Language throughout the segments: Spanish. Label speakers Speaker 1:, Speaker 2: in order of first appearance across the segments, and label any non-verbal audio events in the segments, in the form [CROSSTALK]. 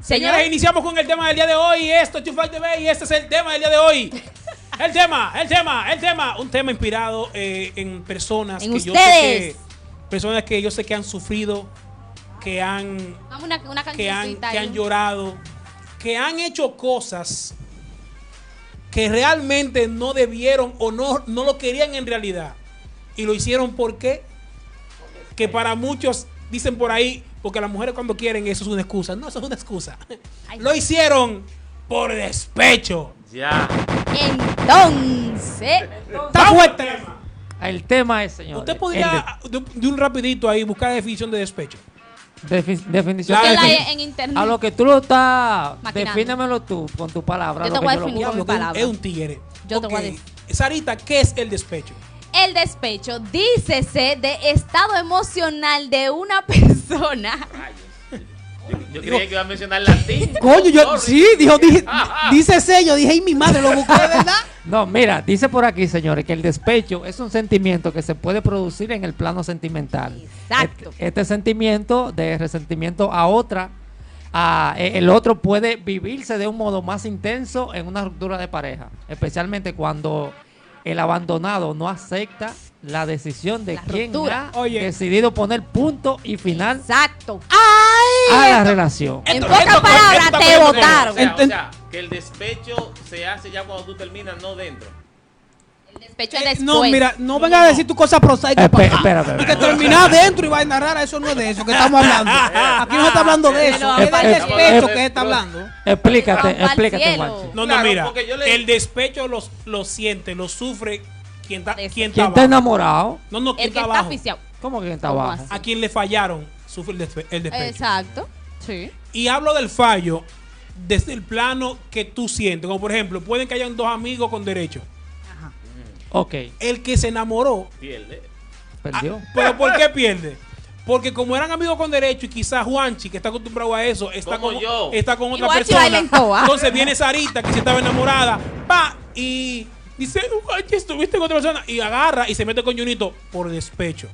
Speaker 1: Señores,
Speaker 2: Señor.
Speaker 1: iniciamos con el tema del día de hoy. Esto es Chufal TV y este es el tema del día de hoy. El tema, el tema, el tema. Un tema inspirado eh, en personas
Speaker 2: En
Speaker 1: que
Speaker 2: ustedes.
Speaker 1: yo sé que. Personas que yo sé que han sufrido, que han,
Speaker 2: Vamos una, una
Speaker 1: que han,
Speaker 2: cancioncita
Speaker 1: que
Speaker 2: ahí.
Speaker 1: han llorado, que han hecho cosas que realmente no debieron o no, no lo querían en realidad. Y lo hicieron porque, que para muchos dicen por ahí, porque las mujeres cuando quieren eso es una excusa. No, eso es una excusa.
Speaker 2: Ay.
Speaker 1: Lo hicieron por despecho.
Speaker 3: Ya.
Speaker 2: Entonces,
Speaker 1: Está fuerte.
Speaker 3: El tema es, señor.
Speaker 1: Usted podría, de, de un rapidito ahí, buscar la definición de despecho.
Speaker 3: definición.
Speaker 1: Claro,
Speaker 2: búsquela
Speaker 1: sí.
Speaker 2: E en- en internet.
Speaker 3: A lo que tú lo estás.
Speaker 2: Maquinando.
Speaker 3: Defínemelo tú con tu
Speaker 2: Yo
Speaker 3: palabra. lo
Speaker 2: te
Speaker 3: que
Speaker 2: voy a
Speaker 3: lo-
Speaker 2: definir.
Speaker 1: Diablo,
Speaker 2: mi
Speaker 1: que es un-
Speaker 2: palabra.
Speaker 1: es un tigre.
Speaker 2: Yo te voy a
Speaker 1: Ok.
Speaker 2: decir.
Speaker 1: Sarita, ¿qué es el despecho?
Speaker 2: El despecho, dícese de estado emocional de una [LAUGHS] persona.
Speaker 4: Yo, yo creía que iba a mencionar la ti.
Speaker 5: Coño, yo
Speaker 4: Sorry.
Speaker 5: sí,
Speaker 2: [LAUGHS]
Speaker 4: [LAUGHS]
Speaker 5: dijo, dije, dice ese, yo dije, y mi madre lo busqué, ¿verdad?
Speaker 3: No, mira, dice por aquí, señores, que el despecho es un sentimiento que se puede producir en el plano sentimental.
Speaker 2: Exacto.
Speaker 3: Este, este sentimiento de resentimiento a otra, a- e- el otro puede vivirse de un modo más intenso en una ruptura de pareja, especialmente cuando el abandonado no acepta la decisión de
Speaker 2: La
Speaker 3: quien
Speaker 2: ruptura.
Speaker 3: ha
Speaker 1: Oye.
Speaker 3: decidido poner punto y final
Speaker 2: Exacto.
Speaker 3: a Ah, la relación.
Speaker 2: En
Speaker 1: Esto-
Speaker 2: pocas
Speaker 1: esto-
Speaker 2: palabras,
Speaker 1: esto-
Speaker 2: te
Speaker 1: esto-
Speaker 2: votaron.
Speaker 4: O sea, o
Speaker 1: Enten-
Speaker 4: sea, que el despecho se hace ya cuando tú terminas, no dentro.
Speaker 2: El despecho es después.
Speaker 5: Eh, No, mira, no vengas a decir tu cosa prosaica.
Speaker 3: Espe-
Speaker 5: papá.
Speaker 3: espérate,
Speaker 5: Y que
Speaker 3: espérate.
Speaker 5: terminar adentro y vaina rara, eso no es de eso que estamos hablando. Aquí no se está hablando
Speaker 2: Eh,
Speaker 5: de eso. Es del despecho
Speaker 3: eh,
Speaker 5: que se está hablando.
Speaker 3: Explícate,
Speaker 2: Rompa al
Speaker 3: explícate,
Speaker 2: cielo.
Speaker 3: Juanchi.
Speaker 1: [LAUGHS] No, no,
Speaker 4: Claro,
Speaker 1: mira.
Speaker 4: porque yo le-
Speaker 1: El despecho lo, lo siente, lo sufre quien, ta-
Speaker 2: Eso.
Speaker 1: quien está
Speaker 3: ¿Quién está
Speaker 1: abajo.
Speaker 3: enamorado?
Speaker 1: No, no, quien
Speaker 2: el que
Speaker 1: está
Speaker 2: está
Speaker 1: abajo.
Speaker 2: oficial.
Speaker 3: ¿Cómo que está
Speaker 2: ¿Cómo
Speaker 3: abajo?
Speaker 2: así?
Speaker 1: A quien le fallaron, sufre el, despe- el despecho.
Speaker 2: Exacto. Sí.
Speaker 1: Y hablo del fallo desde el plano que tú sientes. Como por ejemplo, pueden que hayan dos amigos con derecho.
Speaker 3: Ok,
Speaker 1: El que se enamoró,
Speaker 4: Pierde.
Speaker 3: perdió.
Speaker 1: Ah,
Speaker 2: Ah.
Speaker 1: pero ¿por qué pierde? Porque como eran amigos con derecho y quizás Juanchi, que está acostumbrado a eso, está,
Speaker 4: Como
Speaker 1: con,
Speaker 4: yo.
Speaker 1: está con
Speaker 2: Y
Speaker 1: otra
Speaker 2: Juanchi baila
Speaker 1: persona.
Speaker 2: en coa.
Speaker 1: Entonces viene Sarita, que se estaba enamorada, pa, y dice, Juanchi, estuviste con otra persona, y agarra y se mete con Junito por despecho.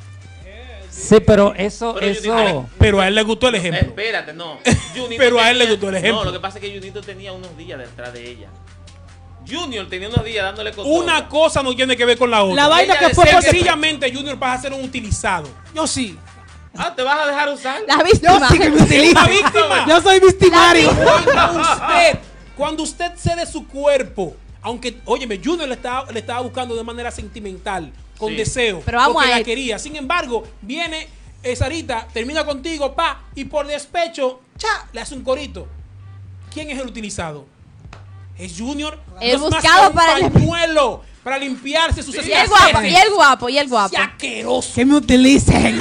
Speaker 3: Sí, pero eso,
Speaker 4: Pero yo
Speaker 3: eso.
Speaker 4: digo-
Speaker 1: Pero a él le gustó el ejemplo.
Speaker 4: Eh, Espérate, no. Junito
Speaker 1: [LAUGHS] Pero a él le
Speaker 4: tenía-
Speaker 1: gustó el ejemplo.
Speaker 4: No, lo que pasa es que Junito tenía unos días detrás de ella. Junior tenía unos días dándole con
Speaker 1: Una cosa no tiene que ver con la otra.
Speaker 5: La vaina
Speaker 4: Ella
Speaker 5: que fue
Speaker 4: decía
Speaker 5: por
Speaker 4: que-
Speaker 1: Sencillamente Junior pasa a ser un utilizado.
Speaker 5: Yo sí.
Speaker 4: Ah, ¿te vas a dejar usar?
Speaker 2: La
Speaker 5: Yo
Speaker 2: víctima.
Speaker 5: sí que me utilizo.
Speaker 1: Una víctima.
Speaker 5: Yo soy victimario.
Speaker 1: Cuando usted, cuando usted cede su cuerpo, aunque, óyeme, Junior le estaba, le estaba buscando de manera sentimental, con
Speaker 4: Sí.
Speaker 1: deseo,
Speaker 2: Pero vamos
Speaker 1: porque
Speaker 2: a
Speaker 1: la
Speaker 2: ir.
Speaker 1: quería. Sin embargo, viene eh, Sarita, termina contigo, pa, y por despecho, cha, le hace un corito. ¿Quién es el utilizado? Es Junior.
Speaker 2: El
Speaker 1: No es más
Speaker 2: buscado
Speaker 1: que un
Speaker 2: para el-
Speaker 1: pañuelo para limpiarse
Speaker 2: [LAUGHS]
Speaker 1: sus
Speaker 2: Y el guapo, y el guapo, y el guapo.
Speaker 1: ¡Qué asqueroso!
Speaker 5: Que me
Speaker 2: [LAUGHS]
Speaker 5: utilicen.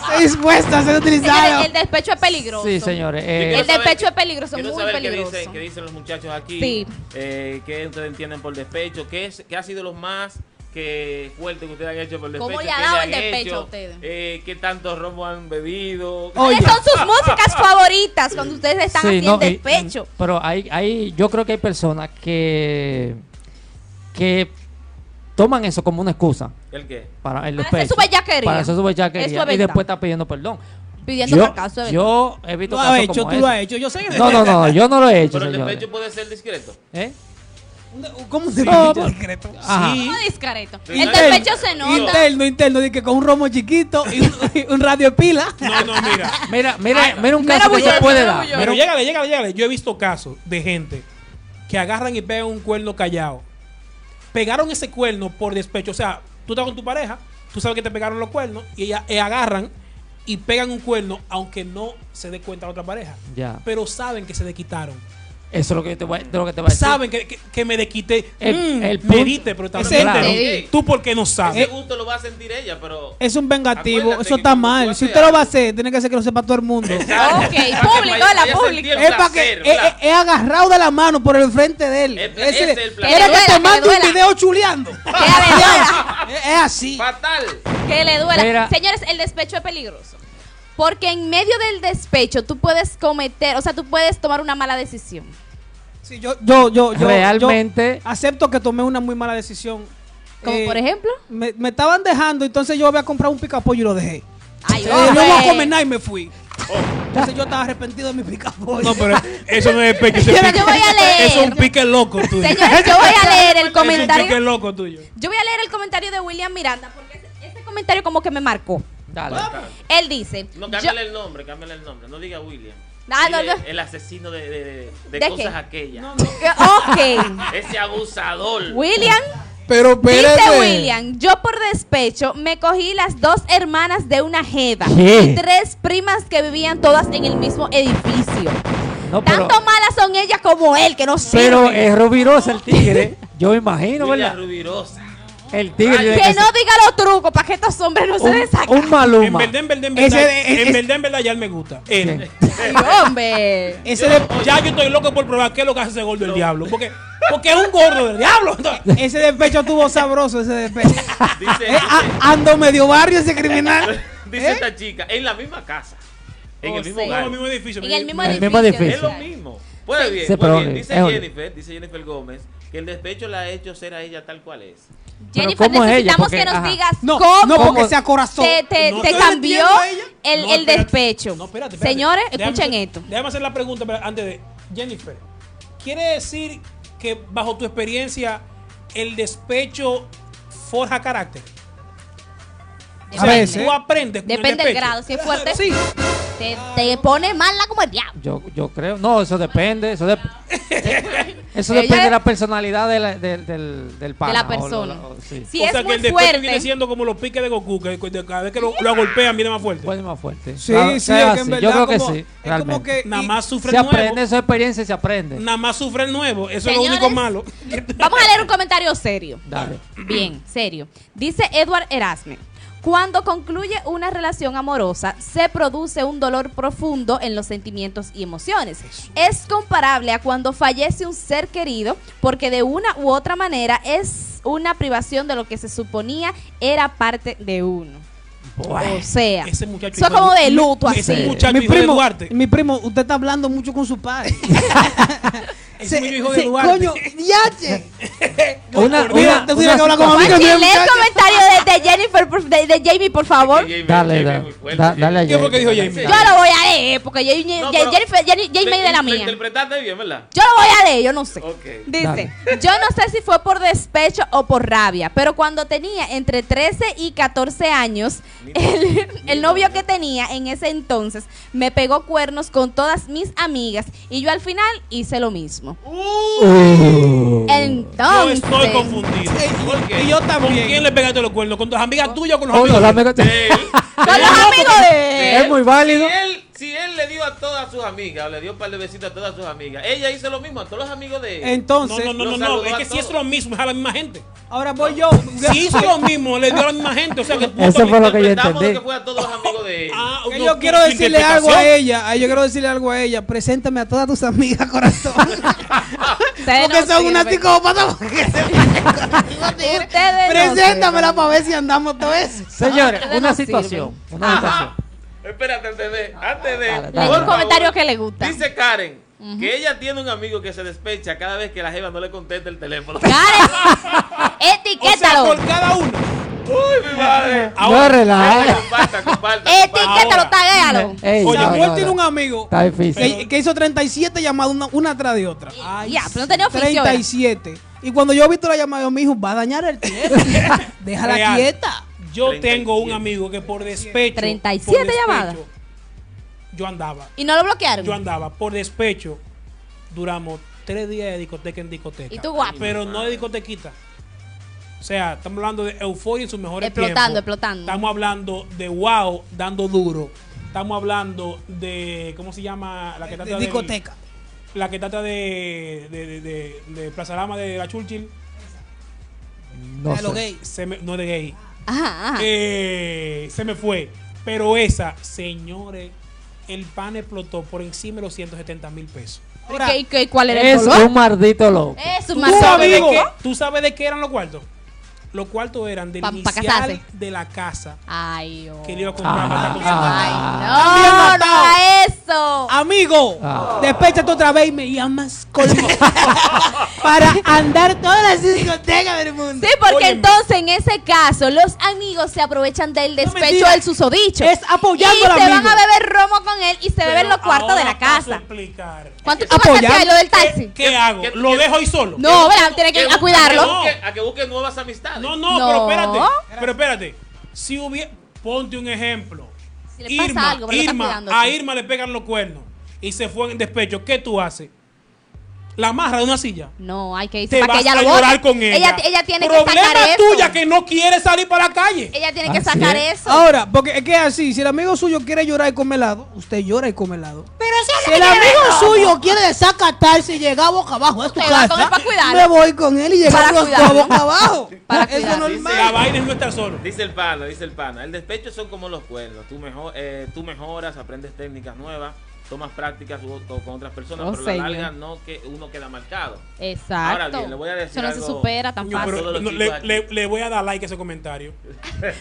Speaker 5: Estoy dispuesta a ser utilizado.
Speaker 2: Señores, el despecho es peligroso.
Speaker 3: Sí, señores. eh,
Speaker 2: El
Speaker 4: Quiero saber-
Speaker 2: despecho es peligroso,
Speaker 4: quiero
Speaker 2: muy
Speaker 4: saber
Speaker 2: peligroso.
Speaker 4: Qué dicen, qué dicen los muchachos aquí.
Speaker 2: Sí.
Speaker 4: Eh, ¿Qué ustedes entienden por despecho? ¿Qué, es, qué ha sido lo más que fuerte que ustedes han hecho por despecho?
Speaker 2: ¿Cómo le ha
Speaker 4: ¿Qué
Speaker 2: dado
Speaker 4: han
Speaker 2: el despecho
Speaker 4: hecho?
Speaker 2: a ustedes?
Speaker 4: Eh, ¿Qué tantos romos han bebido?
Speaker 5: Oye.
Speaker 2: ¿Cuáles son sus músicas favoritas cuando ustedes están
Speaker 3: sí,
Speaker 2: haciendo
Speaker 3: no, y- mm,
Speaker 2: despecho?
Speaker 3: pero hay, hay, yo creo que hay personas que, que toman eso como una excusa
Speaker 4: ¿El qué?
Speaker 3: para el
Speaker 2: Para hacer
Speaker 3: despecho.
Speaker 2: su bellaquería.
Speaker 3: Para hacer su bellaquería.
Speaker 2: Eso es
Speaker 3: y
Speaker 2: verdad.
Speaker 3: después está pidiendo perdón.
Speaker 2: Pidiendo
Speaker 3: Yo,
Speaker 2: fracaso, es verdad.
Speaker 3: yo he visto
Speaker 5: Tú lo has
Speaker 3: casos
Speaker 5: hecho,
Speaker 3: como
Speaker 5: tú lo has
Speaker 3: ese.
Speaker 5: hecho. Yo sé que
Speaker 3: No, no, no, yo no lo he hecho,
Speaker 4: Pero el
Speaker 3: señores.
Speaker 4: despecho puede ser discreto.
Speaker 3: ¿Eh?
Speaker 5: ¿Cómo se
Speaker 3: No,
Speaker 2: Oh,
Speaker 3: pues.
Speaker 5: dice
Speaker 3: por-
Speaker 5: secreto?
Speaker 3: Ajá.
Speaker 1: Sí.
Speaker 2: Muy discreto.
Speaker 4: Sí.
Speaker 2: El despecho se nota.
Speaker 5: Interno, interno, dije que con un romo chiquito y un, y un radio de pila.
Speaker 1: No, no, mira.
Speaker 3: Mira, mira, mira un
Speaker 2: mira,
Speaker 3: caso que
Speaker 2: bullo,
Speaker 3: se puede
Speaker 2: mira,
Speaker 3: dar.
Speaker 2: bullo.
Speaker 1: Pero
Speaker 3: Mira-
Speaker 1: llégale, llégale, llégale. Yo he visto casos de gente que agarran y pegan un cuerno callado. Pegaron ese cuerno por despecho. O sea, tú estás con tu pareja, tú sabes que te pegaron los cuernos y ella, eh, agarran y pegan un cuerno aunque no se dé cuenta la otra pareja.
Speaker 3: Ya.
Speaker 1: Pero saben que se le quitaron.
Speaker 3: Eso es lo que te voy, a- de lo que te voy a decir.
Speaker 1: Saben que, que- que me desquité.
Speaker 3: El-
Speaker 1: Mm,
Speaker 3: el
Speaker 1: me
Speaker 3: punto-
Speaker 1: diste, pero
Speaker 5: Ese-
Speaker 1: también te
Speaker 3: Claro.
Speaker 1: lo di. Tú porque no
Speaker 4: Ese
Speaker 1: sabes.
Speaker 4: gusto lo va a sentir ella, pero. [LAUGHS]
Speaker 5: Eh, Es un vengativo,
Speaker 4: Acuérdate
Speaker 5: eso
Speaker 4: que
Speaker 5: está
Speaker 4: cuando tú
Speaker 5: mal.
Speaker 4: haces
Speaker 5: Si usted lo va a
Speaker 4: algo-
Speaker 5: hacer, tiene que hacer que lo sepa todo el mundo.
Speaker 2: Ok,
Speaker 5: Es
Speaker 2: público,
Speaker 4: Para que
Speaker 2: la
Speaker 4: ella sentía
Speaker 2: pública.
Speaker 4: el
Speaker 5: para que eh,
Speaker 4: placer,
Speaker 5: es,
Speaker 4: ¿verdad?
Speaker 5: es agarrado de la mano por el frente de él.
Speaker 4: Es-
Speaker 5: Ese-
Speaker 4: ese es el plan.
Speaker 5: Quiere
Speaker 2: Que le
Speaker 5: que
Speaker 2: duela,
Speaker 5: te
Speaker 2: que
Speaker 5: mande
Speaker 2: le
Speaker 5: un
Speaker 2: duela.
Speaker 5: video chuleando.
Speaker 2: Que le duela,
Speaker 5: Es es así.
Speaker 4: Fatal.
Speaker 2: que le duela.
Speaker 3: Mira.
Speaker 2: Señores, el despecho es peligroso. Porque en medio del despecho tú puedes cometer, o sea, tú puedes tomar una mala decisión.
Speaker 5: Sí, yo, yo, yo, yo-
Speaker 3: Realmente-
Speaker 5: yo acepto que tomé una muy mala decisión.
Speaker 2: Como
Speaker 5: Eh,
Speaker 2: por ejemplo.
Speaker 5: Me, me estaban dejando, entonces yo voy a comprar un picapollo y lo dejé.
Speaker 2: Ay,
Speaker 5: Eh,
Speaker 2: hombre.
Speaker 5: no voy a comer nada y me fui. Entonces yo estaba arrepentido de mi picaporte.
Speaker 1: No, pero eso no [LAUGHS] es pecho. eso es
Speaker 2: Yo
Speaker 1: pique-
Speaker 2: voy a leer.
Speaker 1: Es un pique loco tuyo.
Speaker 2: Señores, yo voy a leer el
Speaker 1: Es un pique
Speaker 2: comentario.
Speaker 1: loco tuyo.
Speaker 2: Yo voy a leer el comentario de William Miranda porque ese- ese comentario como que me marcó.
Speaker 3: Dale.
Speaker 2: Él dice,
Speaker 4: No,
Speaker 2: yo-
Speaker 4: cámbiale el nombre, cámbiale el nombre. No diga William.
Speaker 2: Ah, no,
Speaker 4: Dile
Speaker 2: no.
Speaker 4: El asesino de, de- de- de
Speaker 2: ¿De
Speaker 4: cosas
Speaker 2: qué?
Speaker 4: aquellas.
Speaker 2: Eh, [LAUGHS] ok,
Speaker 4: Ese abusador.
Speaker 2: William,
Speaker 6: Pero
Speaker 2: dice
Speaker 6: espérate.
Speaker 2: William, yo por despecho me cogí las dos hermanas de una jeva
Speaker 3: ¿Qué?
Speaker 2: y tres primas que vivían todas en el mismo edificio.
Speaker 3: No, pero,
Speaker 2: Tanto malas son ellas como él, que no
Speaker 3: pero
Speaker 2: sirve.
Speaker 3: es rubirosa
Speaker 2: [LAUGHS]
Speaker 3: el tigre. Yo me imagino,
Speaker 4: William
Speaker 3: ¿verdad?
Speaker 4: Rubirosa.
Speaker 3: [LAUGHS] El tigre.
Speaker 4: Ay,
Speaker 3: tiene
Speaker 2: que
Speaker 3: que
Speaker 2: no diga los trucos para que estos hombres no
Speaker 3: ser
Speaker 2: se les
Speaker 3: Un,
Speaker 2: saquen.
Speaker 3: un maluma.
Speaker 1: En verdad, en verdad, en
Speaker 3: Ese-
Speaker 1: verdad.
Speaker 3: es-
Speaker 1: En verdad, en verdad, ya él me gusta. Él.
Speaker 2: Ay,
Speaker 1: [LAUGHS]
Speaker 2: hombre.
Speaker 5: Ese de-
Speaker 1: Ya yo estoy loco por probar qué es lo que hace ese gordo del diablo. Porque, porque es un gordo del diablo. Entonces,
Speaker 5: Ese despecho estuvo sabroso, ese despecho.
Speaker 4: Dice,
Speaker 5: Eh,
Speaker 3: ah,
Speaker 5: a- ando medio barrio ese
Speaker 1: [LAUGHS]
Speaker 5: criminal.
Speaker 4: [LAUGHS]
Speaker 5: ¿Eh?
Speaker 4: dice
Speaker 3: ¿eh?
Speaker 4: esta chica, en la misma casa. En
Speaker 2: O
Speaker 3: Oh,
Speaker 4: el mismo
Speaker 2: sea,
Speaker 1: vamos
Speaker 4: hogar.
Speaker 1: al mismo edificio.
Speaker 2: En el mismo
Speaker 3: El
Speaker 2: edificio.
Speaker 3: mismo edificio.
Speaker 4: Es lo
Speaker 2: claro.
Speaker 4: mismo. Pues bien,
Speaker 3: Sí,
Speaker 4: muy
Speaker 3: pero
Speaker 4: bien.
Speaker 3: es
Speaker 4: Dice
Speaker 3: horrible.
Speaker 4: Jennifer, dice Jennifer Gómez, que el despecho la ha hecho ser a ella tal cual es.
Speaker 3: Pero
Speaker 2: Jennifer,
Speaker 3: ¿cómo es ella?
Speaker 2: necesitamos
Speaker 3: Porque,
Speaker 2: que nos
Speaker 3: ajá.
Speaker 2: digas
Speaker 5: No,
Speaker 2: cómo
Speaker 5: no, porque
Speaker 3: ¿Cómo?
Speaker 5: sea corazón.
Speaker 2: te, te-
Speaker 1: No,
Speaker 2: Eh, te
Speaker 1: yo le
Speaker 2: cambió
Speaker 1: entiendo a ella.
Speaker 2: el,
Speaker 1: No,
Speaker 2: el
Speaker 1: espérate.
Speaker 2: despecho.
Speaker 1: No, espérate, espérate.
Speaker 2: Señores,
Speaker 1: Déjame
Speaker 2: escuchen
Speaker 1: hacer-
Speaker 2: esto.
Speaker 1: Déjame hacer la pregunta pero antes de. Jennifer, ¿quiere decir que bajo tu experiencia el despecho forja carácter? O
Speaker 5: A
Speaker 1: sea,
Speaker 5: veces.
Speaker 1: Tú aprendes. con el
Speaker 2: Depende del
Speaker 1: despecho.
Speaker 2: grado. Si es fuerte,
Speaker 5: Sí.
Speaker 2: te, te pone mala como el diablo.
Speaker 3: Yo, yo creo. No, eso depende. Eso, dep-
Speaker 1: [LAUGHS]
Speaker 3: eso
Speaker 2: Ella-
Speaker 3: depende de la personalidad de la- del- del, del pana,
Speaker 2: de la
Speaker 3: o-
Speaker 2: persona.
Speaker 3: o- o- sí.
Speaker 2: Si
Speaker 1: o
Speaker 2: es
Speaker 1: sea que
Speaker 2: muy
Speaker 1: el despecho viene
Speaker 2: fuerte,
Speaker 1: siendo como los piques de Goku, que cu- de cada vez que lo, lo agolpean viene más fuerte.
Speaker 3: Vuelve más fuerte.
Speaker 5: Sí,
Speaker 3: Claro,
Speaker 5: sí,
Speaker 3: es
Speaker 5: es que en
Speaker 3: así.
Speaker 5: verdad
Speaker 3: Yo creo que
Speaker 5: como-
Speaker 3: sí.
Speaker 5: Es como
Speaker 3: realmente.
Speaker 5: que.
Speaker 1: Nada
Speaker 5: y-
Speaker 1: más
Speaker 3: Se
Speaker 1: sufre el nuevo.
Speaker 3: aprende, esa experiencia se aprende.
Speaker 1: Nada más sufre el nuevo. Eso es lo
Speaker 2: Señores.
Speaker 1: único malo.
Speaker 2: vamos a leer un comentario serio.
Speaker 3: Dale.
Speaker 2: Bien, serio. Dice Edward Erasme. Cuando concluye una relación amorosa, se produce un dolor profundo en los sentimientos y emociones. Es comparable a cuando fallece un ser querido, porque de una u otra manera es una privación de lo que se suponía era parte de uno.
Speaker 3: Buah.
Speaker 2: O sea,
Speaker 1: Ese muchacho
Speaker 2: eso es
Speaker 1: hijo
Speaker 2: como de luto
Speaker 1: Ese
Speaker 2: así.
Speaker 1: muchacho
Speaker 5: mi
Speaker 1: hijo de
Speaker 5: primo,
Speaker 1: Duarte.
Speaker 5: mi primo, usted está hablando mucho con
Speaker 3: [LAUGHS]
Speaker 5: su padre.
Speaker 1: Ese
Speaker 5: Se-
Speaker 1: hijo de
Speaker 5: se-
Speaker 1: Duarte.
Speaker 5: Coño,
Speaker 3: [LAUGHS]
Speaker 5: diache.
Speaker 3: Una,
Speaker 5: Mira,
Speaker 3: una-
Speaker 5: tú tienes
Speaker 3: una
Speaker 5: que hablar con
Speaker 2: Juanchi,
Speaker 5: amigos.
Speaker 2: lee
Speaker 5: mira,
Speaker 2: el
Speaker 5: muchacho.
Speaker 2: comentario de, de Jennifer, por- de, de Jamie, por favor.
Speaker 4: Jamie-
Speaker 3: Dale,
Speaker 4: Jamie
Speaker 3: dale.
Speaker 4: muy fuerte,
Speaker 3: da-
Speaker 4: Jamie.
Speaker 3: dale a
Speaker 1: ¿Qué fue que dijo
Speaker 3: Jamie.
Speaker 1: Jamie?
Speaker 2: Yo lo voy a leer, porque Jamie,
Speaker 4: No,
Speaker 2: Jennifer-
Speaker 4: pero-
Speaker 2: Jenny- Jamie es de la
Speaker 4: Lo
Speaker 2: mía.
Speaker 4: interpretaste bien,
Speaker 3: [LAUGHS]
Speaker 4: ¿verdad?
Speaker 2: Yo lo voy a leer, yo no sé.
Speaker 4: Ok.
Speaker 2: Dice,
Speaker 3: Dale.
Speaker 2: yo no sé si fue por despecho o por rabia, pero cuando tenía entre 13 y 14 años, el, el novio que tenía en ese entonces me pegó cuernos con todas mis amigas y yo al final hice lo mismo.
Speaker 1: Yo
Speaker 2: Entonces,
Speaker 1: estoy confundido.
Speaker 4: ¿Por qué?
Speaker 5: Y yo
Speaker 1: ¿Con
Speaker 5: también.
Speaker 1: quién le pegaste los cuernos? ¿Con tus amigas tuyas o con los
Speaker 3: Oh, no,
Speaker 1: amigos?
Speaker 3: la amiga-
Speaker 1: eh,
Speaker 4: De él.
Speaker 2: con los amigos de
Speaker 3: Es muy válido.
Speaker 4: Si él, si él le dio a todas sus amigas, o le dio un par de besitos a todas sus amigas, ella hizo lo mismo a todos los amigos de él.
Speaker 1: No,
Speaker 5: Entonces,
Speaker 1: no, no, no,
Speaker 4: Los
Speaker 1: no.
Speaker 4: saludó
Speaker 1: Es
Speaker 4: a
Speaker 1: que si
Speaker 4: todos.
Speaker 1: es lo mismo, es a la misma gente.
Speaker 5: ahora voy yo.
Speaker 1: Si hizo lo mismo, le dio a la misma gente. O sea
Speaker 3: [LAUGHS]
Speaker 1: que tú-
Speaker 3: Eso fue lo que yo
Speaker 4: Interpretamos
Speaker 3: entendí.
Speaker 4: que fue a todos los amigos de él.
Speaker 1: Ah,
Speaker 5: [LAUGHS] Que
Speaker 1: no,
Speaker 5: yo
Speaker 1: tu-
Speaker 5: quiero
Speaker 1: tu
Speaker 5: decirle algo a
Speaker 1: interpretación.
Speaker 5: ella. ay, Yo quiero decirle algo a ella. Preséntame a todas tus amigas, corazón.
Speaker 3: [LAUGHS]
Speaker 2: ustedes.
Speaker 5: Porque
Speaker 2: no
Speaker 5: son unas
Speaker 2: sirven.
Speaker 5: psicópatas. porque se
Speaker 2: Ustedes no
Speaker 5: Preséntamela para ver si andamos todo eso.
Speaker 3: Señores,
Speaker 2: ustedes
Speaker 3: una
Speaker 2: no sirven.
Speaker 3: situación. Una situación.
Speaker 4: Espérate, antes de. Antes de
Speaker 3: Dale, dale.
Speaker 2: sirven.
Speaker 4: por
Speaker 2: Leí un
Speaker 4: favor.
Speaker 2: comentario que le gusta.
Speaker 4: Dice Karen que ella tiene un amigo que se despecha cada vez que la jeva no le contesta el teléfono.
Speaker 1: [LAUGHS]
Speaker 2: Karen,
Speaker 1: O sea,
Speaker 2: etiquétalo.
Speaker 1: por cada uno.
Speaker 4: ¡Uy, [LAUGHS] mi madre!
Speaker 3: No relaja.
Speaker 4: Comparta, comparta.
Speaker 2: Etiquétalo,
Speaker 1: Ahora.
Speaker 2: taguéalo.
Speaker 1: Oye,
Speaker 3: Ey, no,
Speaker 5: Oye,
Speaker 3: no,
Speaker 5: Paul
Speaker 3: no.
Speaker 5: tiene un amigo
Speaker 3: Está difícil.
Speaker 5: que, que hizo 37 llamadas una, una atrás de otra.
Speaker 2: Ya, pero no tenía oficio. ¿verdad?
Speaker 5: 37. Y cuando yo he visto la llamada, yo me dijo, va a dañar el teléfono. Déjala
Speaker 1: Real.
Speaker 5: quieta.
Speaker 1: Yo
Speaker 4: 37.
Speaker 1: tengo un amigo que por despecho.
Speaker 2: 37
Speaker 1: por despecho,
Speaker 2: llamadas.
Speaker 1: Yo andaba.
Speaker 2: Y no lo bloquearon.
Speaker 1: Yo andaba. Por despecho, duramos tres días de discoteca en discoteca.
Speaker 2: Y tú guapo.
Speaker 1: Pero no de discotequita. O sea, estamos hablando de euforia en sus mejores
Speaker 2: Explotando,
Speaker 1: tiempos.
Speaker 2: explotando.
Speaker 1: Estamos hablando de wow, dando duro. Estamos hablando de. ¿Cómo se llama? La que trata
Speaker 5: De
Speaker 1: del-
Speaker 5: discoteca.
Speaker 1: la que trata de, de, de, de- de Plaza Lama de la Churchill.
Speaker 3: No
Speaker 5: De lo
Speaker 3: sé.
Speaker 5: gay.
Speaker 1: Se me- no de gay.
Speaker 2: Ajá, ajá.
Speaker 1: Eh, se me fue. Pero esa, señores, el pan explotó por encima de los 170 mil pesos.
Speaker 2: ¿Y
Speaker 5: Ahora,
Speaker 2: qué- y qué- ¿Cuál era el
Speaker 3: Es
Speaker 2: color?
Speaker 3: un mardito loco.
Speaker 2: Es un
Speaker 1: ¿Tú
Speaker 2: mazorco.
Speaker 1: sabes, de
Speaker 5: amigo.
Speaker 1: qué, ¿Tú sabes de qué eran los cuartos? Los cuartos eran del
Speaker 2: Pa- pa
Speaker 1: inicial
Speaker 2: casarse.
Speaker 1: de la casa
Speaker 2: Ay, oh.
Speaker 1: que le iba a comprar para
Speaker 3: Ah,
Speaker 1: estar con su
Speaker 3: ah.
Speaker 1: mamá.
Speaker 2: Ay, no, no a eso. Eso.
Speaker 5: Amigo,
Speaker 3: Ah.
Speaker 5: despéchate otra vez y me llamas conmigo para andar todas las discotecas del mundo.
Speaker 2: Sí, porque
Speaker 1: Óyeme.
Speaker 2: entonces en ese caso los amigos se aprovechan del despecho
Speaker 5: mentira.
Speaker 2: del susodicho.
Speaker 5: Es apoyando
Speaker 2: Y
Speaker 5: al
Speaker 2: se van
Speaker 5: amigo.
Speaker 2: a beber romo con él y se beben
Speaker 1: Pero
Speaker 2: los cuartos de
Speaker 1: ahora
Speaker 2: la
Speaker 1: paso a
Speaker 2: casa.
Speaker 1: explicar.
Speaker 2: ¿Cuánto tú vas a hacer
Speaker 5: Apoyando.
Speaker 2: lo del
Speaker 1: ¿Qué,
Speaker 2: taxi?
Speaker 1: qué hago?
Speaker 4: qué-
Speaker 1: ¿Lo
Speaker 4: qué-
Speaker 1: dejo ahí solo?
Speaker 2: No, ¿verdad? Tiene que
Speaker 4: busque-
Speaker 2: a cuidarlo.
Speaker 1: no.
Speaker 4: que busque- a que busque nuevas amistades.
Speaker 1: No, no,
Speaker 2: No.
Speaker 1: pero espérate. Pero espérate. Si hubiera. Ponte un ejemplo.
Speaker 2: Si le pasa algo, pero lo está
Speaker 1: Irma,
Speaker 2: cuidando,
Speaker 1: a
Speaker 2: sí.
Speaker 1: Irma le pegan los cuernos y se fue en despecho. ¿Qué tú haces? La amarra de una silla.
Speaker 2: No, hay que irse
Speaker 1: Te
Speaker 2: para
Speaker 1: vas
Speaker 2: que ella
Speaker 1: a
Speaker 2: lo
Speaker 1: llorar
Speaker 2: bote.
Speaker 1: con ella.
Speaker 2: Ella, ella tiene
Speaker 1: Problema
Speaker 2: que sacar eso.
Speaker 1: tuya que no quiere salir para la calle.
Speaker 2: Ella tiene que
Speaker 3: Así
Speaker 2: sacar
Speaker 3: es.
Speaker 2: eso.
Speaker 5: Ahora, porque es que es así, si el amigo suyo quiere llorar y comer helado, usted llora y come helado.
Speaker 2: pero eso
Speaker 5: Si el amigo suyo quiere desacatarse y llegar boca abajo a
Speaker 2: Te
Speaker 5: tu
Speaker 2: vas con
Speaker 5: casa,
Speaker 2: él pa' cuidarlo.
Speaker 5: me voy con él y
Speaker 2: Para
Speaker 5: llegamos a
Speaker 2: cuidarlo.
Speaker 5: boca abajo.
Speaker 2: [LAUGHS] Para
Speaker 5: Eso es
Speaker 2: cuidarlo.
Speaker 1: La
Speaker 5: normal.
Speaker 1: vaina es no estar solo.
Speaker 4: Dice el pana, dice el pana. El despecho son como los cuernos. Tú, mejor, eh, tú mejoras, aprendes técnicas nuevas, tomas prácticas u- o- con otras personas,
Speaker 2: Oh,
Speaker 4: pero a la larga
Speaker 2: señor.
Speaker 4: no que uno queda marcado.
Speaker 2: Exacto.
Speaker 4: Ahora bien, le voy a decir
Speaker 2: Eso no se
Speaker 4: algo.
Speaker 2: supera tan
Speaker 1: Coño,
Speaker 2: fácil.
Speaker 1: pero no, le, le- le voy a dar like a ese comentario.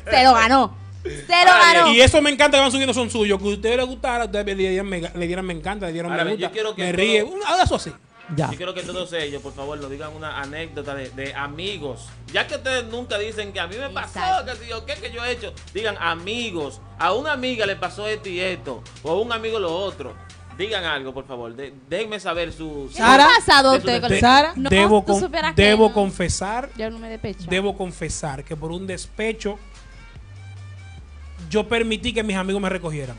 Speaker 2: Se lo ganó. Se lo
Speaker 4: Ahora bien,
Speaker 2: ganó.
Speaker 1: Y eso me encanta que van subiendo son suyos. Que a ustedes les gustara, ustedes le dieran me, le dieran me encanta, le dieron
Speaker 4: Ahora
Speaker 1: me
Speaker 4: bien, yo
Speaker 1: gusta,
Speaker 4: quiero que
Speaker 1: me
Speaker 4: todo-
Speaker 1: ríe. Un- Haga eso así.
Speaker 3: Ya.
Speaker 4: Yo quiero que todos ellos, por favor, nos digan una anécdota de, de amigos. Ya que ustedes nunca dicen que a mí me pasó,
Speaker 2: Exacto.
Speaker 4: que si yo, ¿qué que yo he hecho? Digan amigos. A una amiga le pasó esto y esto. O a un amigo lo otro. Digan algo, por favor. De- déjenme saber su.
Speaker 2: ¿Qué
Speaker 4: su-
Speaker 2: le ha
Speaker 5: Sara,
Speaker 2: pasado a
Speaker 4: de-
Speaker 2: usted con
Speaker 4: de-
Speaker 5: Sara,
Speaker 2: No,
Speaker 1: debo
Speaker 2: tú
Speaker 1: con-
Speaker 2: supieras que
Speaker 1: debo
Speaker 2: no.
Speaker 1: confesar
Speaker 2: Yo no me despecho.
Speaker 1: debo confesar que por un despecho yo permití que mis amigos me recogieran.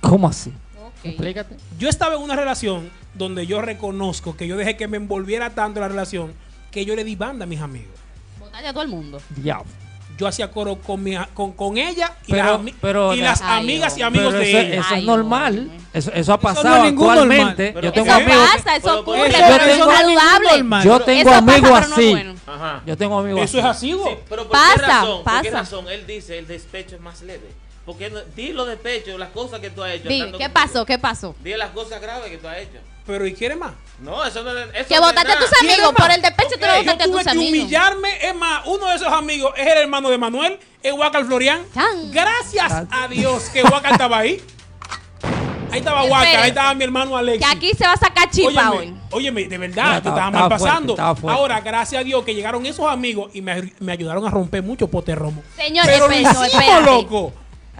Speaker 3: ¿Cómo así?
Speaker 2: Ok.
Speaker 3: Explícate.
Speaker 1: Yo estaba en una relación donde yo reconozco que yo dejé que me envolviera tanto la relación que yo le di banda a mis amigos.
Speaker 2: Botarle a todo el mundo.
Speaker 3: Diablo.
Speaker 1: Yo hacía coro con, mi- con, con ella y
Speaker 3: Pero-
Speaker 1: las, ami-
Speaker 3: pero-
Speaker 1: y las
Speaker 2: Ay,
Speaker 1: amigas y
Speaker 2: Dios.
Speaker 1: amigos
Speaker 3: Pero
Speaker 1: de
Speaker 3: eso,
Speaker 1: ella.
Speaker 3: eso
Speaker 2: Ay,
Speaker 3: es normal.
Speaker 2: hombre.
Speaker 3: Eso, eso ha
Speaker 5: no es
Speaker 3: pasado
Speaker 5: ningún
Speaker 4: normal.
Speaker 3: actualmente. Yo
Speaker 4: Pero
Speaker 3: tengo
Speaker 2: Eso
Speaker 4: que-
Speaker 3: amigos.
Speaker 2: pasa, eso
Speaker 4: Pero-
Speaker 2: ocurre,
Speaker 5: Eso,
Speaker 3: yo
Speaker 2: pero no es
Speaker 3: tengo-
Speaker 2: saludable.
Speaker 5: normal.
Speaker 3: Yo
Speaker 2: Eso
Speaker 3: tengo
Speaker 2: pasa,
Speaker 3: amigos
Speaker 2: pero no es
Speaker 3: así.
Speaker 2: bueno.
Speaker 4: Ajá.
Speaker 3: Yo tengo amigos
Speaker 1: Eso es
Speaker 3: así.
Speaker 1: así,
Speaker 4: Sí,
Speaker 1: güey.
Speaker 4: pero ¿por qué
Speaker 2: Pasa,
Speaker 4: razón? ¿Por
Speaker 2: pasa.
Speaker 4: qué razón? Él dice el despecho es más leve. Porque no, di los despechos, las cosas que tú has hecho.
Speaker 2: Dime,
Speaker 4: estando
Speaker 2: ¿qué
Speaker 4: contigo.
Speaker 2: pasó? ¿Qué pasó?
Speaker 4: Di las cosas graves que tú has hecho.
Speaker 1: Pero ¿y quiere más?
Speaker 4: No, eso no es. eso
Speaker 2: Que
Speaker 4: no es
Speaker 2: botaste a
Speaker 4: nada.
Speaker 2: tus amigos
Speaker 1: ¿Quiere más?
Speaker 2: por el despecho, tú no
Speaker 4: Ok, yo
Speaker 2: botaste a
Speaker 1: Yo
Speaker 2: tus
Speaker 1: tuve que
Speaker 2: amigos.
Speaker 1: humillarme. Es más, uno de esos amigos es el hermano de Manuel, es Huacal Florian.
Speaker 2: Chan.
Speaker 1: Gracias a Dios que Huacal estaba ahí. Ahí estaba Huacal,
Speaker 2: Espérate.
Speaker 1: ahí estaba mi hermano
Speaker 2: Que
Speaker 1: Alexis.
Speaker 2: aquí se va a sacar chipa hoy.
Speaker 1: Óyeme, óyeme, de
Speaker 3: No,
Speaker 1: verdad, yo
Speaker 3: estaba-
Speaker 1: estaba mal
Speaker 3: estaba fuerte,
Speaker 1: pasando.
Speaker 3: estaba fuerte.
Speaker 1: Ahora, gracias a Dios que llegaron esos amigos y me, me ayudaron a romper mucho pote romo.
Speaker 2: Señor,
Speaker 1: Pero lo
Speaker 2: espérate,
Speaker 1: hicimos,
Speaker 2: espérate.
Speaker 1: loco.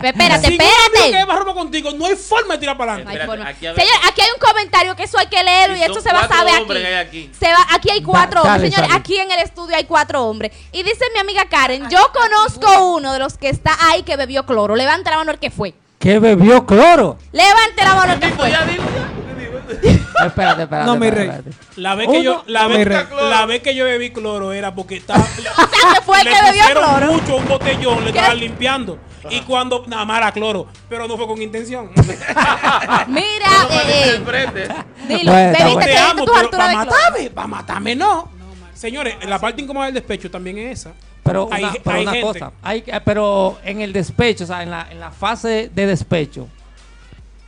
Speaker 2: Espérate,
Speaker 1: Si no amigo que
Speaker 2: espérate.
Speaker 1: beba romo contigo, no hay forma de tirar para
Speaker 2: No
Speaker 1: adelante.
Speaker 2: hay
Speaker 4: Espérate,
Speaker 2: forma.
Speaker 4: aquí a ver-
Speaker 2: Señor, aquí hay un comentario que eso hay que leerlo y,
Speaker 4: Y son
Speaker 2: esto se va a
Speaker 4: cuatro
Speaker 2: saber
Speaker 4: hombres
Speaker 2: aquí.
Speaker 4: que hay aquí.
Speaker 2: Se va, aquí hay cuatro
Speaker 3: dale,
Speaker 2: hombres. Señor,
Speaker 3: Sally.
Speaker 2: aquí en el estudio hay cuatro hombres. Y dice mi amiga Karen, yo conozco uno de los que está ahí que bebió cloro. Levanta la mano el que fue.
Speaker 3: Que bebió cloro.
Speaker 2: Levante la mano el que
Speaker 4: Digo,
Speaker 2: fue.
Speaker 4: ya digo,
Speaker 2: [LAUGHS]
Speaker 4: ya.
Speaker 3: Espérate, espérate.
Speaker 5: No, mi
Speaker 3: espérate,
Speaker 5: rey.
Speaker 3: espérate. Oh,
Speaker 1: La vez, que yo,
Speaker 5: Uno,
Speaker 1: la,
Speaker 5: me
Speaker 1: vez,
Speaker 5: re-
Speaker 1: la vez que yo bebí cloro era porque
Speaker 2: [LAUGHS]
Speaker 1: estaba.
Speaker 2: O sea, que fue el
Speaker 1: le
Speaker 2: que bebió
Speaker 1: pusieron
Speaker 2: cloro.
Speaker 1: mucho un botellón, le estaban limpiando. Y cuando. Nada más era cloro, pero no fue con intención.
Speaker 2: Mira,
Speaker 4: Vamos a
Speaker 2: eh,
Speaker 4: decir
Speaker 2: eh,
Speaker 4: al frente.
Speaker 2: dilo, bebiste,
Speaker 3: Bueno, bueno.
Speaker 2: te
Speaker 1: te
Speaker 2: diste
Speaker 1: amo,
Speaker 2: tus
Speaker 1: pero
Speaker 2: alturas
Speaker 1: para
Speaker 2: de cloro.
Speaker 1: matarme, para matarme no. Señores, la parte incómoda del despecho también es esa.
Speaker 3: Pero una,
Speaker 1: Hay-
Speaker 3: pero
Speaker 1: hay
Speaker 3: una
Speaker 1: gente-
Speaker 3: cosa, hay, eh, pero en el despecho, o sea, en la, en la fase de despecho,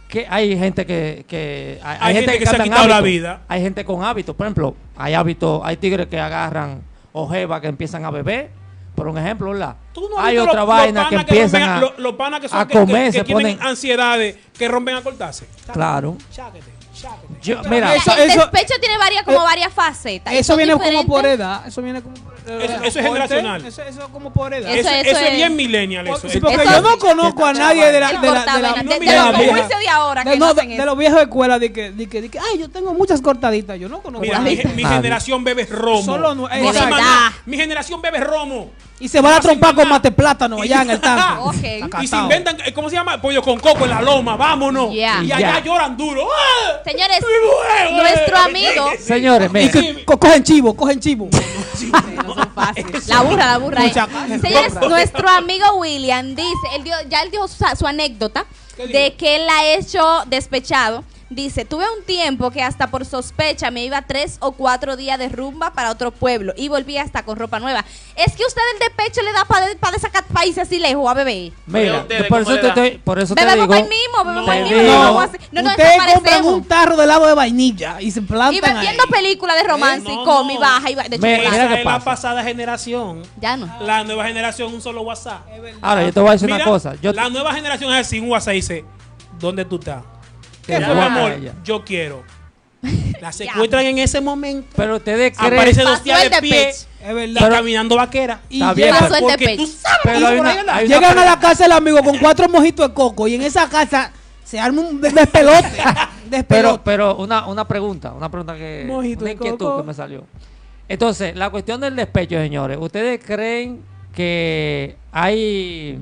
Speaker 3: que hay gente que, que hay,
Speaker 1: Hay gente que se ha
Speaker 3: cambian
Speaker 1: quitado la
Speaker 3: hábitos.
Speaker 1: vida.
Speaker 3: Hay gente con hábitos, por ejemplo, hay hábitos, hay tigres que agarran ojeva que empiezan a beber, por un ejemplo, ¿verdad?
Speaker 1: Tú no has
Speaker 3: hay
Speaker 1: visto
Speaker 3: otra
Speaker 1: los- los
Speaker 3: vaina
Speaker 1: panas
Speaker 3: que
Speaker 1: rompen
Speaker 3: empiezan
Speaker 1: a,
Speaker 3: a,
Speaker 1: los, los panas que son
Speaker 3: a
Speaker 1: que- que-
Speaker 3: comer,
Speaker 1: que
Speaker 3: se
Speaker 1: tienen
Speaker 3: ponen,
Speaker 1: ansiedades, que rompen a cortarse.
Speaker 3: claro.
Speaker 1: Cháquete, cháquete.
Speaker 3: Yo-
Speaker 2: Mira,
Speaker 3: mira, eh,
Speaker 5: Eso-
Speaker 2: el
Speaker 5: eso-
Speaker 2: despecho tiene varias, como
Speaker 5: eh,
Speaker 2: varias facetas. y
Speaker 5: Eso
Speaker 2: son
Speaker 5: viene como
Speaker 2: diferentes.
Speaker 5: por edad. Eso viene como por edad.
Speaker 1: Eso- eso es generacional.
Speaker 5: Eso, eso es como por edad.
Speaker 2: Eso-
Speaker 1: Eso,
Speaker 2: eso
Speaker 1: eso es
Speaker 2: es-
Speaker 1: bien millennial
Speaker 5: Por-
Speaker 1: eso.
Speaker 5: sí, porque
Speaker 2: eso-
Speaker 5: yo no conozco a nadie de la
Speaker 2: El
Speaker 5: de la- de la-
Speaker 2: cortavena,
Speaker 1: no,
Speaker 2: de- de
Speaker 1: mira,
Speaker 2: los
Speaker 1: mira.
Speaker 2: juicios de ahora.
Speaker 5: de,
Speaker 2: que
Speaker 5: no,
Speaker 2: hacen
Speaker 5: de
Speaker 2: eso.
Speaker 5: los viejos de escuela de que, de que, de que, ay, yo tengo muchas cortaditas. Yo no conozco
Speaker 1: Mira,
Speaker 5: a
Speaker 1: mi,
Speaker 5: nadie.
Speaker 1: mi
Speaker 3: Nadie.
Speaker 1: generación bebe romo.
Speaker 5: Solo no-
Speaker 1: Mi
Speaker 5: exacto.
Speaker 1: mamá-
Speaker 2: eh, ¿Verdad?
Speaker 1: mi generación bebe romo.
Speaker 5: Y se van a
Speaker 1: Hacen
Speaker 5: trompar con
Speaker 1: nada.
Speaker 5: mate plátano allá en
Speaker 2: [LAUGHS]
Speaker 5: el tanque.
Speaker 2: Ok.
Speaker 1: Y se
Speaker 5: Acatado.
Speaker 1: inventan, eh, ¿cómo se llama? Pollo con coco en la loma, vámonos.
Speaker 2: Yeah.
Speaker 1: Y allá
Speaker 3: Yeah.
Speaker 1: lloran duro. ¡Ah!
Speaker 2: Señores,
Speaker 1: Estoy bueno, eh.
Speaker 2: nuestro amigo.
Speaker 3: Señores,
Speaker 5: Y
Speaker 3: mira,
Speaker 5: que co- cogen chivo, cogen chivo.
Speaker 2: No son fáciles. [LAUGHS] La burra, la burra. eh.
Speaker 5: Mucha paz.
Speaker 2: Señores, nuestro amigo William dice, él dio- ya él dijo su, su anécdota
Speaker 1: ¿Qué dijo?
Speaker 2: de que él la ha hecho despechado. Dice, tuve un tiempo que hasta por sospecha me iba tres o cuatro días de rumba para otro pueblo y volví hasta con ropa nueva. Es que usted el despecho le da para sacar países así lejos a bebé.
Speaker 4: Oye,
Speaker 3: mira,
Speaker 4: ustedes, ¿cómo
Speaker 3: por eso
Speaker 4: le
Speaker 3: te
Speaker 4: da?
Speaker 3: estoy, por eso te
Speaker 2: Bebemos
Speaker 3: digo,
Speaker 2: ahí mismo, bebemos
Speaker 4: No.
Speaker 2: ahí mismo.
Speaker 3: Te
Speaker 2: No,
Speaker 3: digo.
Speaker 2: vamos a hacer- no nos
Speaker 5: Ustedes compran
Speaker 2: desaparecemos.
Speaker 5: un tarro de helado de vainilla y se plantan
Speaker 2: Y ve- viendo
Speaker 5: ahí.
Speaker 2: películas de romance
Speaker 1: Eh, No,
Speaker 2: y come y
Speaker 1: no.
Speaker 2: baja y baja de
Speaker 3: Me-
Speaker 2: chocolate.
Speaker 3: mira
Speaker 1: Esa
Speaker 3: qué
Speaker 1: es la
Speaker 3: pasa.
Speaker 1: pasada generación.
Speaker 2: Ya no.
Speaker 1: La nueva generación, un solo WhatsApp.
Speaker 3: ahora yo te voy a decir
Speaker 1: Mira,
Speaker 3: una cosa, yo
Speaker 1: la nueva generación es así, un WhatsApp dice, ¿dónde tú estás? ¿Qué
Speaker 3: Ya
Speaker 1: fue, mi
Speaker 3: va
Speaker 1: amor?
Speaker 3: ella.
Speaker 2: [LAUGHS]
Speaker 1: Yo quiero. La secuestran en ese momento.
Speaker 3: Pero ustedes creen.
Speaker 1: Aparece dos
Speaker 2: Pasó
Speaker 1: días
Speaker 2: el
Speaker 1: de
Speaker 2: de
Speaker 1: pie
Speaker 2: pecho.
Speaker 5: Es
Speaker 1: y
Speaker 5: verdad.
Speaker 1: caminando vaquera.
Speaker 5: Y
Speaker 3: Está bien,
Speaker 5: llega-
Speaker 2: Pasó el de
Speaker 1: Porque tú
Speaker 2: pecho.
Speaker 5: [LAUGHS]
Speaker 1: sabes.
Speaker 3: Pero hay
Speaker 5: por
Speaker 3: una-
Speaker 5: ahí anda.
Speaker 3: hay una
Speaker 5: llegan a la
Speaker 3: pre-
Speaker 5: casa del amigo con cuatro mojitos de coco y en esa casa se arma un des- despelote.
Speaker 3: [LAUGHS] Pero,
Speaker 5: [LAUGHS] despelote.
Speaker 3: pero una, una pregunta, una pregunta que.
Speaker 1: Mojito
Speaker 3: una
Speaker 1: de
Speaker 3: inquietud
Speaker 1: coco.
Speaker 3: que me salió. Entonces, la cuestión del despecho, señores. ¿Ustedes creen que hay.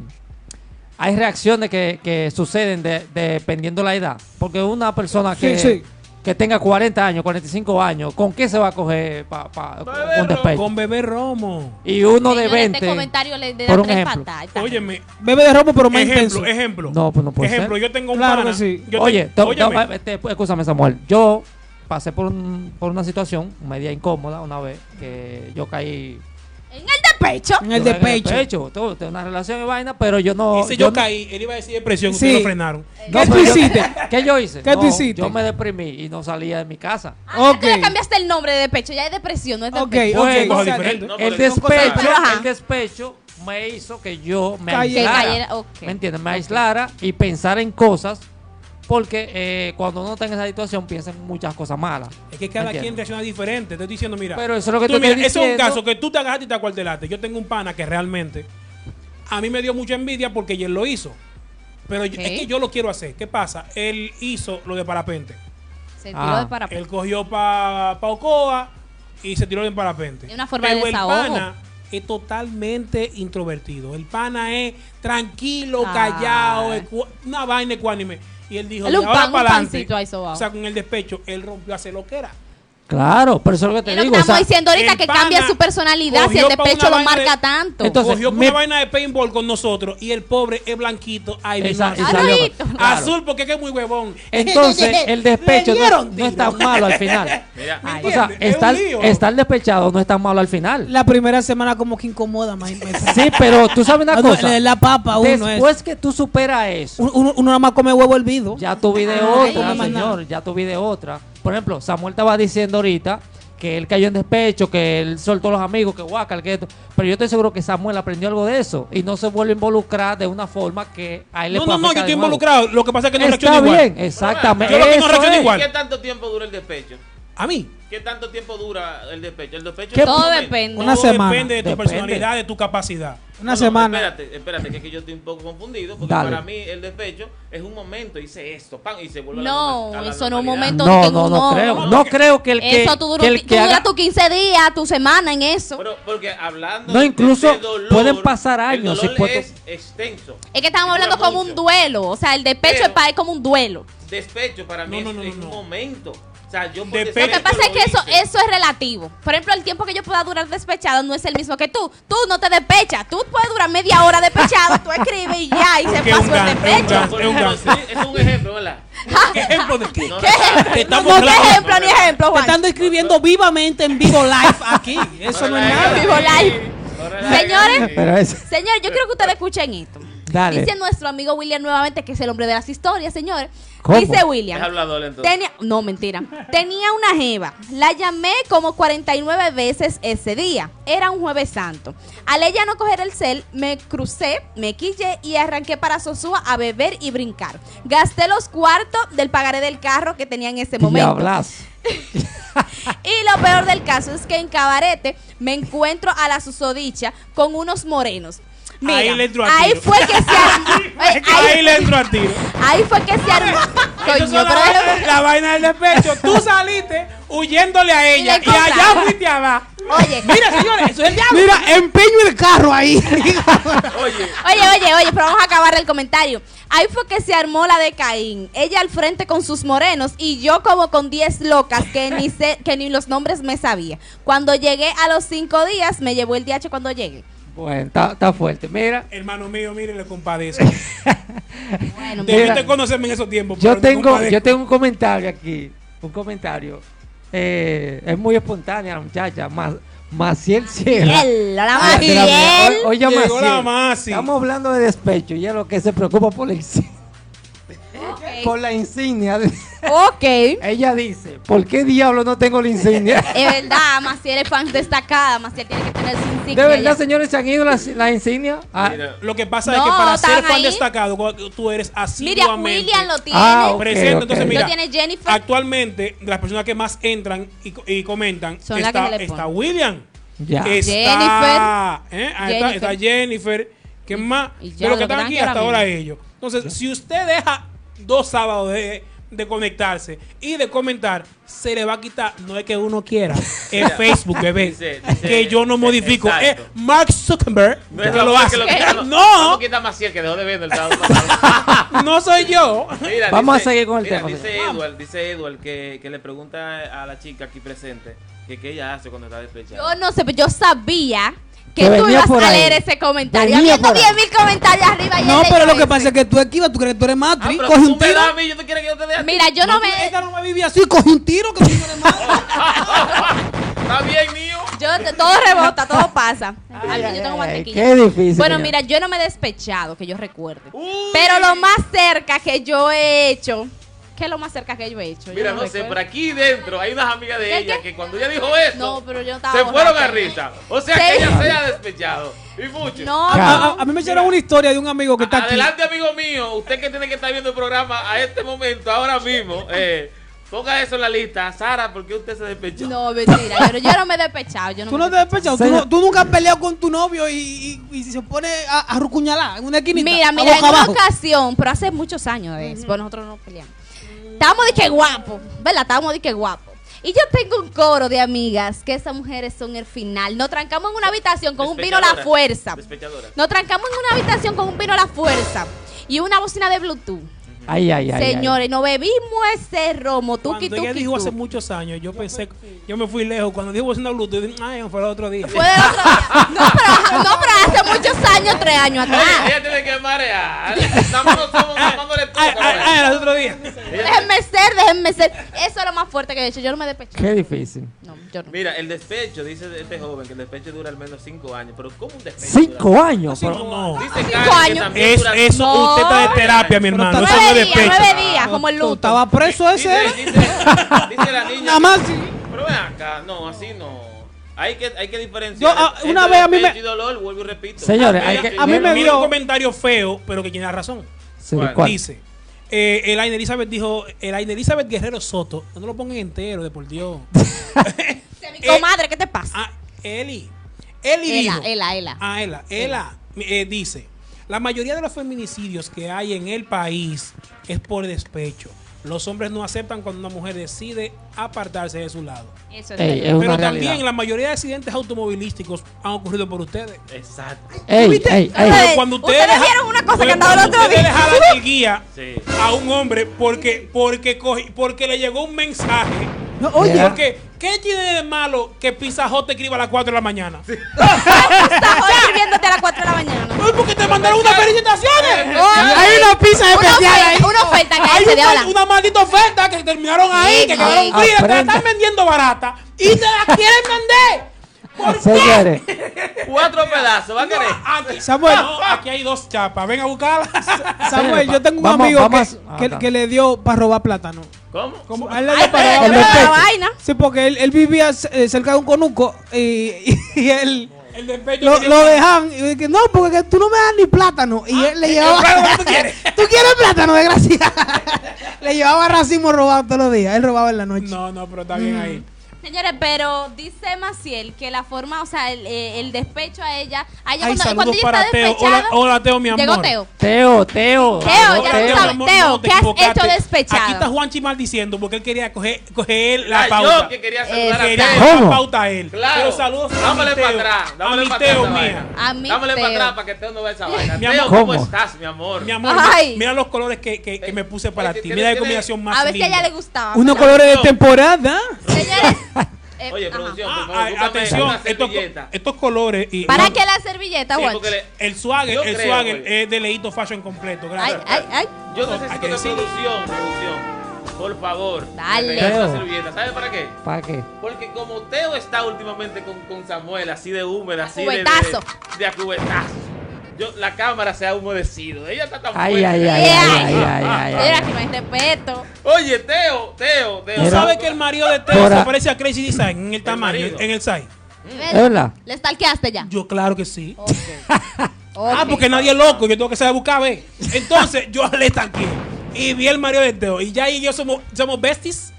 Speaker 3: Hay reacciones que, que suceden de- dependiendo la edad? Porque una persona que.
Speaker 5: sí.
Speaker 3: Que tenga 40 años, 45 años, ¿con qué se va a coger pa, pa-
Speaker 4: Beberro.
Speaker 3: un despecho?
Speaker 1: Con bebé romo.
Speaker 3: Y uno de
Speaker 2: Señores,
Speaker 3: 20.
Speaker 2: Este comentario le le
Speaker 3: por
Speaker 2: da
Speaker 3: un
Speaker 2: tres
Speaker 3: ejemplo.
Speaker 2: patadas.
Speaker 1: Óyeme,
Speaker 5: Bebe de romo, pero más intenso.
Speaker 1: ejemplo, ejemplo.
Speaker 3: No, pues no puede
Speaker 1: Ejemplo,
Speaker 3: ser.
Speaker 1: yo tengo un
Speaker 5: Claro
Speaker 1: pana.
Speaker 5: que sí.
Speaker 1: Yo te-
Speaker 3: Oye, to- to-
Speaker 1: óyeme.
Speaker 3: eh, te- escúchame Samuel, yo pasé por, un- por una situación media incómoda una vez que yo caí
Speaker 2: En el de pecho.
Speaker 5: En el
Speaker 3: yo caí
Speaker 5: despecho.
Speaker 3: todo, tengo una relación y vaina, pero yo no
Speaker 1: Dice, yo,
Speaker 3: no-
Speaker 1: caí, él iba a decir depresión,
Speaker 5: Sí.
Speaker 1: ustedes lo frenaron.
Speaker 5: ¿Qué
Speaker 3: no,
Speaker 5: tú
Speaker 3: pero
Speaker 2: [LAUGHS]
Speaker 3: yo-
Speaker 5: hiciste?
Speaker 3: [LAUGHS] ¿Qué yo hice?
Speaker 5: ¿Qué tú
Speaker 3: No,
Speaker 5: hiciste?
Speaker 3: Yo me deprimí y no salía de mi casa.
Speaker 2: Ah,
Speaker 5: Ok.
Speaker 2: tú le cambiaste el nombre de pecho. Ya es depresión, no es de
Speaker 5: Ok,
Speaker 2: pecho.
Speaker 5: ok.
Speaker 3: Bueno,
Speaker 5: o sea,
Speaker 1: diferente.
Speaker 4: No,
Speaker 3: Pues, el
Speaker 4: pero son cosas
Speaker 3: despecho,
Speaker 2: Pero, ajá.
Speaker 3: el despecho me hizo que yo me
Speaker 5: Calle-
Speaker 2: Que
Speaker 3: aislara.
Speaker 2: cayera, ok.
Speaker 3: ¿Me entiendes? Me aislara y pensar en cosas porque eh, cuando uno está en esa situación piensa en muchas cosas malas.
Speaker 1: Es que cada
Speaker 3: Entiendo.
Speaker 1: quien reacciona diferente. Te estoy diciendo, mira.
Speaker 3: Pero eso es lo que
Speaker 1: tú
Speaker 3: te estoy
Speaker 1: mira, ese es un
Speaker 3: diciendo.
Speaker 1: caso que tú te agarraste y te acuartelaste. Yo tengo un pana que realmente a mí me dio mucha envidia porque él lo hizo. Pero yo-
Speaker 2: Ok.
Speaker 1: es que yo lo quiero hacer. ¿Qué pasa? Él hizo lo de parapente.
Speaker 2: Se
Speaker 3: Ah.
Speaker 2: tiró de parapente.
Speaker 1: Él cogió para Ocoa y se tiró en parapente.
Speaker 2: Es una forma de
Speaker 1: Pero el
Speaker 2: desahogo.
Speaker 1: pana es totalmente introvertido. El pana es tranquilo,
Speaker 2: Ah.
Speaker 1: callado, ecu- una vaina ecuánime. Y él dijo,
Speaker 2: Él un
Speaker 1: "De ahora
Speaker 2: pan, un
Speaker 1: para adelante",
Speaker 2: pancito ahí sobao.
Speaker 1: O sea, con el despecho, él rompió a hacer lo que era.
Speaker 3: Claro, pero eso es lo que
Speaker 2: Es
Speaker 3: te
Speaker 2: lo que
Speaker 3: digo. o
Speaker 2: estamos
Speaker 3: sea,
Speaker 2: diciendo ahorita
Speaker 1: el
Speaker 2: que
Speaker 1: pana
Speaker 2: cambia su personalidad si
Speaker 1: cogió
Speaker 2: el
Speaker 1: pa' una
Speaker 2: despecho lo
Speaker 1: vaina de-
Speaker 2: marca tanto.
Speaker 3: Entonces-
Speaker 1: cogió
Speaker 3: me-
Speaker 1: una vaina de paintball con nosotros y el pobre es blanquito. Ay, vino
Speaker 3: Esa-
Speaker 1: azul.
Speaker 2: Ah,
Speaker 3: esa-
Speaker 2: Alvarito.
Speaker 3: claro.
Speaker 1: Azul porque es que es muy huevón.
Speaker 2: [LAUGHS]
Speaker 3: [LAUGHS] Entonces, el despecho
Speaker 5: Le
Speaker 3: no,
Speaker 5: dieron
Speaker 3: no es
Speaker 5: tiro.
Speaker 3: tan malo al
Speaker 1: [LAUGHS]
Speaker 3: final.
Speaker 4: Mira,
Speaker 2: Ay,
Speaker 3: O sea,
Speaker 1: Es un
Speaker 3: estar,
Speaker 1: lío.
Speaker 3: estar despechado no es tan malo al final.
Speaker 5: La primera semana como que incomoda, más Ah,
Speaker 3: Sí, pero tú sabes una cosa.
Speaker 5: La papa, uno es.
Speaker 3: Después que tú superas eso,
Speaker 5: Uno, uno- uno nada más come huevo hervido.
Speaker 3: ya tuve de
Speaker 2: Ay,
Speaker 3: otra,
Speaker 5: no.
Speaker 3: señor. Ya tuve de otra. Por ejemplo, Samuel estaba diciendo ahorita que él cayó en despecho, que él soltó a los amigos, que guacal, que esto. Pero yo estoy seguro que Samuel aprendió algo de eso y no se vuelve a involucrar de una forma que a él le
Speaker 1: No,
Speaker 3: pueda
Speaker 1: no, no, yo
Speaker 3: afectar de
Speaker 1: estoy
Speaker 3: nuevo.
Speaker 1: involucrado. Lo que pasa es que no reacciona
Speaker 3: Está
Speaker 1: igual.
Speaker 3: bien, exactamente.
Speaker 1: Yo lo que no
Speaker 3: eso
Speaker 1: reacciono
Speaker 3: es.
Speaker 1: igual.
Speaker 4: ¿qué tanto tiempo dura el despecho?
Speaker 1: A mí.
Speaker 4: ¿Qué tanto tiempo dura el despecho? El despecho
Speaker 3: ¿Qué
Speaker 4: es un
Speaker 2: Todo
Speaker 4: momento.
Speaker 2: depende.
Speaker 5: Una
Speaker 1: Todo
Speaker 5: semana.
Speaker 1: Depende de tu
Speaker 3: Depende.
Speaker 1: personalidad, de tu capacidad.
Speaker 5: Una
Speaker 4: No, no,
Speaker 5: semana.
Speaker 4: espérate, espérate, que es que yo estoy un poco confundido. Porque
Speaker 3: Dale.
Speaker 4: para mí el despecho es un momento, hice esto, pan, y se vuelve a la
Speaker 2: No,
Speaker 4: norma- a la
Speaker 2: eso no es un
Speaker 4: normalidad.
Speaker 2: momento.
Speaker 3: No,
Speaker 2: en
Speaker 3: no, no
Speaker 2: uno-
Speaker 3: creo.
Speaker 1: no,
Speaker 3: No creo que el que.
Speaker 2: Eso tú, duro-
Speaker 3: que el
Speaker 2: tú
Speaker 3: que
Speaker 2: duras
Speaker 3: haga-
Speaker 2: tus 15 días, tu semana en eso.
Speaker 4: Pero, porque hablando.
Speaker 3: No,
Speaker 4: de-
Speaker 3: incluso
Speaker 4: de dolor,
Speaker 3: pueden pasar años,
Speaker 4: El
Speaker 3: si
Speaker 4: dolor
Speaker 3: puedo-
Speaker 4: es extenso.
Speaker 2: es que estamos
Speaker 4: Dura
Speaker 2: hablando como
Speaker 4: mucho.
Speaker 2: un duelo. O sea, el despecho
Speaker 4: Pero-
Speaker 2: es para él como un duelo.
Speaker 4: Despecho para mí
Speaker 1: No, no, no,
Speaker 4: es- es,
Speaker 1: no,
Speaker 4: un
Speaker 1: no.
Speaker 4: momento. O sea, yo por
Speaker 1: Despecho-
Speaker 2: Lo
Speaker 4: despecho
Speaker 2: que pasa es
Speaker 4: lo
Speaker 2: que eso,
Speaker 4: hice.
Speaker 2: eso es relativo. Por ejemplo, el tiempo que yo pueda durar despechado no es el mismo que tú. Tú no te despechas. Tú puedes durar media hora despechado, tú escribes y ya, y se
Speaker 1: Que es un
Speaker 2: pasó el
Speaker 1: gan- es un
Speaker 2: despecho.
Speaker 1: gan-
Speaker 4: Por
Speaker 1: es un
Speaker 4: ejemplo,
Speaker 1: gan-
Speaker 4: sí, es un ejemplo, ¿verdad?
Speaker 1: ¿Qué ejemplo de qué?
Speaker 4: No,
Speaker 2: ¿Qué
Speaker 4: no,
Speaker 2: ejemplo? [LAUGHS]
Speaker 1: Que
Speaker 2: No,
Speaker 1: estamos
Speaker 2: ¿qué
Speaker 1: claros.
Speaker 2: ejemplo ni ejemplo,
Speaker 5: Te
Speaker 2: Juan?
Speaker 5: están describiendo vivamente en vivo live aquí. Eso no es
Speaker 4: relaja,
Speaker 5: nada.
Speaker 2: Vivo
Speaker 4: sí,
Speaker 2: live.
Speaker 4: no relaja,
Speaker 2: Señores,
Speaker 4: sí.
Speaker 3: Pero es.
Speaker 2: Señor, yo quiero que ustedes escuchen esto.
Speaker 3: Dale.
Speaker 2: Dice nuestro amigo William nuevamente, que es el hombre de las historias, señor.
Speaker 3: ¿Cómo?
Speaker 2: Dice
Speaker 4: Es
Speaker 2: William.
Speaker 4: hablador entonces.
Speaker 2: Tenía, no, mentira. Tenía una jeva. La llamé como 49 veces ese día. Era un jueves santo. Al ella no coger el cel, me crucé, me quillé y arranqué para Sosúa a beber y brincar. Gasté los cuartos del pagaré del carro que tenía en ese momento.
Speaker 3: Diablas.
Speaker 2: Y lo peor del caso es que en Cabarete me encuentro a la susodicha con unos morenos. Mira,
Speaker 1: Ahí le entró a
Speaker 2: ahí
Speaker 1: tiro.
Speaker 2: fue que se armó.
Speaker 1: [LAUGHS] Ahí,
Speaker 2: Ay, ahí,
Speaker 1: le entro a tiro.
Speaker 2: ahí fue que se
Speaker 1: [LAUGHS]
Speaker 2: armó. Coño,
Speaker 1: Eso es la,
Speaker 2: pero
Speaker 1: vaina, la vaina del despecho. Tú saliste huyéndole a
Speaker 2: Y la
Speaker 1: ella y, allá
Speaker 2: encontraste.
Speaker 1: fuiste a dar.
Speaker 2: Oye,
Speaker 1: [LAUGHS] Mira, señores, eso es el diablo.
Speaker 5: Mira, empeño el carro [LAUGHS] ahí.
Speaker 4: Oye,
Speaker 2: Oye, oye, oye, pero vamos a acabar el comentario. Ahí fue que se armó la de Caín. Ella al frente con sus morenos y yo como con 10 locas que ni sé, que ni los nombres me sabía. Cuando llegué a los 5 días, me llevó el DH cuando llegué.
Speaker 3: Bueno, está está fuerte. Mira,
Speaker 1: Hermano mío, mire, le compadezco.
Speaker 2: Bueno,
Speaker 3: De-
Speaker 1: Debiste
Speaker 3: Mira,
Speaker 1: conocerme en esos tiempos.
Speaker 3: yo
Speaker 1: pero le
Speaker 3: tengo,
Speaker 1: compadezco.
Speaker 3: yo tengo un comentario aquí. Un comentario. Eh, es muy espontánea la muchacha. Ma- Maciel Sierra.
Speaker 2: Maciel, hola,
Speaker 3: Ah, te la-
Speaker 2: Maciel.
Speaker 3: o- Oye,
Speaker 1: Llegó la
Speaker 3: Maciel.
Speaker 1: Maci.
Speaker 3: Estamos hablando de despecho y es lo que se preocupa por el
Speaker 2: Ok.
Speaker 3: con la insignia. de-
Speaker 2: Ok. Es
Speaker 3: Ella dice, ¿por qué diablo no tengo
Speaker 2: [LAUGHS]
Speaker 3: la insignia?
Speaker 2: verdad, Maciel es fan destacada. Maciel tiene que tener su
Speaker 3: De
Speaker 2: insignia.
Speaker 3: verdad,
Speaker 2: ya.
Speaker 3: señores, se han ido las, las insignias. Ah,
Speaker 4: Mira,
Speaker 1: Lo que pasa es
Speaker 2: No,
Speaker 1: que para ser
Speaker 2: están
Speaker 1: fan
Speaker 2: ahí.
Speaker 1: destacado, cuando tú eres
Speaker 2: Mira,
Speaker 1: asiduamente.
Speaker 2: William lo tiene.
Speaker 3: Ah, ok,
Speaker 1: presente.
Speaker 3: ok.
Speaker 1: Entonces,
Speaker 2: Lo
Speaker 1: mira,
Speaker 2: tiene Jennifer.
Speaker 1: actualmente las personas que más entran y, co- y comentan
Speaker 2: Son las
Speaker 1: está,
Speaker 2: que se le
Speaker 1: está
Speaker 2: ponen.
Speaker 1: William,
Speaker 3: ya.
Speaker 1: está ¿eh? Ahí está-
Speaker 2: Jennifer.
Speaker 1: está Jennifer, que más
Speaker 2: y ya,
Speaker 1: de
Speaker 2: lo que
Speaker 1: los que están
Speaker 2: están
Speaker 1: aquí
Speaker 2: aquí
Speaker 1: hasta
Speaker 2: ahora
Speaker 1: ahora
Speaker 2: mismo.
Speaker 1: ellos. Entonces, si usted deja dos sábados de, de conectarse y de comentar, se le va a quitar, no es que uno
Speaker 4: [LAUGHS]
Speaker 1: quiera, en Facebook, bebé,
Speaker 4: Dice- dice-
Speaker 1: que yo no modifico.
Speaker 4: Exacto.
Speaker 1: Eh, Mark Zuckerberg
Speaker 4: No es
Speaker 1: que lo
Speaker 4: Raúl
Speaker 1: hace.
Speaker 4: que lo quita, no.
Speaker 1: no,
Speaker 4: No quita Maciel, que dejó de ver el sábado [LAUGHS] pasado.
Speaker 1: no soy
Speaker 4: [LAUGHS]
Speaker 1: yo.
Speaker 4: Mira,
Speaker 3: Vamos a seguir con el
Speaker 4: mira,
Speaker 3: tema,
Speaker 4: Dice
Speaker 3: señor.
Speaker 4: Edward, dice Edward que, que le pregunta a la chica aquí presente que qué ella hace cuando está despechada.
Speaker 2: Yo no sé, pero yo sabía que,
Speaker 3: Que
Speaker 2: tú
Speaker 3: venía
Speaker 2: ibas
Speaker 3: por
Speaker 2: a
Speaker 3: ahí.
Speaker 2: leer ese comentario.
Speaker 3: Venía
Speaker 2: Habiendo
Speaker 3: por ahí.
Speaker 2: 10.000 comentarios arriba y
Speaker 5: No,
Speaker 2: él
Speaker 5: pero
Speaker 2: leyó
Speaker 5: lo que pasa
Speaker 2: ese.
Speaker 5: es que tú esquivas, tú crees que tú eres
Speaker 4: Ah,
Speaker 5: matriz.
Speaker 4: pero
Speaker 5: Coge
Speaker 4: tú
Speaker 5: un
Speaker 4: me
Speaker 5: tiro.
Speaker 4: das a mí, yo te quiero que yo te dé a ti.
Speaker 2: Mira, yo no,
Speaker 5: No,
Speaker 2: me.
Speaker 5: Esta no me vive así, coge un tiro que
Speaker 4: [LAUGHS]
Speaker 5: tú no eres matriz.
Speaker 4: Está bien, mío.
Speaker 2: Yo, t- todo rebota, todo pasa. Ay, yo tengo
Speaker 3: ay,
Speaker 2: mantequilla.
Speaker 3: qué difícil,
Speaker 2: Bueno,
Speaker 3: señor.
Speaker 2: mira, yo no me he despechado, que yo recuerde.
Speaker 4: Uy.
Speaker 2: Pero lo más cerca que yo he hecho. ¿Qué es lo más cerca que yo he hecho? Yo
Speaker 4: Mira, no sé,
Speaker 2: recuerdo.
Speaker 4: por aquí dentro hay unas amigas de
Speaker 2: ¿Qué,
Speaker 4: ella
Speaker 2: qué?
Speaker 4: que cuando ella dijo eso,
Speaker 2: No, pero yo estaba
Speaker 4: se fueron
Speaker 2: borracha. ¿eh?
Speaker 4: a risa. O sea,
Speaker 2: Sí.
Speaker 4: que ella se ha despechado. Y mucho.
Speaker 2: No,
Speaker 3: Ya.
Speaker 2: no.
Speaker 5: A, a- a mí me echaron una historia de un amigo que está aquí.
Speaker 4: Adelante, amigo mío. Usted que tiene que estar viendo el programa a este momento, ahora mismo. eh, ponga eso en la lista. Sara, ¿por qué usted se despechó?
Speaker 2: No, mentira. Yo no, yo no me he despechado. Yo no
Speaker 5: Tú
Speaker 2: me
Speaker 5: no
Speaker 2: he
Speaker 5: te has despechado, tú,
Speaker 3: Señor-
Speaker 5: no- tú nunca has peleado con tu novio y, y, y se pone a, a rucuñalar en una esquinita.
Speaker 2: Mira,
Speaker 5: a
Speaker 2: mira, en
Speaker 5: boca
Speaker 2: una
Speaker 5: abajo.
Speaker 2: ocasión, pero hace muchos años de eso, pues nosotros no peleamos. Estábamos de que guapo, ¿verdad? Estábamos de que guapo. Y yo tengo un coro de amigas que esas mujeres son el final. Nos trancamos en una habitación con un vino a la
Speaker 4: Despechadora,
Speaker 2: fuerza.
Speaker 4: despechadora.
Speaker 2: Nos trancamos en una habitación con un vino a la fuerza y una bocina de Bluetooth.
Speaker 3: Ay, ay, ay. ay.
Speaker 2: Señores, nos bebimos ese romo, tuki,
Speaker 1: Cuando ella
Speaker 2: tuki,
Speaker 1: dijo hace
Speaker 2: tuki.
Speaker 1: muchos años, yo pensé, yo me fui lejos. Cuando dijo una Bluetooth, dije, ay, fue el otro día.
Speaker 2: Fue del otro día. No, pero, no, pero hace muchos años, tres años atrás.
Speaker 4: Ella tiene que marear. Nada más nos
Speaker 1: Ah,
Speaker 4: estamos mamándole todo.
Speaker 1: Ay, ay, ay, ah, el otro día.
Speaker 2: Déjenme ser, déjenme ser. Eso es lo más fuerte que he hecho. Yo no me despeché.
Speaker 3: Qué difícil.
Speaker 2: No, yo no.
Speaker 4: Mira, el despecho, dice este joven, que el despecho dura al menos 5 años. Pero ¿cómo un despecho? dura?
Speaker 3: Cinco años.
Speaker 1: No,
Speaker 3: pero-
Speaker 1: no.
Speaker 4: Dice
Speaker 2: Cinco
Speaker 4: Karen que
Speaker 2: años.
Speaker 4: también
Speaker 1: Es,
Speaker 4: dura-
Speaker 1: eso
Speaker 2: No.
Speaker 1: usted está de terapia, mi hermano.
Speaker 5: Pero
Speaker 1: Eso
Speaker 5: está-
Speaker 1: no es
Speaker 2: Nueve días, nueve
Speaker 1: despecho.
Speaker 2: días, como el
Speaker 5: Tú
Speaker 2: luto.
Speaker 5: estabas preso ese.
Speaker 4: Dice,
Speaker 5: ¿eh?
Speaker 4: dice, dice la niña.
Speaker 5: Nada más, sí.
Speaker 4: Pero ven acá, no, así no. Hay que, hay que diferenciar.
Speaker 5: Yo, ah, una vez a mí me-
Speaker 4: despecho y dolor, vuelvo y repito. Ah,
Speaker 3: Señores, hay
Speaker 4: Mira,
Speaker 3: que-
Speaker 5: A mí me
Speaker 1: Mira un
Speaker 5: dio.
Speaker 1: comentario feo, pero que tiene la razón.
Speaker 3: Sí,
Speaker 4: ¿Cuál?
Speaker 3: ¿cuál?
Speaker 1: Dice, eh, Elaine Elizabeth dijo, Elaine Elizabeth Guerrero Soto, no lo pongan entero, de por Dios.
Speaker 2: Mi comadre, ¿qué te pasa?
Speaker 1: Ah, Eli. Eli
Speaker 2: Ela,
Speaker 1: dijo.
Speaker 2: ela, ela.
Speaker 1: Ah, Ela. Ela eh, dice: La mayoría de los feminicidios que hay en el país es por despecho. Los hombres no aceptan cuando una mujer decide apartarse de su lado.
Speaker 2: Eso es
Speaker 3: Ey, es
Speaker 2: verdad.
Speaker 3: una
Speaker 1: Pero
Speaker 3: realidad.
Speaker 1: también la mayoría de accidentes automovilísticos han ocurrido por ustedes.
Speaker 4: Exacto.
Speaker 3: Ey, ey,
Speaker 2: Ey,
Speaker 3: ey.
Speaker 1: Pero cuando ustedes,
Speaker 2: ustedes
Speaker 1: deja-
Speaker 2: vieron una cosa
Speaker 1: pero
Speaker 2: que andaba el
Speaker 1: cuando
Speaker 2: otro
Speaker 1: ustedes
Speaker 2: día.
Speaker 1: dejaron
Speaker 2: [LAUGHS]
Speaker 1: el guía
Speaker 4: Sí.
Speaker 1: a un hombre porque porque cogi- porque le llegó un mensaje.
Speaker 5: No, oye,
Speaker 3: Ya.
Speaker 1: Porque, ¿qué tiene de malo que Pizajo te escriba a las 4 de la mañana?
Speaker 2: Estás hoy escribiéndote a las 4 de la mañana.
Speaker 1: Ay, porque te mandaron unas
Speaker 2: Eh,
Speaker 1: felicitaciones.
Speaker 2: Hay
Speaker 5: una pizza especial
Speaker 2: oferta,
Speaker 5: ahí.
Speaker 2: Una oferta que
Speaker 1: Hay
Speaker 2: se dio
Speaker 1: una, una maldita oferta que terminaron ahí, que
Speaker 2: Sí,
Speaker 1: quedaron
Speaker 2: sí.
Speaker 1: frías, te la
Speaker 3: Aprenda.
Speaker 1: están vendiendo barata y te la quieren vender. ¿Por qué?
Speaker 3: Señores,
Speaker 4: Cuatro pedazos, va a
Speaker 1: No,
Speaker 4: querer.
Speaker 1: aquí,
Speaker 5: Samuel.
Speaker 1: no, aquí hay dos chapas, ven a
Speaker 5: [LAUGHS]
Speaker 1: buscarla.
Speaker 5: Samuel, yo tengo un
Speaker 3: Vamos-
Speaker 5: amigo que,
Speaker 3: vamos a-
Speaker 5: que-
Speaker 3: ah, está.
Speaker 5: que le dio para robar plátano.
Speaker 4: ¿Cómo?
Speaker 5: Como, a él le
Speaker 2: Ay,
Speaker 5: dio para
Speaker 2: pero
Speaker 5: robar
Speaker 3: el
Speaker 2: pero
Speaker 5: plátano.
Speaker 2: la
Speaker 3: despecho.
Speaker 2: vaina.
Speaker 5: Sí, porque él, él vivía eh, cerca de un conuco y, y él
Speaker 1: El despecho.
Speaker 5: lo,
Speaker 1: tiene-
Speaker 5: lo dejaban. Y dije, no, porque que tú no me das ni plátano. Y él le llevaba.
Speaker 1: claro,
Speaker 5: [LAUGHS]
Speaker 1: ¿qué tú quieres?
Speaker 5: ¿Tú quieres plátano, desgraciado? [LAUGHS] le llevaba racimo robado todos los días. Él robaba en la noche.
Speaker 1: No, no, pero está bien
Speaker 2: Mm.
Speaker 1: ahí.
Speaker 2: Señores, pero dice Maciel que la forma, o sea, el, eh, el despecho a ella. A ella
Speaker 1: Ay,
Speaker 2: cuando,
Speaker 1: saludos
Speaker 2: cuando ella
Speaker 1: para
Speaker 2: está
Speaker 1: Teo. Hola,
Speaker 2: despechada.
Speaker 1: hola, Teo, mi amor.
Speaker 2: Llegó Teo.
Speaker 3: Teo, Teo.
Speaker 2: Teo, ya
Speaker 1: Hola,
Speaker 2: tú
Speaker 1: mi
Speaker 2: sabes,
Speaker 1: amor.
Speaker 2: Teo,
Speaker 1: No, te
Speaker 2: ¿qué has
Speaker 1: equivocaste.
Speaker 2: hecho despechado?
Speaker 1: Aquí está Juanchi maldiciendo porque él quería coger, coger
Speaker 4: Ah,
Speaker 1: la pauta.
Speaker 4: Yo que quería
Speaker 2: Eh,
Speaker 4: saludar
Speaker 1: Quería
Speaker 4: a
Speaker 3: Exacto.
Speaker 4: Teo.
Speaker 1: coger la
Speaker 3: ¿Cómo?
Speaker 1: pauta a él.
Speaker 4: Claro.
Speaker 1: Pero saludos a mi
Speaker 4: Dámosle
Speaker 1: Teo,
Speaker 4: para atrás.
Speaker 1: a
Speaker 4: Dámosle
Speaker 1: mi
Speaker 4: para
Speaker 1: Teo
Speaker 4: atrás. esa
Speaker 1: mía.
Speaker 4: vaina.
Speaker 2: A mi
Speaker 4: Dámosle para
Speaker 2: Teo.
Speaker 4: atrás para que Teo no vea esa vaina.
Speaker 1: Mi
Speaker 4: Teo,
Speaker 1: amor,
Speaker 4: ¿cómo
Speaker 3: ¿cómo?
Speaker 4: estás, mi amor?
Speaker 1: Mi amor,
Speaker 2: Ay.
Speaker 1: mira los colores que, que- que me puse para ti.
Speaker 4: Tiene-
Speaker 1: Mira la
Speaker 4: tiene-
Speaker 1: combinación más
Speaker 2: A ver si a ella
Speaker 1: linda.
Speaker 2: le gustaba.
Speaker 5: Unos
Speaker 2: Pero-
Speaker 5: colores de temporada.
Speaker 3: [LAUGHS]
Speaker 2: Señores. eh,
Speaker 4: Oye,
Speaker 2: ajá.
Speaker 4: producción,
Speaker 1: Ah,
Speaker 4: por favor,
Speaker 1: ay,
Speaker 4: búscame
Speaker 1: atención,
Speaker 4: una
Speaker 1: estos,
Speaker 4: servilleta.
Speaker 1: estos colores y
Speaker 2: ¿Para qué la servilleta,
Speaker 4: Sí,
Speaker 2: Juan?
Speaker 4: porque le-
Speaker 1: el swagger,
Speaker 4: Yo
Speaker 1: el
Speaker 4: creo,
Speaker 1: swagger
Speaker 4: güey.
Speaker 1: es de Leito Fashion completo,
Speaker 2: Ay,
Speaker 1: gracias.
Speaker 2: ay, ay.
Speaker 4: Yo
Speaker 1: Hay
Speaker 4: necesito
Speaker 1: que
Speaker 4: una
Speaker 1: decir.
Speaker 4: producción, producción. Por favor, me
Speaker 2: Dale.
Speaker 4: regala
Speaker 3: Teo.
Speaker 4: una servilleta. ¿Sabe para qué?
Speaker 3: ¿Para qué?
Speaker 4: Porque como Teo está últimamente con, con Samuel, así de húmeda,
Speaker 2: A
Speaker 4: así de, de,
Speaker 2: cubetazo.
Speaker 4: de a cubetazo. yo- la cámara se ha humedecido. Ella está tan
Speaker 3: Ay,
Speaker 4: fuerte.
Speaker 3: ay, ay, ay, ay, ay, ay. Mm.
Speaker 2: Mira, que no hay respeto.
Speaker 4: Oye, Teo, Teo, Teo.
Speaker 1: Tú
Speaker 3: Mira.
Speaker 1: sabes que el marido de Teo
Speaker 3: Ahora-
Speaker 1: se parece a Crazy Design en el tamaño,
Speaker 4: marido.
Speaker 1: en el size.
Speaker 2: ¿Ves?
Speaker 3: verdad?
Speaker 2: Le stalkeaste ya.
Speaker 1: Yo, claro que sí.
Speaker 2: Ok.
Speaker 1: Ah,
Speaker 2: Ok.
Speaker 1: porque nadie es loco, yo tengo que saber buscar a ver. Entonces, yo [LAUGHS] le estanqué. Y vi el marido de Teo. Y ya ella y yo somos, somos besties.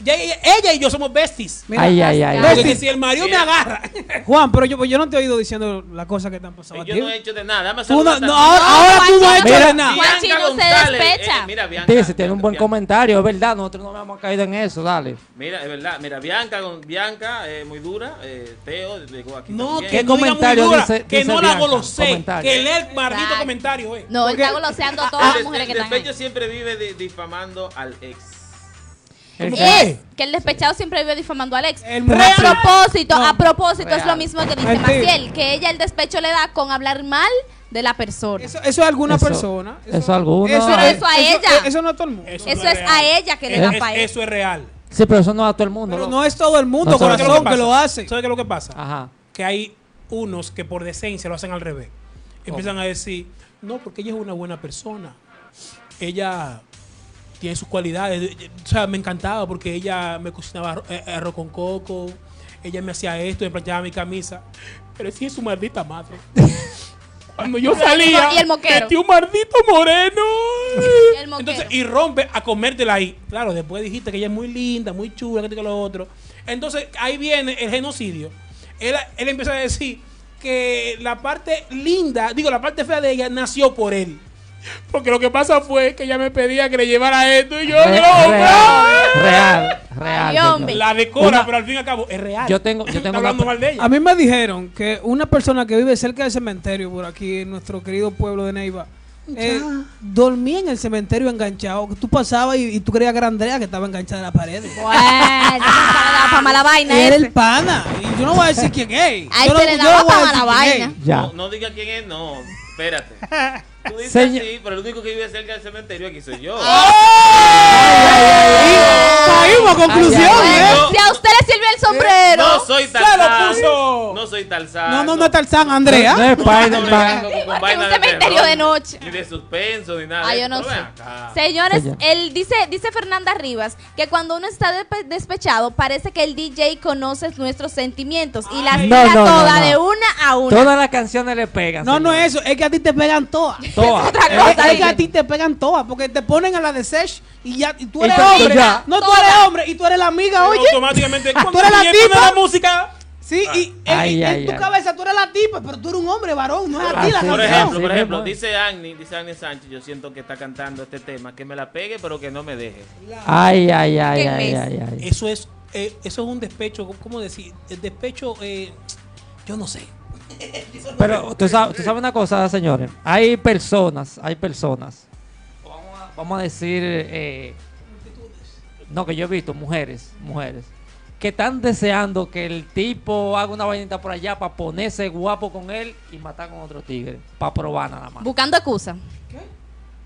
Speaker 1: Ya ella, ella y yo somos besties.
Speaker 5: Mira,
Speaker 3: ay, ay, ay,
Speaker 1: Porque
Speaker 3: ay.
Speaker 1: si el marido me agarra.
Speaker 5: Juan, pero yo, pues yo no te he oído diciendo las cosas que te han pasado a
Speaker 4: Yo
Speaker 5: ti.
Speaker 4: no he hecho de nada. Dame
Speaker 5: Tú no-
Speaker 4: saludar
Speaker 5: no,
Speaker 4: a-
Speaker 5: ahora, ahora tú no has hecho
Speaker 3: Mira.
Speaker 5: de nada.
Speaker 2: Juanchi
Speaker 4: Bianca
Speaker 2: no se
Speaker 4: González.
Speaker 2: despecha.
Speaker 4: Eh, mira, Bianca,
Speaker 3: Dice, tiene un buen
Speaker 4: Bianca.
Speaker 3: comentario, es verdad, nosotros no habíamos caído en eso, dale.
Speaker 4: Mira, es verdad. Mira, Bianca, con- Bianca eh, muy dura. Eh, Teo, llegó aquí.
Speaker 1: No,
Speaker 4: también.
Speaker 1: que
Speaker 3: ¿Qué
Speaker 1: no diga muy
Speaker 3: comentario
Speaker 1: dura,
Speaker 3: dice-
Speaker 1: que
Speaker 3: dice
Speaker 1: no la
Speaker 3: Bianca?
Speaker 1: golosee.
Speaker 3: Comentario.
Speaker 1: Que lea el maldito
Speaker 2: Exacto.
Speaker 1: comentario, eh.
Speaker 2: No, él está goloseando
Speaker 4: [LAUGHS]
Speaker 2: a todas
Speaker 4: El
Speaker 2: las
Speaker 4: des-
Speaker 2: mujeres que
Speaker 4: el
Speaker 2: están
Speaker 4: despecho
Speaker 2: ahí.
Speaker 4: siempre vive di- difamando al ex.
Speaker 3: El-
Speaker 2: Es que el despechado siempre vive difamando a Alex.
Speaker 5: El
Speaker 2: Pero a
Speaker 5: muchacho-
Speaker 2: propósito, a propósito, es
Speaker 3: Real.
Speaker 2: lo mismo que dice
Speaker 5: Mentira.
Speaker 2: Maciel, que ella el despecho le da con hablar mal de la persona.
Speaker 5: Eso, eso es alguna
Speaker 3: Eso-
Speaker 5: persona.
Speaker 3: eso alguna.
Speaker 2: Pero eso a ella.
Speaker 5: Eso no es todo el mundo.
Speaker 2: Eso es a ella que le da
Speaker 1: Eh, Es-
Speaker 2: pa' él.
Speaker 1: Eso es real.
Speaker 3: Sí, pero eso no es a todo el mundo.
Speaker 5: Pero
Speaker 3: loco.
Speaker 5: no es todo el mundo,
Speaker 3: No,
Speaker 1: ¿Sabes qué es
Speaker 5: corazón, que,
Speaker 1: pasa?
Speaker 5: lo hace.
Speaker 1: ¿Sabes qué es lo que pasa?
Speaker 3: Ajá.
Speaker 1: que hay unos que por decencia lo hacen al revés. Empiezan a decir, no, porque ella es una buena persona. Ella tiene sus cualidades. O sea, me encantaba porque ella me cocinaba arro- eh, arroz con coco. Ella me hacía esto, me planchaba mi camisa. Pero sí es su
Speaker 2: [LAUGHS]
Speaker 1: maldita madre. Cuando yo salía,
Speaker 2: Y el moquero.
Speaker 1: metí un maldito moreno.
Speaker 2: Y el moquero.
Speaker 1: Entonces, y rompe a comértela ahí. Claro, después dijiste que ella es muy linda, muy chula, que esto y que lo otro. Entonces, ahí viene el genocidio. Él, él empieza a decir que la parte linda, digo, la parte fea de ella nació por él. Porque lo que pasa fue que ella me pedía que le llevara esto y yo
Speaker 3: Re-
Speaker 1: no.
Speaker 3: real, real, real,
Speaker 2: Ay,
Speaker 3: señor.
Speaker 2: hombre.
Speaker 1: La decora,
Speaker 3: Una-
Speaker 1: pero al fin y al cabo es real.
Speaker 3: Yo tengo- yo
Speaker 1: Está
Speaker 3: tengo Ah,
Speaker 1: hablando
Speaker 3: una-
Speaker 1: mal de ella.
Speaker 5: A mí me dijeron que una persona que vive cerca del cementerio, por aquí en nuestro querido pueblo de Neiva, eh, dormía en el cementerio enganchado. que Tú pasabas y, y tú creías que era Andrea que estaba enganchada a la pared.
Speaker 2: Bueno, se le daba pa' mala vaina.
Speaker 5: Era
Speaker 2: ese.
Speaker 5: el pana. Y yo no voy a decir
Speaker 2: [LAUGHS]
Speaker 5: quién es.
Speaker 2: A
Speaker 5: yo no,
Speaker 2: este le
Speaker 5: yo
Speaker 2: daba
Speaker 5: no voy
Speaker 2: pa'
Speaker 5: a decir
Speaker 2: mala
Speaker 5: quién es.
Speaker 2: vaina.
Speaker 3: Ya.
Speaker 4: No, no diga quién es, no. Espérate. Tú dices
Speaker 3: Señor-
Speaker 4: así, pero el único que vive cerca del cementerio aquí soy yo.
Speaker 5: Ah, Caímos a conclusión,
Speaker 3: Ay, ay,
Speaker 5: ¿eh?
Speaker 4: ay.
Speaker 2: Bueno, Si a usted le sirve el sombrero.
Speaker 4: No soy
Speaker 1: lo
Speaker 4: Tarzán.
Speaker 1: puso.
Speaker 4: No soy Tarzán.
Speaker 5: No, no, no es Tarzán, Andrea.
Speaker 3: No es Spider-Man.
Speaker 4: Con- con
Speaker 2: Igual que
Speaker 4: vaina
Speaker 2: un cementerio
Speaker 4: terror,
Speaker 2: de noche.
Speaker 4: Ni de suspenso, ni nada.
Speaker 2: Ah,
Speaker 4: de
Speaker 2: yo no
Speaker 4: eso.
Speaker 2: sé.
Speaker 4: Ven acá.
Speaker 2: Señores,
Speaker 3: Ella.
Speaker 2: él dice, dice Fernanda Rivas que cuando uno está despe- despechado parece que el DJ conoce nuestros sentimientos y las
Speaker 3: Ay.
Speaker 2: tira
Speaker 3: No, no, no,
Speaker 2: todas
Speaker 3: no.
Speaker 2: de una a una.
Speaker 3: Todas las canciones le pegan.
Speaker 5: No, no
Speaker 3: señor.
Speaker 5: es eso. Es que a ti te pegan
Speaker 2: [LAUGHS]
Speaker 5: todas.
Speaker 3: Todas.
Speaker 2: otra
Speaker 5: Es,
Speaker 2: cosa.
Speaker 5: es que a ti te pegan todas, porque te ponen a la de Sesh y ya y tú
Speaker 3: Y
Speaker 5: eres
Speaker 3: tú-
Speaker 5: hombre.
Speaker 3: ya.
Speaker 5: No, tú
Speaker 2: Todas.
Speaker 5: eres hombre y tú eres la amiga,
Speaker 1: Pero
Speaker 5: oye.
Speaker 3: [LAUGHS]
Speaker 1: automáticamente,
Speaker 5: ¿Tú
Speaker 1: cuando
Speaker 5: eres la
Speaker 1: ella pone
Speaker 5: tipa?
Speaker 1: la música,
Speaker 5: Sí, y en,
Speaker 3: Ay,
Speaker 5: en
Speaker 3: ay,
Speaker 5: tu
Speaker 3: ay.
Speaker 5: cabeza tú eres la tipa, pero tú eres un hombre varón, no es a ti la
Speaker 3: Así
Speaker 4: Por
Speaker 3: es.
Speaker 5: canción.
Speaker 4: ejemplo, por
Speaker 3: Sí,
Speaker 4: ejemplo,
Speaker 3: mismo.
Speaker 4: dice Agni, dice Agni Sánchez, yo siento que está cantando este tema, que me la pegue, pero que no me deje.
Speaker 3: Ay, ay, ay,
Speaker 2: ¿Qué
Speaker 3: ay,
Speaker 2: mes?
Speaker 3: ay, ay.
Speaker 1: eso es, eh, eso es un despecho, ¿cómo decir? El despecho, eh, yo no sé.
Speaker 3: Pero tú sabes, tú sabes una cosa, señores. Hay personas, hay personas. Vamos a, vamos a decir. eh, no, que yo he visto, mujeres, mujeres. Que están deseando que el tipo haga una vainita por allá para ponerse guapo con él y matar con otro tigre. Para probar nada más.
Speaker 2: Buscando excusa.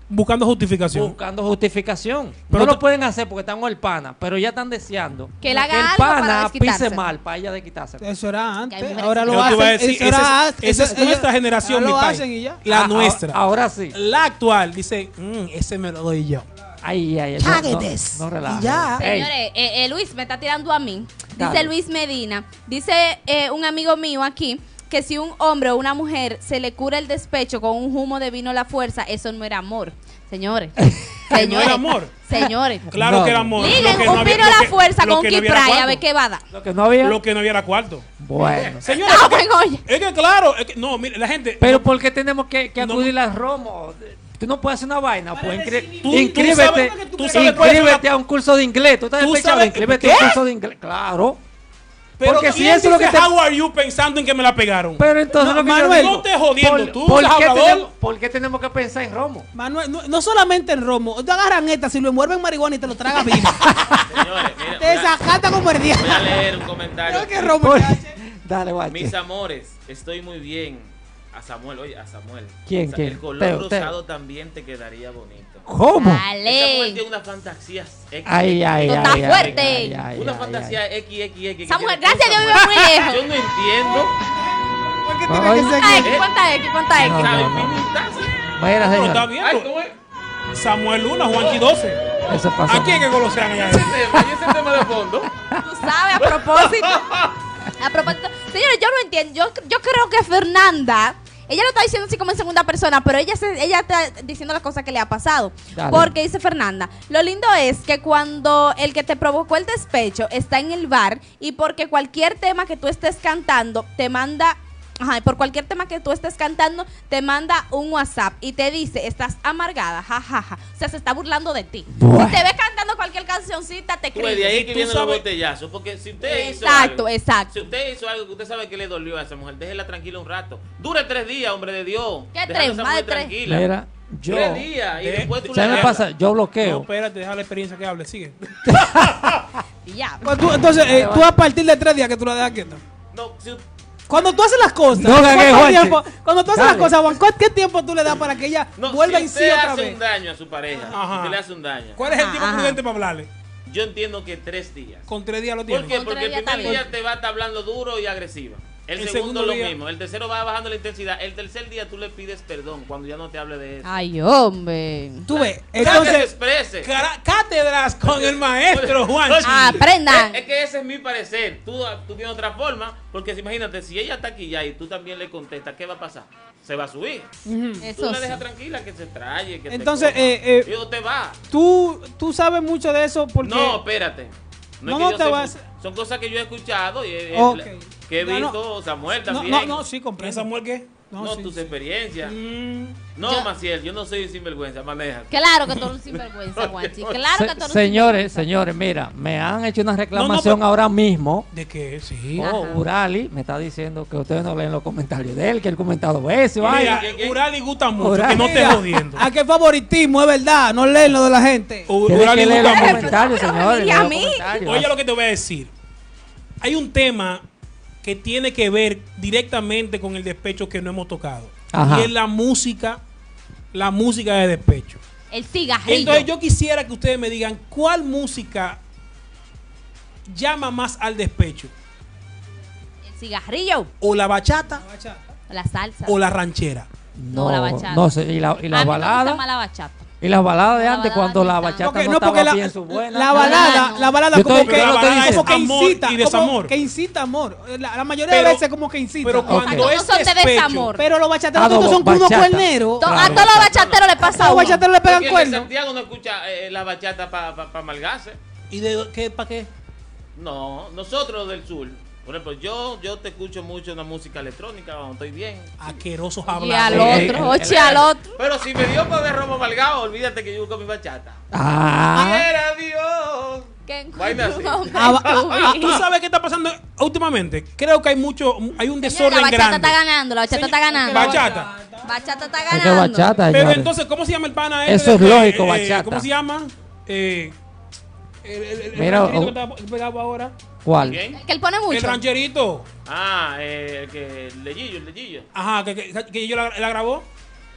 Speaker 1: Buscando justificación.
Speaker 3: Buscando justificación.
Speaker 1: Pero
Speaker 3: no
Speaker 1: tú-
Speaker 3: lo pueden hacer porque están con el pana, pero ya están deseando
Speaker 2: Que él haga algo
Speaker 3: el
Speaker 2: para
Speaker 3: pana
Speaker 2: desquitarse.
Speaker 3: pise mal para ella de quitarse.
Speaker 5: Eso era
Speaker 2: Que hay
Speaker 5: antes,
Speaker 2: mujeres
Speaker 5: ahora
Speaker 2: que
Speaker 5: lo
Speaker 1: Yo te
Speaker 5: hacen.
Speaker 1: iba a decir,
Speaker 5: eso
Speaker 1: esa
Speaker 5: era
Speaker 1: es,
Speaker 5: antes,
Speaker 1: esa es
Speaker 5: eso-
Speaker 1: nuestra
Speaker 5: ellos-
Speaker 1: generación,
Speaker 5: ahora
Speaker 1: mi
Speaker 5: lo
Speaker 1: país.
Speaker 5: hacen y ya.
Speaker 1: La
Speaker 3: Ah,
Speaker 1: nuestra.
Speaker 3: ahora- ahora sí.
Speaker 1: La actual dice, "Mm, ese me lo doy yo.
Speaker 3: Ay, ay, ay. no- No, no relajes.
Speaker 5: ya.
Speaker 3: Ey,
Speaker 2: Señores, eh, eh, Luis me está tirando a mí. Dice
Speaker 3: Dale.
Speaker 2: Luis Medina. Dice eh, un amigo mío aquí que si un hombre o una mujer se le cura el despecho con un humo de vino a la fuerza, eso no era amor.
Speaker 1: [LAUGHS]
Speaker 2: Señores. señores.
Speaker 1: no era amor.
Speaker 2: Señores.
Speaker 1: [LAUGHS] Claro
Speaker 3: No.
Speaker 1: que era amor. Lo
Speaker 2: Liguen
Speaker 1: que no
Speaker 2: un
Speaker 1: había-
Speaker 2: vino
Speaker 1: lo
Speaker 2: a la
Speaker 1: que-
Speaker 2: fuerza
Speaker 1: lo
Speaker 2: con
Speaker 1: que no
Speaker 2: Key
Speaker 1: había era
Speaker 2: Pry a
Speaker 1: cuarto.
Speaker 2: ver qué va a dar.
Speaker 3: Lo que no había.
Speaker 1: Lo que no había era cuarto. [LAUGHS]
Speaker 3: Bueno.
Speaker 2: [LAUGHS]
Speaker 1: Señores,
Speaker 2: No,
Speaker 1: es que-
Speaker 2: coño.
Speaker 1: es que claro, es que- no, mire, la gente...
Speaker 3: Pero ¿por qué tenemos que, que
Speaker 1: No.
Speaker 3: acudir al romo? Tú no puedes hacer una vaina, pues
Speaker 5: decir
Speaker 3: incri-
Speaker 5: mi-
Speaker 1: Tú- tú
Speaker 3: inscríbete,
Speaker 1: sabes- tú sabes cuál es
Speaker 3: inscríbete
Speaker 1: la-
Speaker 3: a un curso de inglés. Tú estás
Speaker 1: Tú
Speaker 3: despechado,
Speaker 1: sabes-
Speaker 3: inscríbete
Speaker 1: ¿Qué?
Speaker 3: a un curso de inglés. Claro.
Speaker 1: pero
Speaker 3: porque si
Speaker 1: ¿quién
Speaker 3: eso es lo que
Speaker 1: dice,
Speaker 3: te-
Speaker 1: How are you pensando en que me la pegaron?
Speaker 3: Pero entonces
Speaker 5: No,
Speaker 3: lo que yo
Speaker 5: Manuel,
Speaker 3: digo,
Speaker 1: no te jodiendo, tú,
Speaker 3: ¿por,
Speaker 1: estás
Speaker 3: qué
Speaker 1: hablador.
Speaker 3: tenemos, por qué tenemos que pensar en romo?
Speaker 5: Manuel, no, no solamente el romo, te agarran esta, si lo envuelven en marihuana y te lo tragas
Speaker 1: [LAUGHS]
Speaker 5: vivo.
Speaker 4: Señores, mira,
Speaker 5: te
Speaker 4: voy, a,
Speaker 5: desacata como el
Speaker 4: voy a
Speaker 5: diablo.
Speaker 4: leer un comentario.
Speaker 5: Creo que romo,
Speaker 3: Por-
Speaker 5: muchacho.
Speaker 3: Dale, guache.
Speaker 4: Mis amores, estoy muy bien. A Samuel, oye, a Samuel. O
Speaker 3: ¿Quién,
Speaker 4: sea,
Speaker 3: quién?
Speaker 4: El color
Speaker 3: Teo, Teo.
Speaker 4: rosado también te quedaría bonito.
Speaker 3: ¿Cómo?
Speaker 4: Esta mujer
Speaker 2: Dale.
Speaker 4: tiene una fantasía X.
Speaker 3: Ay, ay,
Speaker 2: Tú
Speaker 3: ay.
Speaker 2: estás
Speaker 3: ay,
Speaker 2: fuerte.
Speaker 3: ay, ay,
Speaker 4: Una
Speaker 3: ay,
Speaker 4: fantasía XXX.
Speaker 2: Esa mujer,
Speaker 4: que tiene
Speaker 2: gracias a Dios, vive
Speaker 4: esta
Speaker 2: muy
Speaker 4: mujer.
Speaker 2: lejos.
Speaker 4: Yo no entiendo.
Speaker 5: Porque que tiene que
Speaker 3: Ay.
Speaker 5: ser.
Speaker 2: ¿Cuánta X? ¿Cuánta X? ¿Cuánta X?
Speaker 3: No,
Speaker 4: ¿Sabe?
Speaker 3: no, no.
Speaker 4: Mini taxi.
Speaker 3: Mira,
Speaker 1: No, está
Speaker 3: señor.
Speaker 1: bien.
Speaker 4: Ay,
Speaker 1: pero
Speaker 4: ¿cómo es?
Speaker 1: Samuel Luna, Juanqui 12.
Speaker 3: Eso pasa.
Speaker 1: ¿A quién que conocerán allá?
Speaker 4: Ese tema, ¿y ese tema de fondo.
Speaker 2: Tú sabes, a propósito. A propósito. Señores, yo no entiendo. Yo, yo creo que Fernanda. Ella lo está diciendo así como en segunda persona, pero ella se- ella está diciendo las cosas que le ha pasado.
Speaker 3: Dale.
Speaker 2: Porque dice Fernanda, lo lindo es que cuando el que te provocó el despecho está en el bar y porque cualquier tema que tú estés cantando te manda, ajá, y por cualquier tema que tú estés cantando te manda un WhatsApp y te dice, estás amargada, jajaja. O sea, se está burlando de ti.
Speaker 3: Buah.
Speaker 2: Si te ves cantando cualquier cancioncita, te
Speaker 4: Tú ves, de
Speaker 2: cree.
Speaker 4: ahí
Speaker 1: Y
Speaker 4: que
Speaker 1: tú
Speaker 4: vienen los
Speaker 1: sabes-
Speaker 4: botellazos. Porque si usted hizo
Speaker 2: Exacto,
Speaker 4: algo-
Speaker 2: exacto.
Speaker 4: Si usted hizo algo que usted sabe que le dolió a esa mujer, déjela tranquila un rato. Dure tres días, hombre de Dios.
Speaker 2: ¿Qué
Speaker 4: Dejando
Speaker 2: tres?
Speaker 4: a esa
Speaker 2: Más
Speaker 4: mujer
Speaker 2: de tres.
Speaker 4: tranquila.
Speaker 3: Mira, yo.
Speaker 4: Tres días. Y
Speaker 1: De-
Speaker 4: después tú
Speaker 3: ¿Sabes
Speaker 4: le
Speaker 3: qué
Speaker 4: hablas.
Speaker 3: pasa? Yo
Speaker 1: No,
Speaker 3: bloqueo.
Speaker 1: espérate, deja la experiencia que hable. Sigue.
Speaker 2: Ya.
Speaker 5: Pues tú- entonces, eh, tú a partir de tres días que tú la dejas quieta.
Speaker 4: No, si-
Speaker 5: Cuando tú haces las cosas,
Speaker 3: No gagué,
Speaker 5: ¿cuánto
Speaker 3: Juanchi.
Speaker 5: tiempo- cuando tú haces
Speaker 3: Dale.
Speaker 5: las cosas, Juan, ¿cuánto- ¿qué tiempo tú le das para que ella
Speaker 4: no,
Speaker 5: vuelva
Speaker 4: si
Speaker 5: en sí
Speaker 4: usted
Speaker 5: otra
Speaker 4: hace un
Speaker 5: vez?
Speaker 4: daño a su pareja,
Speaker 1: Ajá.
Speaker 4: si usted le hace un daño,
Speaker 1: ¿Cuál es el
Speaker 2: Ajá,
Speaker 1: tiempo
Speaker 2: ajá.
Speaker 1: prudente para hablarle?
Speaker 4: yo entiendo que tres días.
Speaker 1: Con tres días lo tiene.
Speaker 4: ¿Por qué?
Speaker 2: Con
Speaker 4: Porque el
Speaker 2: tres días
Speaker 4: primer
Speaker 2: está bien.
Speaker 4: día te va a estar hablando duro y agresiva. El,
Speaker 1: El
Speaker 4: segundo,
Speaker 1: segundo
Speaker 4: lo
Speaker 1: día-
Speaker 4: mismo. El tercero va bajando la intensidad. El tercer día tú le pides perdón cuando ya no te hable de eso.
Speaker 2: Ay, hombre.
Speaker 5: Tú ves,
Speaker 4: Deja que se
Speaker 5: Ah. entonces,
Speaker 4: exprese.
Speaker 1: Cara- Cátedras con el
Speaker 4: [LAUGHS]
Speaker 1: maestro Juanqui.
Speaker 2: Ah, Aprendan.
Speaker 1: Eh,
Speaker 4: Es, es que ese es mi parecer. Tú, ah, tú tienes otra forma. Porque si- imagínate, si ella está aquí ya y tú también le contestas, ¿qué va a pasar? Se va a
Speaker 1: eh,
Speaker 4: subir. tú
Speaker 2: Eso
Speaker 4: la
Speaker 2: sí.
Speaker 4: dejas tranquila, que se traye. Que
Speaker 5: Entonces,
Speaker 4: te coma.
Speaker 5: eh, eh,
Speaker 4: Y no te va.
Speaker 5: tú, tú sabes mucho de eso porque...
Speaker 4: No, espérate.
Speaker 5: No,
Speaker 4: es que
Speaker 5: no
Speaker 4: yo
Speaker 5: te
Speaker 4: sé
Speaker 5: vas-
Speaker 4: mucho. Son cosas que yo he escuchado y eh, eh,
Speaker 5: Ok.
Speaker 4: la- que he
Speaker 5: No, no.
Speaker 4: visto Samuel
Speaker 5: no,
Speaker 4: también.
Speaker 5: no, no, sí,
Speaker 1: ¿Pero
Speaker 5: comprendo.
Speaker 1: Samuel qué?
Speaker 5: No,
Speaker 4: No,
Speaker 5: sí,
Speaker 4: tus
Speaker 5: sí.
Speaker 4: experiencias.
Speaker 1: Mm,
Speaker 4: No,
Speaker 2: Yo-
Speaker 4: Maciel, yo no soy sinvergüenza, maneja.
Speaker 2: Claro que tú eres un
Speaker 1: [LAUGHS]
Speaker 2: sinvergüenza, Juanchi. Claro que
Speaker 3: Se-
Speaker 2: tú eres un
Speaker 3: señores,
Speaker 2: sinvergüenza.
Speaker 3: señores, mira, me han hecho una
Speaker 1: No, no,
Speaker 3: reclamación
Speaker 1: pero-
Speaker 3: ahora mismo.
Speaker 1: ¿De qué? Sí.
Speaker 3: Oh,
Speaker 2: Ajá.
Speaker 3: Urali me está diciendo que ustedes no leen los comentarios de él, que él comentado eso.
Speaker 1: Mira,
Speaker 3: Vaya.
Speaker 4: ¿quién, quién?
Speaker 1: Urali gusta mucho,
Speaker 3: Urali.
Speaker 1: que no te
Speaker 5: Mira,
Speaker 1: jodiendo. Oh.
Speaker 5: ¿A qué favoritismo? Es verdad, no leen lo de la gente.
Speaker 1: U-
Speaker 3: Tienen
Speaker 1: Urali
Speaker 3: que leer los
Speaker 1: gusta mucho.
Speaker 3: comentarios, señores.
Speaker 2: Y a
Speaker 3: leer los
Speaker 2: mí.
Speaker 3: comentarios.
Speaker 1: Oye lo que te voy a decir. Hay un tema que tiene que ver directamente con el despecho que no hemos tocado.
Speaker 3: Ajá.
Speaker 1: Y es la música, la música de despecho.
Speaker 2: El cigarrillo.
Speaker 1: Entonces yo quisiera que ustedes me digan cuál música llama más al despecho.
Speaker 2: El cigarrillo.
Speaker 1: O la bachata
Speaker 2: La salsa.
Speaker 1: o la ranchera.
Speaker 3: No,
Speaker 2: No, la bachata.
Speaker 3: no sé, y la, y la
Speaker 2: A mí me
Speaker 3: balada.
Speaker 2: gusta más la bachata.
Speaker 3: Y las baladas de
Speaker 2: La
Speaker 3: antes,
Speaker 2: balada
Speaker 3: cuando
Speaker 2: no
Speaker 3: la
Speaker 2: está.
Speaker 3: bachata
Speaker 5: Porque-
Speaker 3: no,
Speaker 5: no, porque
Speaker 3: estaba
Speaker 5: la,
Speaker 3: bien su buena.
Speaker 5: la balada,
Speaker 2: Claro.
Speaker 5: la balada
Speaker 3: Yo
Speaker 5: como
Speaker 3: estoy-
Speaker 5: que,
Speaker 3: yo no te
Speaker 5: como
Speaker 3: dice-
Speaker 5: que
Speaker 1: amor
Speaker 5: incita,
Speaker 1: y
Speaker 5: como
Speaker 1: desamor.
Speaker 5: que incita amor. La, la mayoría
Speaker 1: Pero-
Speaker 5: de veces como que incita.
Speaker 1: Pero cuando
Speaker 2: no
Speaker 1: es
Speaker 2: son de
Speaker 1: despecho,
Speaker 2: desamor.
Speaker 5: Pero los
Speaker 3: Ah, no,
Speaker 5: bachateros son como unos
Speaker 3: bachata.
Speaker 5: cuerneros.
Speaker 2: To- a
Speaker 3: Claro.
Speaker 2: todos los bachateros les pasa
Speaker 5: A los
Speaker 2: uno.
Speaker 5: bachateros le pegan
Speaker 4: Porque en
Speaker 5: cuernos.
Speaker 4: Santiago no escucha eh, la bachata para pa, pa amargarse.
Speaker 1: ¿y de qué para qué?
Speaker 4: No, nosotros del sur. Por ejemplo, yo, yo te escucho mucho una música electrónica cuando estoy bien.
Speaker 1: Aquerosos
Speaker 2: Y
Speaker 1: hablados.
Speaker 2: al
Speaker 3: Eh,
Speaker 2: otro.
Speaker 3: eh,
Speaker 2: Oche, al otro.
Speaker 4: Pero si me dio para ver Romo Amargado, olvídate que yo busco mi bachata.
Speaker 3: Ah,
Speaker 4: Era Dios.
Speaker 2: Que
Speaker 4: Vaina
Speaker 2: encuentro
Speaker 4: así.
Speaker 2: un hombre
Speaker 5: Ah, va-
Speaker 1: Ah, ¿Tú
Speaker 2: juvenil.
Speaker 1: sabes qué está pasando últimamente? Creo que hay mucho, hay
Speaker 2: Señores,
Speaker 1: un
Speaker 2: La
Speaker 1: desorden
Speaker 2: bachata
Speaker 1: grande.
Speaker 2: está ganando. La bachata está ganando.
Speaker 1: Bachata.
Speaker 2: Bachata está
Speaker 3: es que
Speaker 2: ganando.
Speaker 3: bachata.
Speaker 1: Pero
Speaker 3: señores.
Speaker 1: entonces, ¿cómo se llama el pana este?
Speaker 3: Eso es
Speaker 1: Eh,
Speaker 3: lógico,
Speaker 1: eh,
Speaker 3: bachata.
Speaker 1: ¿Cómo se llama? Eh, el, el- el
Speaker 3: Mira, oh.
Speaker 1: rancherito
Speaker 3: o-
Speaker 1: que está pe- pegado ahora.
Speaker 3: ¿Cuál?
Speaker 4: ¿Quién?
Speaker 2: Que él pone
Speaker 1: El
Speaker 2: mucho.
Speaker 1: rancherito.
Speaker 4: Ah, eh, el que el de Gillo, el de Gillo.
Speaker 1: Ajá, que, que, que yo la, la grabó.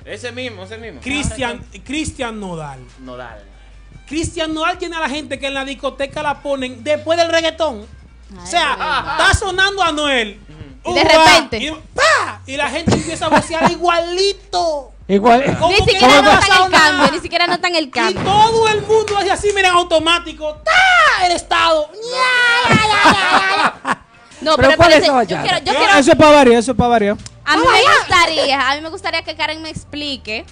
Speaker 4: Ese mismo, ese mismo. Ah,
Speaker 1: Cristian, Cristian Nodal.
Speaker 4: Nodal.
Speaker 1: Cristian Nodal tiene a la gente que en la discoteca la ponen después del reggaetón.
Speaker 2: Ay,
Speaker 1: o sea, ah,
Speaker 4: verdad.
Speaker 1: está sonando a Noel.
Speaker 2: Y de repente.
Speaker 1: Y, ¡pa! y la gente empieza a vocear igualito.
Speaker 3: Igual.
Speaker 1: ¿Cómo
Speaker 2: Ni
Speaker 1: que
Speaker 2: siquiera
Speaker 1: no ha
Speaker 2: notan
Speaker 1: pasado
Speaker 2: el cambio.
Speaker 1: nada?
Speaker 2: Ni siquiera notan el
Speaker 1: Y
Speaker 2: cambio.
Speaker 1: todo el mundo hace así, miren, automático. ¡Ta! El Estado. ¡Nya!
Speaker 2: No,
Speaker 3: ¿Pero
Speaker 2: pero,
Speaker 3: cuál es
Speaker 2: espérense,
Speaker 3: esa
Speaker 2: yo
Speaker 3: bachata?
Speaker 2: quiero, yo
Speaker 1: ¿Qué?
Speaker 2: quiero
Speaker 5: Eso es para varios, eso es para varios.
Speaker 2: A mí me gustaría, a mí me gustaría que Karen me explique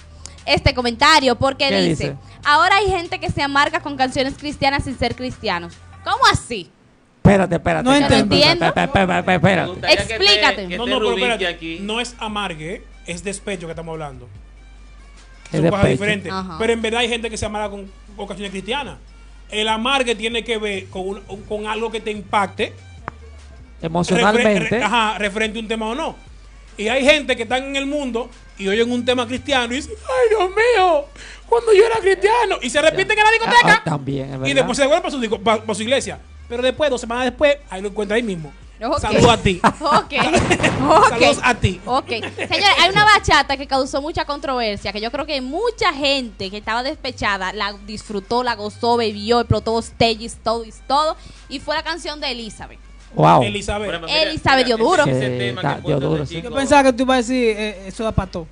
Speaker 2: este comentario porque
Speaker 3: ¿Qué
Speaker 2: dice,
Speaker 3: dice?
Speaker 2: ahora hay gente que se amarga con canciones cristianas sin ser cristianos. ¿cómo así?
Speaker 3: [LAUGHS] Espérate, espérate.
Speaker 5: No
Speaker 3: espérate,
Speaker 2: entiendo.
Speaker 3: espérate, espérate,
Speaker 4: Me
Speaker 3: espérate.
Speaker 4: gustaría que te-
Speaker 2: Explícate.
Speaker 4: que
Speaker 1: No,
Speaker 4: te
Speaker 1: no, pero
Speaker 4: rubique
Speaker 1: espérate.
Speaker 4: aquí.
Speaker 1: No es amargue, es despecho que estamos hablando.
Speaker 3: Es
Speaker 1: Son cosas
Speaker 3: despecho.
Speaker 1: diferentes.
Speaker 2: Ajá.
Speaker 1: Pero en verdad hay gente que se amarga con ocasiones cristianas. El amargue tiene que ver con, un- con algo que te impacte.
Speaker 3: Emocionalmente.
Speaker 1: refre- re- ajá, referente a un tema o no. Y hay gente que están en el mundo y oyen un tema cristiano y dicen, ay Dios mío, cuando yo era cristiano. Y se repiten en la discoteca.
Speaker 3: Ah, también, es verdad.
Speaker 1: Y después se devuelve para su, disco- pa- pa' su iglesia. Pero después, dos semanas después, ahí lo encuentra ahí mismo.
Speaker 2: Ok.
Speaker 1: Saludos a
Speaker 4: [LAUGHS]
Speaker 1: ti.
Speaker 2: Ok, ok.
Speaker 1: [LAUGHS] Saludos a ti.
Speaker 2: Ok. Señores, hay una bachata que causó mucha controversia, que yo creo que mucha gente que estaba despechada la disfrutó, la gozó, bebió, explotó stages, todo y todo. Y fue la canción de Elizabeth.
Speaker 3: Wow.
Speaker 1: Elizabeth.
Speaker 4: Por ejemplo, este
Speaker 2: Elizabeth dio
Speaker 4: ese-
Speaker 2: duro.
Speaker 4: Ese,
Speaker 3: Sí,
Speaker 4: tema que
Speaker 3: está- dio
Speaker 4: puesto
Speaker 3: duro,
Speaker 4: de
Speaker 3: sí.
Speaker 4: chico-
Speaker 5: Yo pensaba que tú ibas a decir, eh, eso da pato.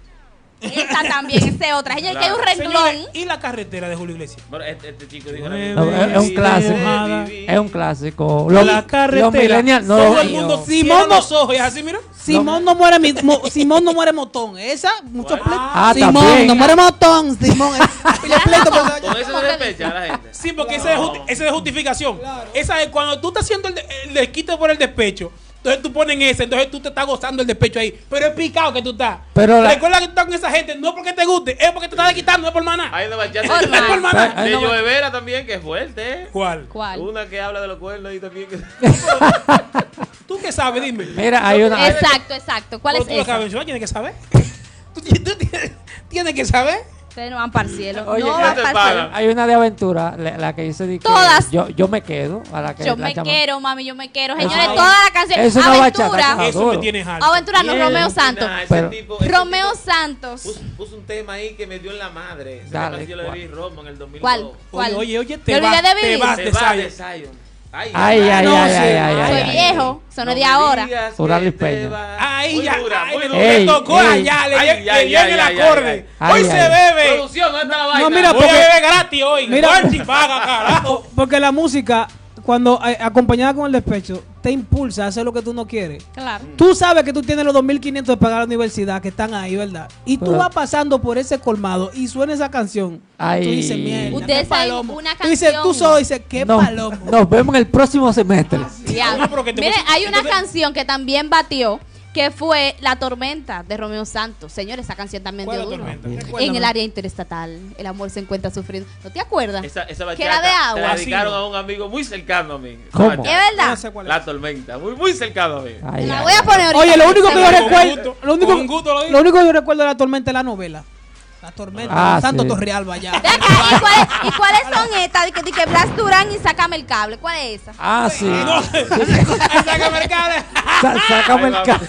Speaker 2: Esta también, esa es otra. Señor, que hay un
Speaker 1: Señores,
Speaker 2: renglón.
Speaker 1: ¿y la carretera de Julio Iglesias?
Speaker 4: Bueno, este, este chico dijo
Speaker 1: No,
Speaker 4: misma
Speaker 3: No, es, es un
Speaker 1: Sí,
Speaker 3: clásico.
Speaker 1: nada.
Speaker 3: Es un clásico. Los,
Speaker 1: la carretera.
Speaker 3: los millennials no
Speaker 1: Todo
Speaker 3: lo-
Speaker 1: el mundo
Speaker 5: Dios.
Speaker 1: cierra
Speaker 5: Simón no-
Speaker 1: los ojos. Es así, mira.
Speaker 5: Simón no muere mi- mo- Simón no muere motón. Esa, mucho
Speaker 4: ¿Cuál?
Speaker 5: pleito.
Speaker 3: Ah,
Speaker 5: Simón
Speaker 3: también.
Speaker 5: no muere motón. [LAUGHS] Simón es pile pleito por la-
Speaker 4: Con eso se despecha a la gente.
Speaker 1: Sí, porque esa es, justi- esa es justificación. Esa es cuando tú estás haciendo el, de- el desquite por el despecho. Entonces tú ponen ese, entonces tú te estás gozando el despecho ahí. Pero es picado que tú estás.
Speaker 3: Pero la-
Speaker 1: Recuerda que tú estás con esa gente, no es porque te guste, es porque te estás desquitando, no es por maná.
Speaker 4: Hay una bachata
Speaker 2: Normal.
Speaker 4: de,
Speaker 1: Es por maná.
Speaker 3: Ay,
Speaker 4: de
Speaker 3: no,
Speaker 4: Lloevera también que es fuerte. eh.
Speaker 1: ¿Cuál?
Speaker 2: ¿Cuál?
Speaker 4: Una que habla de los cuernos y también que...
Speaker 1: ¿Tú qué sabes? Dime.
Speaker 3: Mira, hay una.
Speaker 2: Exacto, exacto. ¿Cuál
Speaker 1: Pero
Speaker 2: es
Speaker 1: tú lo
Speaker 2: esa?
Speaker 1: sabes, yo, tienes que saber. [LAUGHS] Tú, ti- [LAUGHS] tú tienes, tienes que saber.
Speaker 2: Ustedes no van para el cielo.
Speaker 3: Oye,
Speaker 2: no
Speaker 3: ¿qué
Speaker 2: van
Speaker 4: te
Speaker 2: para
Speaker 4: pagan?
Speaker 3: Hay una de aventura, la, la que dice de que
Speaker 2: Todas.
Speaker 3: Yo, yo me quedo a la que
Speaker 2: Yo
Speaker 3: la
Speaker 2: me
Speaker 3: llama-
Speaker 2: quiero, mami, yo me quiero.
Speaker 3: Eso-
Speaker 2: Señores, toda la canción.
Speaker 3: eso es una bachata,
Speaker 2: Aventura.
Speaker 3: Ah,
Speaker 1: Eso
Speaker 3: duro.
Speaker 1: me tienes alto.
Speaker 2: Aventura, no,
Speaker 3: Bien.
Speaker 2: Romeo Santos.
Speaker 4: Nah, ese
Speaker 3: Pero-
Speaker 4: tipo- ese
Speaker 2: Romeo
Speaker 4: tipo
Speaker 2: Santos.
Speaker 4: Puso, puso un tema ahí que me dio en la madre. Esa
Speaker 3: Dale,
Speaker 4: canción la de
Speaker 3: ¿cuál?
Speaker 4: Billy Romo en el 2002.
Speaker 2: ¿Cuál? ¿Cuál?
Speaker 1: Oye, oye, oye,
Speaker 2: Me
Speaker 1: te
Speaker 2: olvidé
Speaker 1: vas,
Speaker 2: de
Speaker 1: te
Speaker 2: Billy.
Speaker 1: vas
Speaker 4: Se
Speaker 1: de
Speaker 4: va
Speaker 1: Zion.
Speaker 4: de Zion.
Speaker 3: Ay, ay,
Speaker 5: No,
Speaker 3: ay,
Speaker 5: sí.
Speaker 3: ay, ay,
Speaker 2: Soy
Speaker 3: ay, ay.
Speaker 2: viejo, eso no es de
Speaker 4: me
Speaker 2: ahora.
Speaker 4: digas
Speaker 3: Oral y
Speaker 4: que te
Speaker 3: Peña.
Speaker 4: vas.
Speaker 1: Ahí
Speaker 4: Muy
Speaker 1: ya,
Speaker 4: dura,
Speaker 1: ahí
Speaker 4: muy
Speaker 1: le-
Speaker 4: dura.
Speaker 1: le
Speaker 3: Ey,
Speaker 1: tocó
Speaker 3: ey.
Speaker 1: allá, le,
Speaker 4: Ay,
Speaker 1: le
Speaker 4: ay,
Speaker 1: dio en
Speaker 4: ay,
Speaker 1: el
Speaker 4: ay,
Speaker 1: acorde.
Speaker 4: ay,
Speaker 3: ay.
Speaker 1: hoy
Speaker 3: Ay,
Speaker 1: se
Speaker 3: ay.
Speaker 1: bebe.
Speaker 4: Producción, ¿dónde está la vaina?
Speaker 5: mira,
Speaker 1: Hoy
Speaker 5: porque-
Speaker 1: bebe gratis hoy.
Speaker 5: Mira.
Speaker 1: Guarchi paga, carajo.
Speaker 5: Porque la música, cuando eh, acompañada con el despecho, te impulsa a hacer lo que tú no quieres.
Speaker 2: Claro.
Speaker 5: Tú sabes que tú tienes los 2.500 de pagar a la universidad que están ahí, ¿verdad? Y tú
Speaker 3: Pero-
Speaker 5: vas pasando por ese colmado y suena esa canción.
Speaker 3: Ay.
Speaker 5: Tú dices, mierda,
Speaker 2: Ustedes
Speaker 5: qué
Speaker 2: saben
Speaker 5: palomo.
Speaker 2: una
Speaker 5: Tú dices,
Speaker 2: canción.
Speaker 5: tú solo dices, qué
Speaker 3: No,
Speaker 5: palomo.
Speaker 3: Nos vemos en el próximo semestre.
Speaker 2: Ya.
Speaker 1: Oye, pero que te
Speaker 2: Miren,
Speaker 1: puse-
Speaker 2: hay una
Speaker 1: entonces-
Speaker 2: canción que también batió, que fue La Tormenta de Romeo Santos. Señores, esa canción también
Speaker 1: ¿Cuál
Speaker 2: dio
Speaker 1: es la
Speaker 2: duro.
Speaker 1: tormenta?
Speaker 2: En el área interestatal, el amor se encuentra sufriendo. ¿No te acuerdas?
Speaker 4: Esa, esa
Speaker 2: que era de
Speaker 4: bachata
Speaker 2: agua.
Speaker 4: Se la
Speaker 1: Así
Speaker 4: dedicaron
Speaker 1: no.
Speaker 4: a un amigo muy cercano a mí. Esa
Speaker 3: ¿Cómo?
Speaker 2: Es
Speaker 4: bachata.
Speaker 2: verdad.
Speaker 5: No sé cuál es.
Speaker 4: La tormenta, muy, muy cercano a mí.
Speaker 1: Ah,
Speaker 3: Ay,
Speaker 2: Te la
Speaker 3: ay,
Speaker 2: voy a poner ahorita.
Speaker 5: Oye, lo único que yo
Speaker 1: Con
Speaker 5: recuerdo,
Speaker 1: gusto,
Speaker 5: lo único,
Speaker 1: con gusto lo digo.
Speaker 5: lo único que yo recuerdo de la tormenta es la novela. La tormenta,
Speaker 3: Ah,
Speaker 5: Santo
Speaker 3: sí.
Speaker 5: Torrealba ya.
Speaker 2: Ve acá, ¿y, cuáles, ¿Y cuáles son estas? Dice que, di que Blas Durán y Sácame el cable. ¿Cuál es esa?
Speaker 3: Ah, sí.
Speaker 1: No, sácame el cable.
Speaker 3: Sa- sácame el
Speaker 4: Ay,
Speaker 3: ca-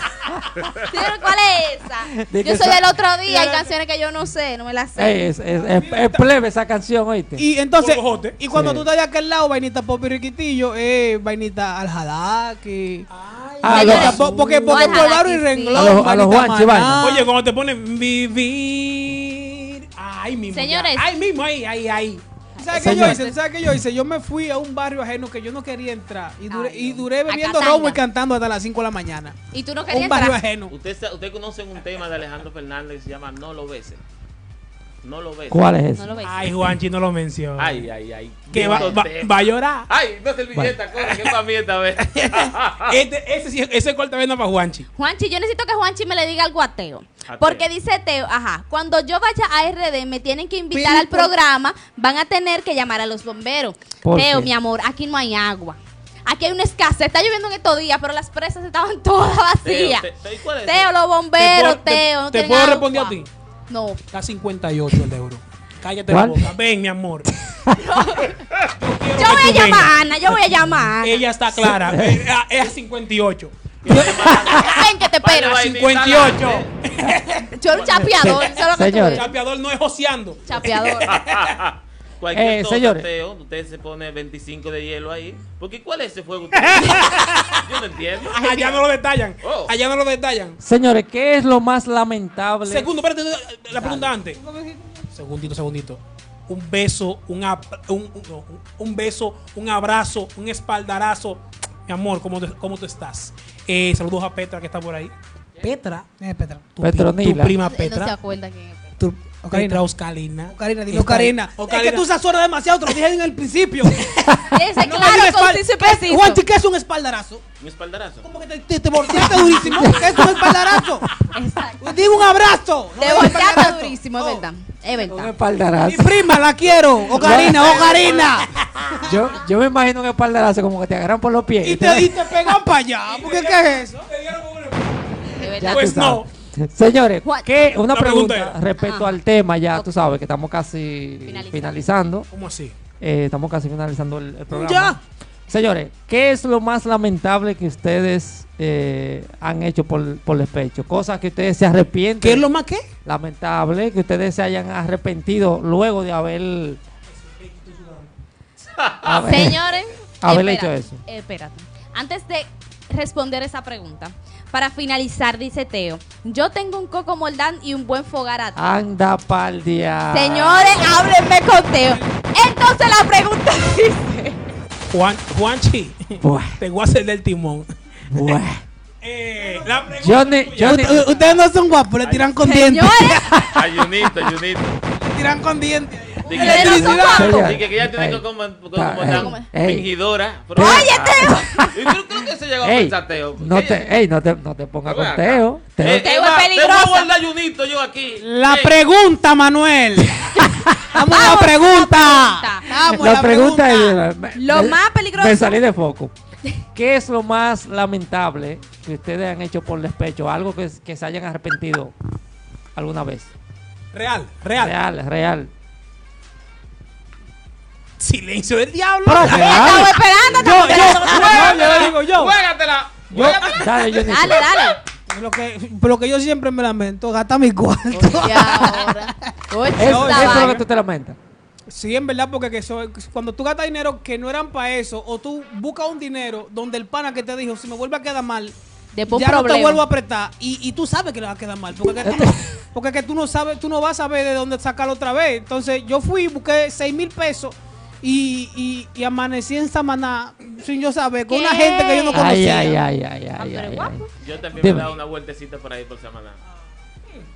Speaker 2: Señores, ¿Cuál es esa?
Speaker 3: Di
Speaker 2: Yo
Speaker 3: que
Speaker 2: soy
Speaker 3: sa-
Speaker 2: del otro día, hay canciones que yo no sé, no me las
Speaker 3: Ey,
Speaker 2: sé.
Speaker 3: es, es, es- es plebe esa canción, oíste.
Speaker 5: Y entonces,
Speaker 1: Gorgojote.
Speaker 5: y cuando
Speaker 3: Sí.
Speaker 5: tú estás de aquel lado, vainita Popi Riquitillo, eh, vainita al Jadaki.
Speaker 3: Ah,
Speaker 5: Ay,
Speaker 3: lo-
Speaker 5: no, tampoco- porque porque
Speaker 2: Ojalá
Speaker 5: por Baro y
Speaker 2: que sí.
Speaker 5: renglón.
Speaker 3: A los- a los
Speaker 5: Juanita
Speaker 3: Juanchi,
Speaker 5: Maná.
Speaker 3: vaina.
Speaker 1: Oye, cuando te ponen vivir. Ahí mismo. ya.
Speaker 2: Señores.
Speaker 1: Ahí mismo, ahí, ahí, ahí.
Speaker 5: ¿Sabes qué yo
Speaker 3: Señor.
Speaker 5: hice? ¿Sabes qué yo hice? Yo me fui a un barrio ajeno que yo no quería entrar y duré,
Speaker 2: Ay,
Speaker 5: y
Speaker 2: Dios.
Speaker 5: duré
Speaker 2: A
Speaker 5: bebiendo
Speaker 2: Catanga.
Speaker 5: romo y cantando hasta las 5 de la mañana.
Speaker 2: Y tú no querías
Speaker 5: Un barrio
Speaker 2: entrar.
Speaker 5: ajeno.
Speaker 4: Ustedes usted conocen un tema de Alejandro Fernández que se llama No lo beses. No lo beses.
Speaker 3: ¿Cuál es
Speaker 2: No
Speaker 3: esa?
Speaker 2: lo ves.
Speaker 1: Ay, Juanchi, no lo menciono.
Speaker 4: Ay, ay, ay.
Speaker 1: que
Speaker 4: Qué
Speaker 1: va,
Speaker 4: buen
Speaker 1: va-
Speaker 4: tema.
Speaker 1: va a llorar.
Speaker 4: Ay, no servilleta, coño, que es para mí esta vez.
Speaker 1: [LAUGHS] Este, ese, sí- ese corta vena para Juanchi.
Speaker 2: Juanchi, yo necesito que Juanchi me le diga algo a Teo.
Speaker 4: A
Speaker 2: Porque
Speaker 4: Teo.
Speaker 2: dice Teo, ajá, cuando yo vaya a RD me tienen que invitar
Speaker 5: Pero,
Speaker 2: al
Speaker 5: ¿por-
Speaker 2: programa, van a tener que llamar a los bomberos.
Speaker 3: ¿Por
Speaker 2: Teo,
Speaker 3: qué?
Speaker 2: mi amor, aquí no hay agua. Aquí hay una escasez. Está lloviendo en estos días, pero las presas estaban [LAUGHS] todas vacías.
Speaker 4: Teo, te- te- ¿y cuál es?
Speaker 2: Teo, los
Speaker 1: Te
Speaker 2: bomberos,
Speaker 1: puedo- te-
Speaker 2: Teo. no
Speaker 1: te
Speaker 2: tienen
Speaker 1: puedo
Speaker 2: agua.
Speaker 1: responder a ti.
Speaker 2: No.
Speaker 1: Está 58 el de euro. Cállate la
Speaker 3: ¿Cuál?
Speaker 1: boca. Ven, mi
Speaker 5: [LAUGHS]
Speaker 1: amor.
Speaker 2: Yo voy a
Speaker 1: tú
Speaker 2: llamar a
Speaker 1: vengas.
Speaker 2: Ana, yo voy a llamar. a Ana.
Speaker 1: Ella está clara. Eh, ah, Es a 58.
Speaker 2: [LAUGHS] Ven que te
Speaker 4: Vale,
Speaker 2: espero.
Speaker 4: vale.
Speaker 1: 58.
Speaker 2: Yo era un chapeador,
Speaker 3: Se-
Speaker 2: eso es lo que tú
Speaker 3: señores.
Speaker 2: eres.
Speaker 1: Chapeador no es joseando.
Speaker 2: Chapeador.
Speaker 4: Cualquier
Speaker 3: Eh,
Speaker 4: cosa,
Speaker 3: señores.
Speaker 4: Teo, usted se pone 25 de hielo ahí. Porque ¿cuál es ese fuego?
Speaker 3: [LAUGHS]
Speaker 4: Yo no entiendo.
Speaker 1: Allá no lo detallan.
Speaker 4: Oh.
Speaker 1: Allá no lo detallan.
Speaker 3: Señores, ¿qué es lo más lamentable?
Speaker 1: Segundo, espérate, la pregunta antes. Segundito, segundito. Un beso, un, ap- un, un- un beso, un abrazo, un espaldarazo. Mi amor, ¿cómo, te- cómo tú estás? Eh, saludos a Petra que está por ahí. Petra,
Speaker 5: Eh, Petra.
Speaker 1: tu, pri-
Speaker 3: Petronila.
Speaker 1: tu prima
Speaker 2: Él no se
Speaker 1: Petra.
Speaker 2: acuerda quién es.
Speaker 5: Tú,
Speaker 1: Petra
Speaker 5: Ocarina.
Speaker 1: Oscalina.
Speaker 5: Ocarina, dime
Speaker 1: Está-
Speaker 5: Ocarina. Es
Speaker 1: Ocarina.
Speaker 5: que tú se suena demasiado, te lo dije en el principio.
Speaker 2: Ese
Speaker 5: No me
Speaker 2: claro, conciso
Speaker 5: digas
Speaker 2: y
Speaker 5: espal- ¿Qué-
Speaker 2: preciso.
Speaker 5: Juanchi, ¿qué es un espaldarazo?
Speaker 4: Un espaldarazo.
Speaker 5: Como que te, te, te volteaste durísimo. ¿Qué es un espaldarazo?
Speaker 2: [LAUGHS] Exacto.
Speaker 5: Digo un abrazo. No
Speaker 2: Te
Speaker 5: un
Speaker 2: volteaste
Speaker 5: espaldarazo.
Speaker 2: durísimo, es
Speaker 5: Oh.
Speaker 2: verdad. Es
Speaker 3: Un
Speaker 2: verdad.
Speaker 5: Mi
Speaker 3: espaldarazo.
Speaker 5: prima, la quiero. Ocarina, Ocarina.
Speaker 3: Yo, yo me imagino un espaldarazo como que te agarran por los pies.
Speaker 5: Y te, y te pegan para allá. ¿Por qué qué es eso?
Speaker 2: Es
Speaker 3: Ya
Speaker 2: verdad.
Speaker 3: tú
Speaker 1: Pues no.
Speaker 3: sabes. Señores,
Speaker 2: What?
Speaker 3: ¿qué? una
Speaker 1: La pregunta
Speaker 3: pregunta
Speaker 1: era.
Speaker 3: respecto
Speaker 2: Ajá.
Speaker 3: al tema, ya
Speaker 2: Ok.
Speaker 3: tú sabes que estamos casi
Speaker 2: Finalizando.
Speaker 3: finalizando.
Speaker 1: ¿Cómo así?
Speaker 3: Eh, estamos casi finalizando el, el programa.
Speaker 5: Ya.
Speaker 3: Señores, ¿qué es lo más lamentable que ustedes eh, han hecho por, por despecho? Cosas que ustedes se arrepienten.
Speaker 5: ¿Qué es lo más qué?
Speaker 3: lamentable que ustedes se hayan arrepentido luego de haber. A ver,
Speaker 2: Señores,
Speaker 3: Haberle
Speaker 2: espérate,
Speaker 3: hecho eso.
Speaker 2: Espérate. Antes de responder esa pregunta. Para finalizar, dice Teo, yo tengo un coco moldán y un buen fogarata.
Speaker 3: Ah. Anda pa'l día.
Speaker 2: Señores, háblenme con Teo. Entonces la pregunta [LAUGHS] dice...
Speaker 1: Juan, Juanchi, [LAUGHS]
Speaker 3: Buah,
Speaker 1: te voy a hacer del timón.
Speaker 3: buah.
Speaker 1: Eh, la pregunta
Speaker 3: Johnny,
Speaker 1: tuya.
Speaker 3: Johnny.
Speaker 5: U- Ustedes no son guapos, le tiran con dientes.
Speaker 3: [LAUGHS]
Speaker 2: Señores,
Speaker 4: Ayunito, ayunito.
Speaker 5: Le tiran con dientes.
Speaker 4: Dije
Speaker 2: Ustedes no son guapos.
Speaker 4: que, ya tiene
Speaker 3: Ey.
Speaker 4: que como, como
Speaker 3: Ta-
Speaker 4: tan
Speaker 3: ey. Ey.
Speaker 4: fingidora. Pero-
Speaker 2: oye, Teo.
Speaker 4: Yo creo, creo que se llegó a
Speaker 3: Ey,
Speaker 4: pensar Teo.
Speaker 3: no te, ey, no te, no te pongas con Teo. Teo-
Speaker 4: Eh,
Speaker 2: Teo es
Speaker 4: Te voy a
Speaker 2: peligrosa.
Speaker 4: guardar ayunito yo aquí.
Speaker 5: La
Speaker 4: Ey,
Speaker 5: pregunta, Manuel. Vamos a la
Speaker 2: Vamos a la
Speaker 5: pregunta.
Speaker 2: pregunta.
Speaker 5: Vamos a
Speaker 3: la pregunta es... me-
Speaker 2: Lo
Speaker 3: me-
Speaker 2: más peligroso.
Speaker 3: Me salí de foco. ¿Qué es lo más lamentable que ustedes han hecho por despecho? Algo que, que se hayan arrepentido alguna vez.
Speaker 1: Real, real,
Speaker 3: Real, real.
Speaker 1: Silencio del diablo.
Speaker 2: [LAUGHS]
Speaker 3: Profe,
Speaker 2: Estaba
Speaker 3: dale.
Speaker 2: esperando.
Speaker 5: Yo,
Speaker 2: estaba
Speaker 5: yo, yo, le digo yo.
Speaker 4: Juégatela.
Speaker 3: Yo- dale, Johnny.
Speaker 2: esperando. Dale,
Speaker 3: [LAUGHS]
Speaker 2: dale.
Speaker 5: Lo que, lo que yo siempre me lamento, gata mi cuarto.
Speaker 2: Y ahora. Oye,
Speaker 3: Es-
Speaker 2: esta
Speaker 3: Eso es lo
Speaker 2: vaina.
Speaker 3: que tú te lamentas.
Speaker 5: Sí, en verdad, porque que eso- cuando tú gastas dinero que no eran para eso, o tú buscas un dinero donde el pana que te dijo, si me vuelve a quedar mal,
Speaker 2: Después
Speaker 5: ya no te
Speaker 2: problema.
Speaker 5: vuelvo a apretar. Y, y tú sabes que le va a quedar mal, porque, que tú, porque que tú no sabes, tú no vas a saber de dónde sacarlo otra vez. Entonces yo fui, busqué 6 mil pesos y, y- y amanecí en Samaná sin yo saber, con una
Speaker 2: ¿Qué?
Speaker 5: gente que yo no
Speaker 2: Ay,
Speaker 3: Ay,
Speaker 5: conocía.
Speaker 3: ay, ay, ay,
Speaker 2: Ah,
Speaker 3: ay,
Speaker 2: pero
Speaker 3: ay,
Speaker 2: guapo.
Speaker 3: ay.
Speaker 4: Yo también
Speaker 3: Dime.
Speaker 4: me he dado una vueltecita por ahí por semana.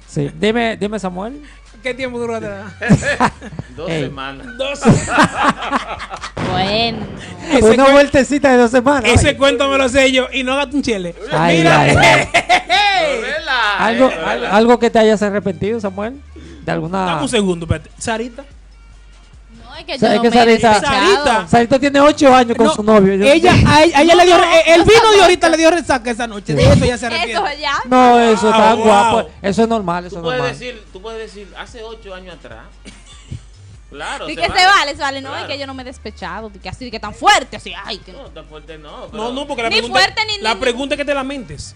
Speaker 3: Sí. Dime, dime, Samuel.
Speaker 5: ¿Qué tiempo duró atrás?
Speaker 4: Dos
Speaker 3: Ey.
Speaker 4: semanas.
Speaker 1: Dos.
Speaker 2: Bueno.
Speaker 1: Ese
Speaker 3: Una
Speaker 1: cuen-
Speaker 3: vueltecita de dos semanas.
Speaker 1: Ese
Speaker 3: ay.
Speaker 1: cuento me lo sé yo y no gato un chile.
Speaker 3: Ay,
Speaker 1: Mira,
Speaker 3: ay, ay.
Speaker 4: No relajes,
Speaker 3: ¿Algo,
Speaker 4: no
Speaker 3: al-
Speaker 4: relajes.
Speaker 3: algo que te hayas arrepentido, Samuel. De alguna.
Speaker 1: dame un segundo, espérate. Sarita.
Speaker 2: No, es que yo
Speaker 3: ¿Sabes
Speaker 2: no
Speaker 3: qué,
Speaker 2: me he
Speaker 3: Sarita?
Speaker 2: despechado.
Speaker 1: Sarita.
Speaker 3: Sarita tiene ocho años con
Speaker 5: No,
Speaker 3: su novio. Yo-
Speaker 5: Ella, a ella, a ella le dio,
Speaker 2: No,
Speaker 5: eh, el
Speaker 2: no
Speaker 5: vino de
Speaker 2: sabía.
Speaker 5: ahorita le dio resaca esa noche. De eso ya se
Speaker 2: Eso
Speaker 5: arrepiente.
Speaker 2: ya.
Speaker 3: No, eso está
Speaker 1: Wow,
Speaker 3: guapo.
Speaker 1: wow.
Speaker 3: Eso es normal, eso
Speaker 4: Tú
Speaker 3: es
Speaker 4: puedes,
Speaker 3: normal.
Speaker 4: decir, tú puedes decir, hace ocho años
Speaker 1: [LAUGHS]
Speaker 4: atrás. Claro.
Speaker 2: Di
Speaker 4: se
Speaker 2: que se vale, se vale. No,
Speaker 4: Claro.
Speaker 2: es que yo no me he despechado. Di que así, di que tan fuerte. Así, ay, que no.
Speaker 4: No, tan fuerte no. pero-
Speaker 1: No, no, porque la
Speaker 2: Ni
Speaker 1: pregunta,
Speaker 2: fuerte ni-
Speaker 1: la
Speaker 2: ni-
Speaker 1: pregunta es que te lamentes.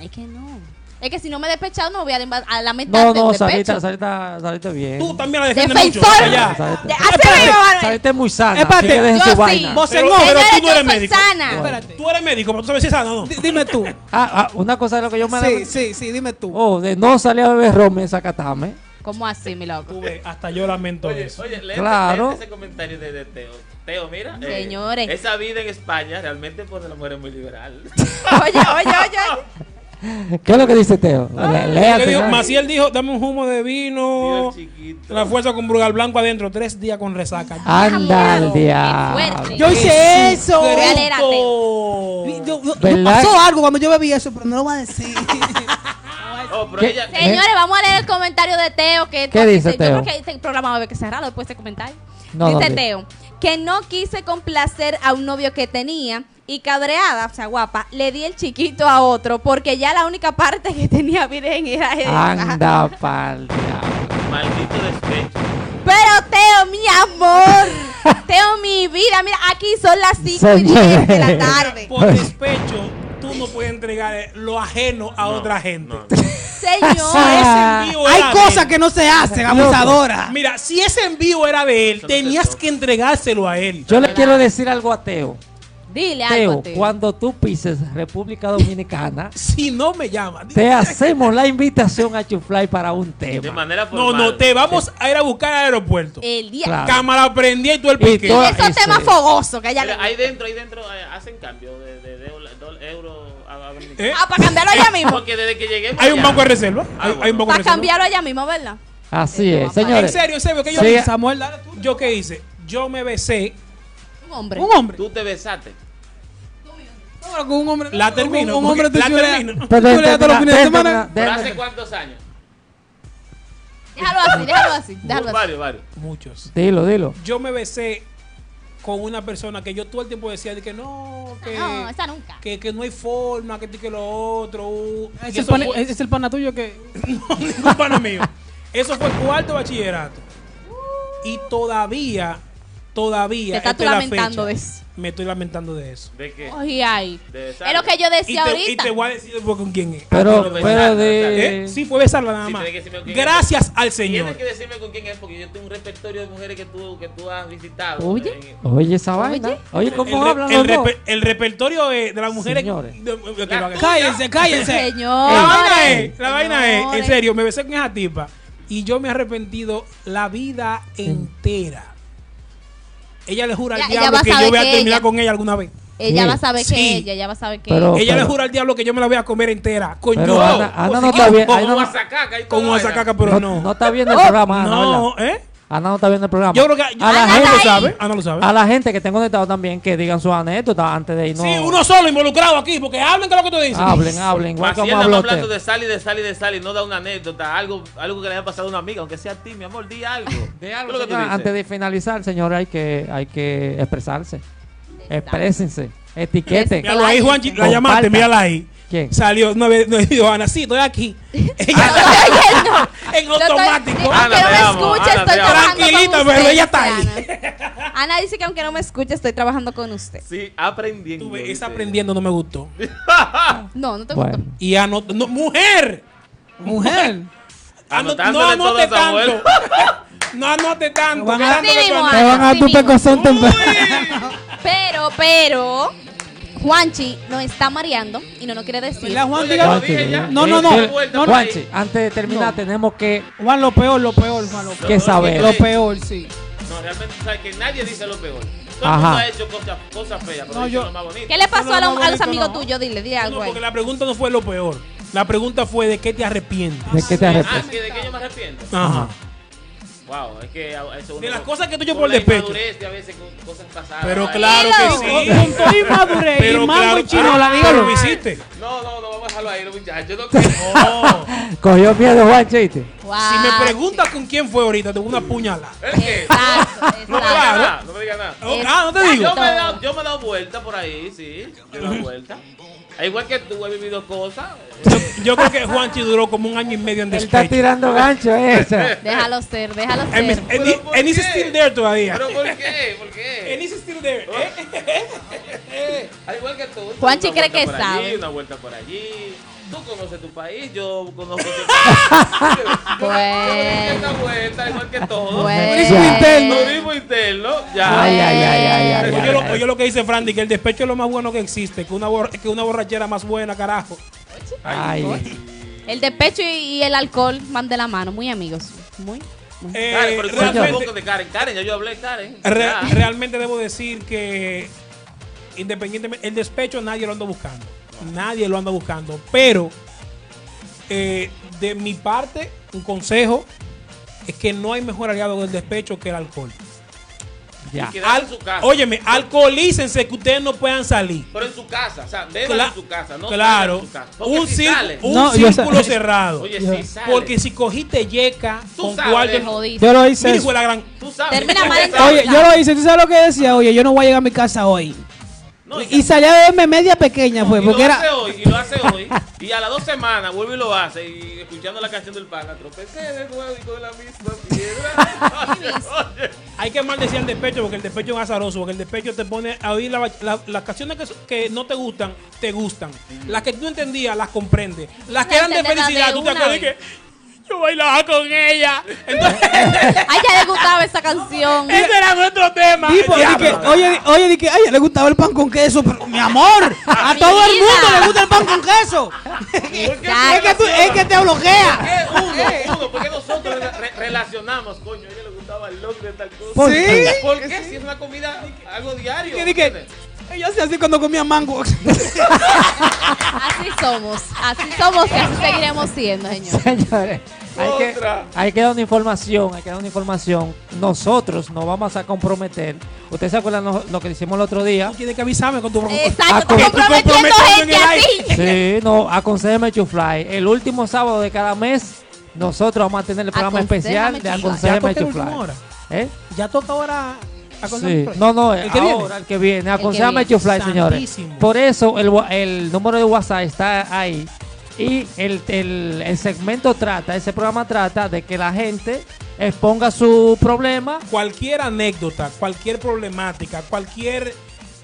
Speaker 2: Es que no. Es que si no me he despechado, no voy a, dem- a lamentar
Speaker 3: No,
Speaker 2: del
Speaker 3: no,
Speaker 2: despecho.
Speaker 3: Sarita, Sarita, Sarita bien.
Speaker 1: Tú también la defiendes mucho.
Speaker 2: Defensor.
Speaker 1: allá.
Speaker 3: Sarita.
Speaker 2: De- así mismo, Manuel.
Speaker 3: Sarita es muy sana. así
Speaker 5: Espérate.
Speaker 3: que dejen
Speaker 2: Yo
Speaker 3: su
Speaker 2: sí.
Speaker 3: vaina.
Speaker 5: Vos-
Speaker 1: Pero,
Speaker 5: Señor,
Speaker 1: pero
Speaker 2: Señores,
Speaker 1: tú no eres
Speaker 2: yo soy
Speaker 1: médico.
Speaker 2: sana.
Speaker 5: Espérate.
Speaker 1: Tú eres médico, pero tú sabes si es sana o no.
Speaker 5: D- Dime tú.
Speaker 3: Ah, ah, una cosa de lo que yo me
Speaker 5: Sí,
Speaker 3: lamento.
Speaker 5: sí, sí, dime tú.
Speaker 3: Oh, de no salir a beber ron en Zacatame.
Speaker 2: ¿Cómo así, mi loco?
Speaker 1: Tú ves, hasta yo lamento
Speaker 4: Oye,
Speaker 1: eso.
Speaker 4: oye, léete,
Speaker 3: Claro.
Speaker 4: léete ese este comentario de, de Teo. Teo, mira. eh,
Speaker 2: Señores.
Speaker 4: esa vida en España realmente por la mujer es muy liberal. [LAUGHS]
Speaker 2: Oye, oye, oye.
Speaker 3: ¿Qué es lo que dice Teo?
Speaker 1: Porque dijo-
Speaker 3: Léate.
Speaker 1: Maciel dijo, dame un humo de
Speaker 4: Dios
Speaker 1: vino.
Speaker 4: chiquito.
Speaker 1: Una fuerza con brugal blanco adentro. Tres días con resaca.
Speaker 3: Ah. Anda al
Speaker 2: Qué
Speaker 3: diablo.
Speaker 2: fuerte.
Speaker 5: Yo hice eso.
Speaker 2: Real-
Speaker 5: Yo-
Speaker 1: Cristo.
Speaker 5: yo- yo-
Speaker 3: ¿Verdad?
Speaker 5: pasó algo cuando yo bebí eso, pero no lo voy a decir.
Speaker 4: Oh, pero
Speaker 3: ¿Qué?
Speaker 4: ella.
Speaker 3: Sí.
Speaker 2: Señores, vamos a leer el comentario de Teo. Que
Speaker 3: ¿Eh? ¿Qué dice
Speaker 2: yo creo
Speaker 3: Teo?
Speaker 2: que este programa va a haber que cerrarlo después de este comentario.
Speaker 3: No,
Speaker 2: dice
Speaker 3: no,
Speaker 2: Teo que no quise complacer a un novio que tenía y cabreada, o sea, guapa, le di el chiquito a otro porque ya la única parte que tenía virgen era esa.
Speaker 3: Anda pa'l diablo.
Speaker 4: Maldito despecho.
Speaker 2: Pero Teo, mi
Speaker 3: [LAUGHS]
Speaker 2: amor, Teo, mi vida, mira, aquí son las 5 y 10 de la
Speaker 3: [LAUGHS]
Speaker 2: tarde.
Speaker 1: Por despecho, tú no puedes entregar eh, lo ajeno a
Speaker 4: No,
Speaker 1: otra gente.
Speaker 4: no, no.
Speaker 2: Señor,
Speaker 3: Ah,
Speaker 1: Ese envío
Speaker 5: Hay
Speaker 1: era de
Speaker 5: cosas
Speaker 1: él.
Speaker 5: que no se hacen, abusadora.
Speaker 1: Mira, si ese envío era de él,
Speaker 4: Ah. Eso no se
Speaker 1: tenías
Speaker 4: toca.
Speaker 1: que entregárselo a él.
Speaker 3: Yo le quiero decir algo a Teo.
Speaker 2: dile algo,
Speaker 3: Teo,
Speaker 2: Teo.
Speaker 3: cuando tú pises República Dominicana,
Speaker 1: Si no me llama.
Speaker 3: te hacemos la invitación a Chufly para un
Speaker 4: De
Speaker 3: tema.
Speaker 4: manera
Speaker 1: No,
Speaker 4: formal.
Speaker 1: no, te vamos a ir a buscar al aeropuerto.
Speaker 2: El día.
Speaker 3: Claro.
Speaker 1: Cámara prendida y tú el
Speaker 3: Y
Speaker 1: pique.
Speaker 3: todo-
Speaker 2: Y esos
Speaker 3: Eso
Speaker 2: temas
Speaker 3: es.
Speaker 2: fogosos que a ella le
Speaker 4: Mira, ahí dentro, ahí dentro eh, hacen cambio de, de, de dola- dol- euro a, a Dominicana.
Speaker 1: ¿Eh?
Speaker 2: Ah, para cambiarlo ella mismo.
Speaker 4: Porque desde que lleguemos.
Speaker 1: Hay un
Speaker 4: allá-
Speaker 1: banco de reserva.
Speaker 4: Ah,
Speaker 1: Hay,
Speaker 4: bueno.
Speaker 1: hay un banco de
Speaker 2: Para
Speaker 1: reserva.
Speaker 2: cambiarlo ella misma, ¿verdad?
Speaker 3: Así
Speaker 2: Eso,
Speaker 3: es,
Speaker 2: papá.
Speaker 1: En
Speaker 3: señores.
Speaker 1: serio, en serio, que yo,
Speaker 3: Sí.
Speaker 5: Samuel, dale tú.
Speaker 1: yo qué hice? Yo me besé,
Speaker 2: Un hombre.
Speaker 5: Un hombre.
Speaker 4: Tú te besaste.
Speaker 5: No, pero con un hombre.
Speaker 1: La
Speaker 5: con-
Speaker 1: termino,
Speaker 5: con Un hombre
Speaker 1: porque
Speaker 5: te
Speaker 1: la
Speaker 5: chuleas-
Speaker 1: termino.
Speaker 5: tú
Speaker 3: Pero
Speaker 5: chuleas todos los
Speaker 3: termina-
Speaker 5: fines de
Speaker 3: termina-
Speaker 5: semana.
Speaker 4: ¿Pero
Speaker 3: termina-
Speaker 4: hace cuántos años?
Speaker 2: Déjalo así, déjalo así, déjalo así.
Speaker 4: Varios, varios.
Speaker 1: muchos.
Speaker 3: Dilo, dilo.
Speaker 1: Yo me besé con una persona que yo todo el tiempo decía de que no, que,
Speaker 2: No, esa nunca.
Speaker 1: que, que no hay forma, que esto y que lo otro. uh.
Speaker 4: Ah,
Speaker 5: Es
Speaker 1: Y
Speaker 5: el
Speaker 1: eso
Speaker 5: pana-
Speaker 1: fue-
Speaker 5: Es el pana tuyo que.
Speaker 1: [LAUGHS] ningún pana mío. Eso fue cuarto de bachillerato. Y todavía, todavía.
Speaker 2: Te estás
Speaker 1: esta es la
Speaker 2: lamentando
Speaker 1: fecha,
Speaker 2: de eso.
Speaker 1: Me estoy lamentando de eso.
Speaker 4: ¿De qué?
Speaker 2: Ay, ay.
Speaker 4: De
Speaker 2: Es lo que yo
Speaker 1: Y
Speaker 2: decía
Speaker 1: te, y
Speaker 2: ahorita.
Speaker 1: te voy a decir después con quién es.
Speaker 3: Pero,
Speaker 4: pero
Speaker 3: pero
Speaker 4: besarla,
Speaker 3: de.
Speaker 1: ¿Eh? Sí, fue besarla nada
Speaker 4: Sí,
Speaker 1: más.
Speaker 4: tiene que decirme quién es.
Speaker 1: Gracias al Señor.
Speaker 4: Tienes que decirme con quién es, porque yo tengo un repertorio de mujeres que tú, que tú has visitado.
Speaker 2: Oye.
Speaker 4: En-
Speaker 3: Oye, esa
Speaker 2: Oye.
Speaker 3: vaina. Oye,
Speaker 1: El,
Speaker 3: ¿cómo
Speaker 1: re-
Speaker 3: hablan
Speaker 1: el
Speaker 3: los dos?
Speaker 1: reper- el repertorio eh, de las mujeres.
Speaker 3: Señores.
Speaker 1: de- ok,
Speaker 4: La
Speaker 1: va-
Speaker 5: Cállense, cállense.
Speaker 2: Señor.
Speaker 1: La vaina es, la vaina es, en
Speaker 2: Señores.
Speaker 1: serio, me besé con esa tipa y yo me he arrepentido la vida entera. Ella le jura
Speaker 2: Ya,
Speaker 1: al
Speaker 2: ella
Speaker 1: diablo
Speaker 2: va a
Speaker 1: que yo
Speaker 2: saber
Speaker 1: voy a
Speaker 2: que
Speaker 1: terminar
Speaker 2: ella-
Speaker 1: con ella alguna vez.
Speaker 2: Ella va a saber
Speaker 1: Sí.
Speaker 2: que ella, ella va a saber que
Speaker 3: Oh, Pero-
Speaker 1: [LAUGHS]
Speaker 2: ella.
Speaker 1: Ella le jura al diablo que yo me la voy a comer entera. Coño,
Speaker 3: Pero Ana-
Speaker 1: pues
Speaker 3: Ana no está bien.
Speaker 1: con-
Speaker 3: Ay, no,
Speaker 4: Con
Speaker 3: no.
Speaker 4: Oaxacaca y
Speaker 1: con
Speaker 4: toda vaina.
Speaker 1: Oaxaca, pero no. Oh,
Speaker 3: no, no está viendo el programa, Ana, ¿verdad?
Speaker 1: No, ¿eh?
Speaker 3: Ana no está viendo el programa.
Speaker 1: Yo creo que
Speaker 3: a la
Speaker 2: Ana
Speaker 3: gente,
Speaker 2: está ahí.
Speaker 1: sabe. Ana lo sabe.
Speaker 3: a la gente que tengo conectado también que digan sus anécdotas antes de irnos.
Speaker 1: Sí, uno solo involucrado aquí, porque hablen que es lo que tú dices.
Speaker 3: Hablen, hablen, igual que
Speaker 4: Maciel nada
Speaker 3: vamos a
Speaker 4: más
Speaker 3: hablar
Speaker 4: hablando
Speaker 3: usted.
Speaker 4: de sal y de sal y de sal y no da una anécdota, algo, algo que le haya pasado a una amiga, aunque sea a ti, mi amor, di algo.
Speaker 3: De
Speaker 4: ¿Qué
Speaker 3: algo,
Speaker 4: es lo que tú
Speaker 3: señora,
Speaker 4: dices?
Speaker 3: antes de finalizar, señores, hay que, hay que expresarse. Exprésense, etiqueten.
Speaker 2: Exacto.
Speaker 1: Míralo ahí, Juanchi, la
Speaker 3: Compartan.
Speaker 1: llamaste, mírala ahí.
Speaker 3: ¿Quién?
Speaker 1: Salió una vez, no, dijo Ana, sí, estoy aquí.
Speaker 2: No
Speaker 1: Ella
Speaker 2: estoy oyendo.
Speaker 1: en
Speaker 2: No estoy-
Speaker 1: [LAUGHS] automático.
Speaker 4: Ana,
Speaker 2: aunque no
Speaker 4: te
Speaker 2: me
Speaker 4: amo,
Speaker 2: escuche,
Speaker 4: Ana,
Speaker 2: estoy
Speaker 4: te amo.
Speaker 2: trabajando con
Speaker 1: Tranquilita, pero
Speaker 2: usted,
Speaker 1: ella está
Speaker 2: dice Ana. Ana dice que aunque no me escuche, estoy trabajando con usted.
Speaker 4: Sí, aprendiendo.
Speaker 1: Tú ves,
Speaker 4: ¿viste?
Speaker 1: esa aprendiendo no me gustó.
Speaker 2: No, no te
Speaker 3: Bueno.
Speaker 2: gustó.
Speaker 1: Y ano- no, mujer.
Speaker 5: Mujer.
Speaker 1: Ano-
Speaker 4: Anotándole
Speaker 1: no anote
Speaker 4: todo a Samuel.
Speaker 1: tanto. [LAUGHS] no anote tanto.
Speaker 5: Van
Speaker 1: que
Speaker 5: a-
Speaker 1: tanto que tú
Speaker 2: Así mismo,
Speaker 1: anotas.
Speaker 5: Te van a dar tu
Speaker 2: Así mismo.
Speaker 5: pecozón temprano.
Speaker 2: Pero, pero, Juanchi nos está mareando y no nos quiere decir.
Speaker 5: ¿Verdad, Juan?
Speaker 4: Oye,
Speaker 5: Diga-
Speaker 4: yo dije ya.
Speaker 5: No, no,
Speaker 4: Eh,
Speaker 5: no.
Speaker 4: dale vuelta por ahí.
Speaker 3: Juanchi, antes de terminar,
Speaker 5: No.
Speaker 3: tenemos que,
Speaker 5: Juan, lo peor, lo peor, Juan, lo peor.
Speaker 3: que
Speaker 4: no,
Speaker 3: saber.
Speaker 5: Lo peor, sí.
Speaker 4: No, realmente sabes que nadie dice lo peor. Todo el
Speaker 3: Ajá.
Speaker 4: mundo ha hecho cosas, cosas feas, pero
Speaker 5: No,
Speaker 4: dice
Speaker 5: yo-
Speaker 4: lo más bonito.
Speaker 2: ¿Qué le pasó
Speaker 5: No,
Speaker 2: a,
Speaker 5: no,
Speaker 2: los-
Speaker 5: no,
Speaker 2: a los
Speaker 5: no,
Speaker 2: amigos
Speaker 5: no.
Speaker 2: tuyos? Dile, di
Speaker 1: No,
Speaker 2: algo ahí.
Speaker 1: porque la pregunta no fue lo peor. La pregunta fue de qué te arrepientes.
Speaker 3: de que te
Speaker 4: Ah,
Speaker 3: arrepientes.
Speaker 4: que de qué yo me arrepiento.
Speaker 1: Ajá.
Speaker 4: Wow, es que a- eso uno
Speaker 1: De las
Speaker 4: lo-
Speaker 1: cosas que tú yo
Speaker 4: con
Speaker 1: por
Speaker 4: la
Speaker 1: despecho.
Speaker 4: inmadurez de a veces con cosas pasadas.
Speaker 1: Pero
Speaker 4: Ay,
Speaker 1: claro
Speaker 5: Con
Speaker 1: que sí.
Speaker 5: todo y madurez,
Speaker 1: Pero
Speaker 5: y mango
Speaker 1: claro-
Speaker 5: y chino,
Speaker 1: Ah,
Speaker 5: la
Speaker 1: pero
Speaker 5: dígalo.
Speaker 1: lo hiciste.
Speaker 4: No, no, no, vamos a dejarlo ahí, los muchachos. No
Speaker 3: [LAUGHS]
Speaker 4: quiero.
Speaker 1: No.
Speaker 3: Cogió miedo, Juanchi. ¿viste?
Speaker 2: Guau.
Speaker 1: Si me eh, preguntas con quién fue ahorita, te voy a una puñalada.
Speaker 4: ¿El qué?
Speaker 2: Exacto,
Speaker 4: No
Speaker 2: exacto.
Speaker 4: me diga nada, no me diga nada.
Speaker 1: Oh, ah, no te digo.
Speaker 4: Yo me, he dado, yo me he dado vuelta por ahí, sí. Yo he dado vuelta. Al Igual que tú, he vivido cosas.
Speaker 1: Yo, yo creo que Juanchi duró como un año y medio en
Speaker 3: Él está
Speaker 1: despecho.
Speaker 3: tirando
Speaker 1: [LAUGHS]
Speaker 3: gancho esa.
Speaker 2: Déjalo ser, déjalo
Speaker 1: And
Speaker 2: ser.
Speaker 1: he's- and he-
Speaker 4: ¿por
Speaker 1: and he's
Speaker 4: qué?
Speaker 1: still there todavía.
Speaker 4: ¿Pero por qué? ¿Por
Speaker 1: And
Speaker 4: qué?
Speaker 1: he's still there. ¿eh?
Speaker 4: Al igual que tú. tú
Speaker 2: Juanchi
Speaker 4: una
Speaker 2: cree
Speaker 4: vuelta
Speaker 2: que
Speaker 4: por allí,
Speaker 2: sabe.
Speaker 4: una vuelta por allí. Tú conoces tu país, yo
Speaker 2: [LAUGHS]
Speaker 4: conozco tu país.
Speaker 2: Bueno.
Speaker 4: Esta vuelta, igual que todo.
Speaker 2: Bueno.
Speaker 5: interno,
Speaker 4: Turismo interno, ya.
Speaker 3: Ay, ay, ay, ay,
Speaker 4: Ah,
Speaker 3: ay,
Speaker 1: Oye
Speaker 3: ay,
Speaker 1: lo,
Speaker 3: ay.
Speaker 1: oye lo que dice Frandy, que el despecho es lo más bueno que existe, que una, borra- que una borrachera más buena, carajo.
Speaker 3: Ay.
Speaker 2: El despecho y, y el alcohol van de la mano, muy amigos. Muy, muy.
Speaker 1: Eh,
Speaker 4: Karen, pero tú hablas un
Speaker 1: realmente,
Speaker 4: poco de Karen. Karen, ya yo hablé de Karen.
Speaker 1: re-
Speaker 4: Ya.
Speaker 1: realmente debo decir que independientemente, el despecho nadie lo anda buscando. Nadie lo anda buscando. Pero eh, de mi parte, un consejo es que no hay mejor aliado del despecho que el alcohol.
Speaker 3: Ya. [LAUGHS]
Speaker 4: Y quedarse en
Speaker 1: Al-
Speaker 4: su casa.
Speaker 1: Óyeme, alcoholícense que ustedes no puedan salir.
Speaker 4: Pero en su casa, o sea, beban
Speaker 1: Cla-
Speaker 4: en su casa, no
Speaker 1: claro,
Speaker 4: salgan de su casa. Porque
Speaker 1: un,
Speaker 4: si
Speaker 1: círculo-
Speaker 4: salen-
Speaker 1: un
Speaker 5: No, yo
Speaker 1: círculo
Speaker 5: sa-
Speaker 1: cerrado.
Speaker 4: Oye, si salen,
Speaker 1: porque si cogiste yeca
Speaker 4: Tú
Speaker 1: con
Speaker 4: sabes.
Speaker 1: cuarto,
Speaker 2: Te jodiste.
Speaker 5: Yo lo hice.
Speaker 1: Mira,
Speaker 5: eso.
Speaker 1: hijo de la gran.
Speaker 4: tú sabes.
Speaker 2: Termina mal en
Speaker 5: Oye, yo lo hice. ¿Tú sabes lo que decía? Oye, yo no voy a llegar a mi casa hoy.
Speaker 4: No,
Speaker 5: Y salía de verme media pequeña, fue.
Speaker 4: y lo
Speaker 5: Porque
Speaker 4: hace
Speaker 5: era.
Speaker 4: hoy, y lo hace hoy, y a las dos semanas vuelve y lo hace, y escuchando la canción del pana, tropecé de nuevo y con la misma
Speaker 2: [LAUGHS]
Speaker 4: piedra. Oye, oye.
Speaker 1: Hay que maldecir el despecho porque el despecho es azaroso. Porque el despecho te pone a oír la ba- la- las canciones que, que no te gustan, te gustan. Las que tú no entendías, las comprendes. Las que
Speaker 2: La
Speaker 1: eran de
Speaker 2: entendés, la
Speaker 1: felicidad,
Speaker 2: de
Speaker 1: tú te
Speaker 2: una
Speaker 1: acuerdas
Speaker 2: vez.
Speaker 1: que yo bailaba con ella. Entonces,
Speaker 2: Ay, ya le gustaba esa canción.
Speaker 1: [LAUGHS] ese era nuestro tema.
Speaker 5: Tipo, di
Speaker 1: Diablo.
Speaker 5: que, oye, di- oye, di que, ay, le gustaba el pan con queso, pero mi amor, a todo el
Speaker 2: vida.
Speaker 5: mundo le gusta el pan con queso.
Speaker 4: ¿Por qué
Speaker 2: Exacto.
Speaker 5: Es que, tú- es que te
Speaker 4: ¿Por
Speaker 5: bloquea.
Speaker 4: qué uno, uno, porque nosotros re- relacionamos, coño, a ella le gustaba el hombre tal cosa.
Speaker 5: ¿Por
Speaker 4: ¿Sí?
Speaker 5: qué?
Speaker 4: ¿Por qué? Si es una comida, algo diario.
Speaker 5: Que di que-
Speaker 4: ¿entiendes?
Speaker 5: Yo hacía así cuando comía mango.
Speaker 2: Así somos, así somos y así seguiremos siendo, señor.
Speaker 3: Señores, hay que,
Speaker 4: Otra.
Speaker 3: hay que dar una información, hay que dar una información. Nosotros nos vamos a comprometer. ¿Ustedes se acuerdan lo, lo que hicimos el otro día?
Speaker 1: Tú Tienes que avisarme con tu
Speaker 2: Exacto,
Speaker 3: Ah,
Speaker 2: estoy
Speaker 3: que
Speaker 1: tú
Speaker 2: comprometiendo
Speaker 1: comprometas en
Speaker 2: gente
Speaker 1: el
Speaker 2: así.
Speaker 3: Sí, no, aconsejeme Chufly. El último sábado de cada mes, nosotros vamos a tener el programa
Speaker 2: Aconsejame
Speaker 3: especial
Speaker 2: Chufly.
Speaker 3: de
Speaker 1: Ya toca
Speaker 3: Aconsejeme
Speaker 1: el último
Speaker 3: Chufly.
Speaker 1: hora.
Speaker 3: ¿Eh?
Speaker 1: Ya toca ahora. a cosa-
Speaker 3: Sí. No, no,
Speaker 1: ¿El que
Speaker 3: ahora
Speaker 1: viene?
Speaker 3: el que viene.
Speaker 2: viene.
Speaker 3: Aconsejame Chufly, señores.
Speaker 1: Santísimo.
Speaker 3: Por eso el, wa- el número de WhatsApp está ahí. Y el, el- el segmento trata, ese programa trata de que la gente exponga su problema.
Speaker 1: cualquier anécdota, cualquier problemática, cualquier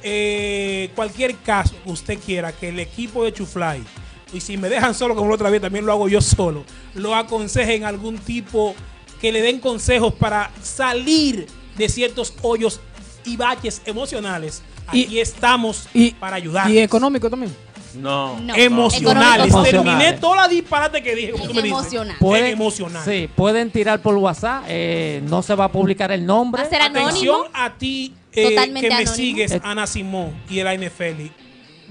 Speaker 1: eh, cualquier caso que usted quiera que el equipo de Chufly, y si me dejan solo como la otra vez, también lo hago yo solo, lo aconsejen algún tipo, que le den consejos para salir de ciertos hoyos y baches emocionales.
Speaker 5: Y-
Speaker 1: Aquí estamos
Speaker 5: [LAUGHS] Y,
Speaker 1: para ayudar.
Speaker 5: Y económico también.
Speaker 4: No.
Speaker 2: No,
Speaker 1: emocionales.
Speaker 2: económico.
Speaker 1: Terminé toda la disparate que dije. como tú me dices.
Speaker 2: Emocional.
Speaker 1: Pueden,
Speaker 5: Pues,
Speaker 1: emocional.
Speaker 3: Sí, pueden tirar por WhatsApp. eh, no se va a publicar el nombre.
Speaker 2: Va a ser anónimo.
Speaker 1: Atención a ti eh, que me
Speaker 2: Totalmente anónimo.
Speaker 1: sigues,
Speaker 3: Eh.
Speaker 1: Ana Simón y Elaine Feli.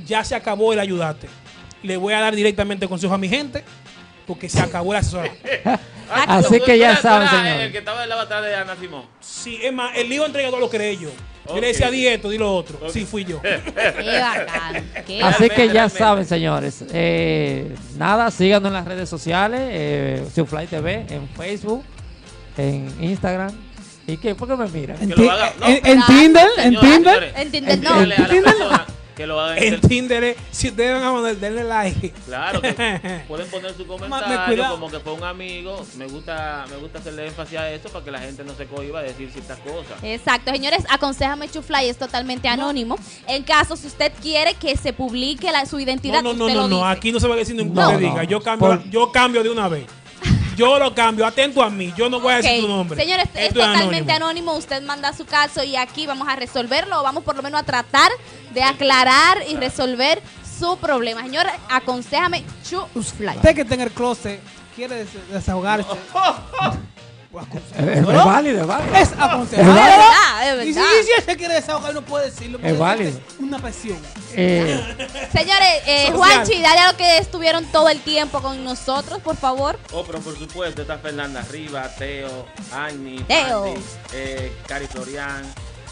Speaker 1: Ya se acabó el ayudate. Le voy a dar directamente consejo a mi gente porque se acabó el
Speaker 2: [LAUGHS]
Speaker 1: asesoramiento.
Speaker 3: Así
Speaker 4: Ah, Tú-
Speaker 3: que ya
Speaker 4: tú eras- tú
Speaker 3: saben,
Speaker 4: eras
Speaker 3: señores.
Speaker 4: El que estaba en la batalla de Ana Simón.
Speaker 1: Sí, es más, el lío entrega todo lo que creí yo. Yo
Speaker 4: Ok.
Speaker 1: le decía di esto, di lo otro. Sí, fui
Speaker 2: [LAUGHS]
Speaker 1: yo.
Speaker 2: Qué bacán. Qué
Speaker 3: Así que ya
Speaker 4: Realmente,
Speaker 3: saben, señores. Eh, nada, síganos en las redes sociales, eh, Sufly TV, en Facebook, en Instagram. ¿Y qué? ¿Por qué me miran?
Speaker 5: En,
Speaker 4: Que lo
Speaker 5: ti-
Speaker 4: haga. No,
Speaker 5: en- en
Speaker 2: claro,
Speaker 5: Tinder, en
Speaker 4: Señores,
Speaker 5: Tinder.
Speaker 4: señores,
Speaker 2: En Tinder, no.
Speaker 4: díganle a la persona
Speaker 1: [LAUGHS]
Speaker 4: Que lo hagan.
Speaker 1: En Tinder, eh, si ustedes van a poner, denle like. [LAUGHS]
Speaker 4: Claro, que pueden poner su
Speaker 5: Más, me cuidado.
Speaker 4: comentario como que fue un amigo. Me gusta, me gusta hacerle énfasis a esto para que la gente no se cohiba a decir ciertas cosas.
Speaker 2: Exacto, señores, aconsejame Chufly, es totalmente anónimo. En caso, si usted quiere que se publique la- su identidad,
Speaker 1: No, no, no,
Speaker 2: usted
Speaker 1: no,
Speaker 2: lo
Speaker 1: no,
Speaker 2: dice.
Speaker 1: aquí no se va a decir ningún
Speaker 3: No,
Speaker 1: que
Speaker 3: no.
Speaker 1: diga. Yo cambio,
Speaker 3: Por-
Speaker 1: yo cambio de una vez. Yo lo cambio, atento a mí. Yo no voy a
Speaker 2: Ok,
Speaker 1: decir tu nombre.
Speaker 2: Señores, es
Speaker 1: Esto
Speaker 2: totalmente anónimo. Usted manda su caso y aquí vamos a resolverlo o vamos por lo menos a tratar de aclarar y resolver su problema. Señores, aconsejame Chufly.
Speaker 5: Usted que está en el closet quiere des- [LAUGHS] desahogarse.
Speaker 3: Es, es válido, es válido.
Speaker 5: Es
Speaker 3: Es
Speaker 5: aconsejable.
Speaker 3: válido.
Speaker 2: verdad, Ah, es
Speaker 5: Y si,
Speaker 2: verdad.
Speaker 5: y si él se quiere desahogar, no puede decirlo. porque
Speaker 3: válido.
Speaker 5: siente Una presión.
Speaker 3: Eh,
Speaker 2: Señores, eh,
Speaker 1: Social.
Speaker 2: Juanchi, dale a lo que estuvieron todo el tiempo con nosotros, por
Speaker 1: [LAUGHS]
Speaker 2: favor.
Speaker 4: Oh, pero por supuesto, está Fernanda Riva, Teo, Agni,
Speaker 2: Teo.
Speaker 4: Andy, eh, Cari Florian,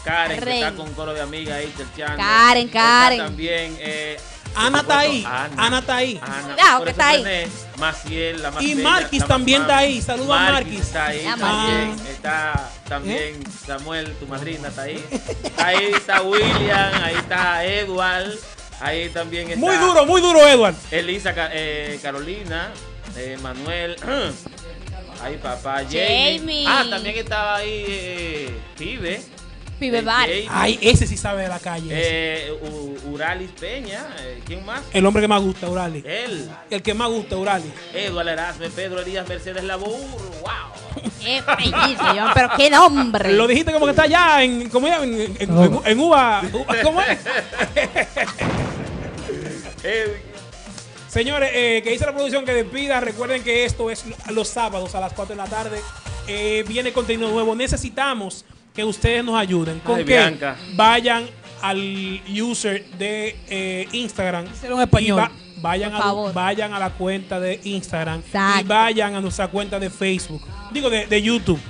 Speaker 4: Karen, que
Speaker 2: Ren.
Speaker 4: está con coro de amigas ahí cherchando.
Speaker 2: Karen,
Speaker 4: Está
Speaker 2: Karen.
Speaker 4: también, eh, por
Speaker 1: Ana está ahí,
Speaker 4: supuesto,
Speaker 1: Ana está ahí.
Speaker 4: Ana,
Speaker 2: Ah,
Speaker 4: por
Speaker 2: que
Speaker 4: eso
Speaker 2: está ahí.
Speaker 4: René, Maciel, la más
Speaker 1: Y
Speaker 4: bella,
Speaker 1: Marquis
Speaker 4: la más
Speaker 1: también
Speaker 4: mami.
Speaker 1: está ahí, saluda a Marquis. ¿Eh?
Speaker 4: Está ahí
Speaker 2: La
Speaker 4: también.
Speaker 2: Marquis.
Speaker 4: Está también Samuel, tu madrina, está ahí. Ahí está William, ahí está Edward. Ahí también está.
Speaker 1: Muy duro, muy duro, Edward.
Speaker 4: Elisa, Ca- eh, Carolina, eh, Manuel. [CLEARS THROAT] Ay, papá, Jamie.
Speaker 2: Jamie.
Speaker 4: Ah, también estaba ahí eh, Pibe.
Speaker 2: Pibe
Speaker 4: eh,
Speaker 2: Bar.
Speaker 4: Jamie,
Speaker 1: Ay, ese sí sabe de la calle. ese.
Speaker 4: eh, U- Uralis Peña. eh, ¿Quién más?
Speaker 1: El hombre que más gusta, Urali.
Speaker 4: Él.
Speaker 1: El que más gusta, Urali.
Speaker 4: Eduardo Erasme, Pedro Elías, Mercedes Labour. ¡Wow!
Speaker 2: Qué bellísimo, yo, pero qué nombre.
Speaker 1: Lo dijiste como que está allá en, ¿cómo es? en, en- en-
Speaker 3: Uva.
Speaker 1: en uva. uva- ¿Cómo
Speaker 4: [LAUGHS]
Speaker 1: es?
Speaker 4: Eh,
Speaker 1: Señores, eh, que dice la producción que despida. Recuerden que esto es los sábados a las 4 de la tarde. Eh, viene contenido nuevo. Necesitamos que ustedes nos ayuden. ¿Con
Speaker 4: Ay,
Speaker 1: que
Speaker 4: Bianca.
Speaker 1: Vayan al user de eh, Instagram.
Speaker 5: Hicieron español.
Speaker 1: Y vayan,
Speaker 2: Por
Speaker 1: a,
Speaker 2: favor.
Speaker 1: vayan a la cuenta de Instagram. Y
Speaker 2: Exacto.
Speaker 1: vayan a nuestra cuenta de Facebook. Digo, de, de YouTube.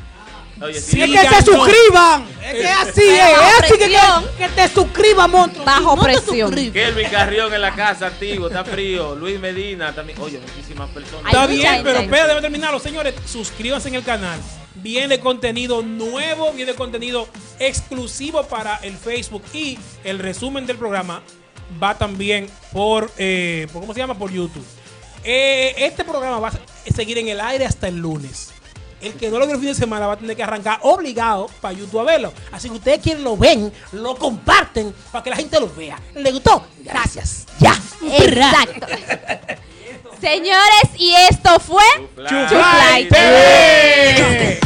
Speaker 4: Oye,
Speaker 1: Sí,
Speaker 4: sí.
Speaker 5: ¡Es que
Speaker 1: Díganos.
Speaker 5: se suscriban! ¡Es que así es!
Speaker 2: Bajo
Speaker 5: ¡Es así que,
Speaker 2: presión.
Speaker 5: que, que te suscribas, monstruo!
Speaker 2: Bajo
Speaker 5: Si no te
Speaker 2: presión.
Speaker 5: suscribes,
Speaker 4: Kelvin Carrión en la casa, activo, está frío. Luis Medina también. Oye, muchísimas personas.
Speaker 2: Hay
Speaker 1: Está
Speaker 2: mucha
Speaker 1: bien,
Speaker 2: gente
Speaker 1: pero
Speaker 2: ahí.
Speaker 1: espera, debe terminarlo. Señores, suscríbanse en el canal. Viene contenido nuevo, viene contenido exclusivo para el Facebook y el resumen del programa va también por, eh, por- ¿cómo se llama? Por YouTube. Eh, este programa va a seguir en el aire hasta el lunes. El que no lo vio el fin de semana va a tener que arrancar obligado para YouTube a verlo. Así que ustedes quienes lo ven, lo comparten para que la gente lo vea. ¿Le gustó? Gracias. Ya.
Speaker 2: Exacto. Señores, y esto fue
Speaker 4: Chufla.
Speaker 1: Chufla
Speaker 2: Chufla
Speaker 1: y
Speaker 2: y
Speaker 1: TV.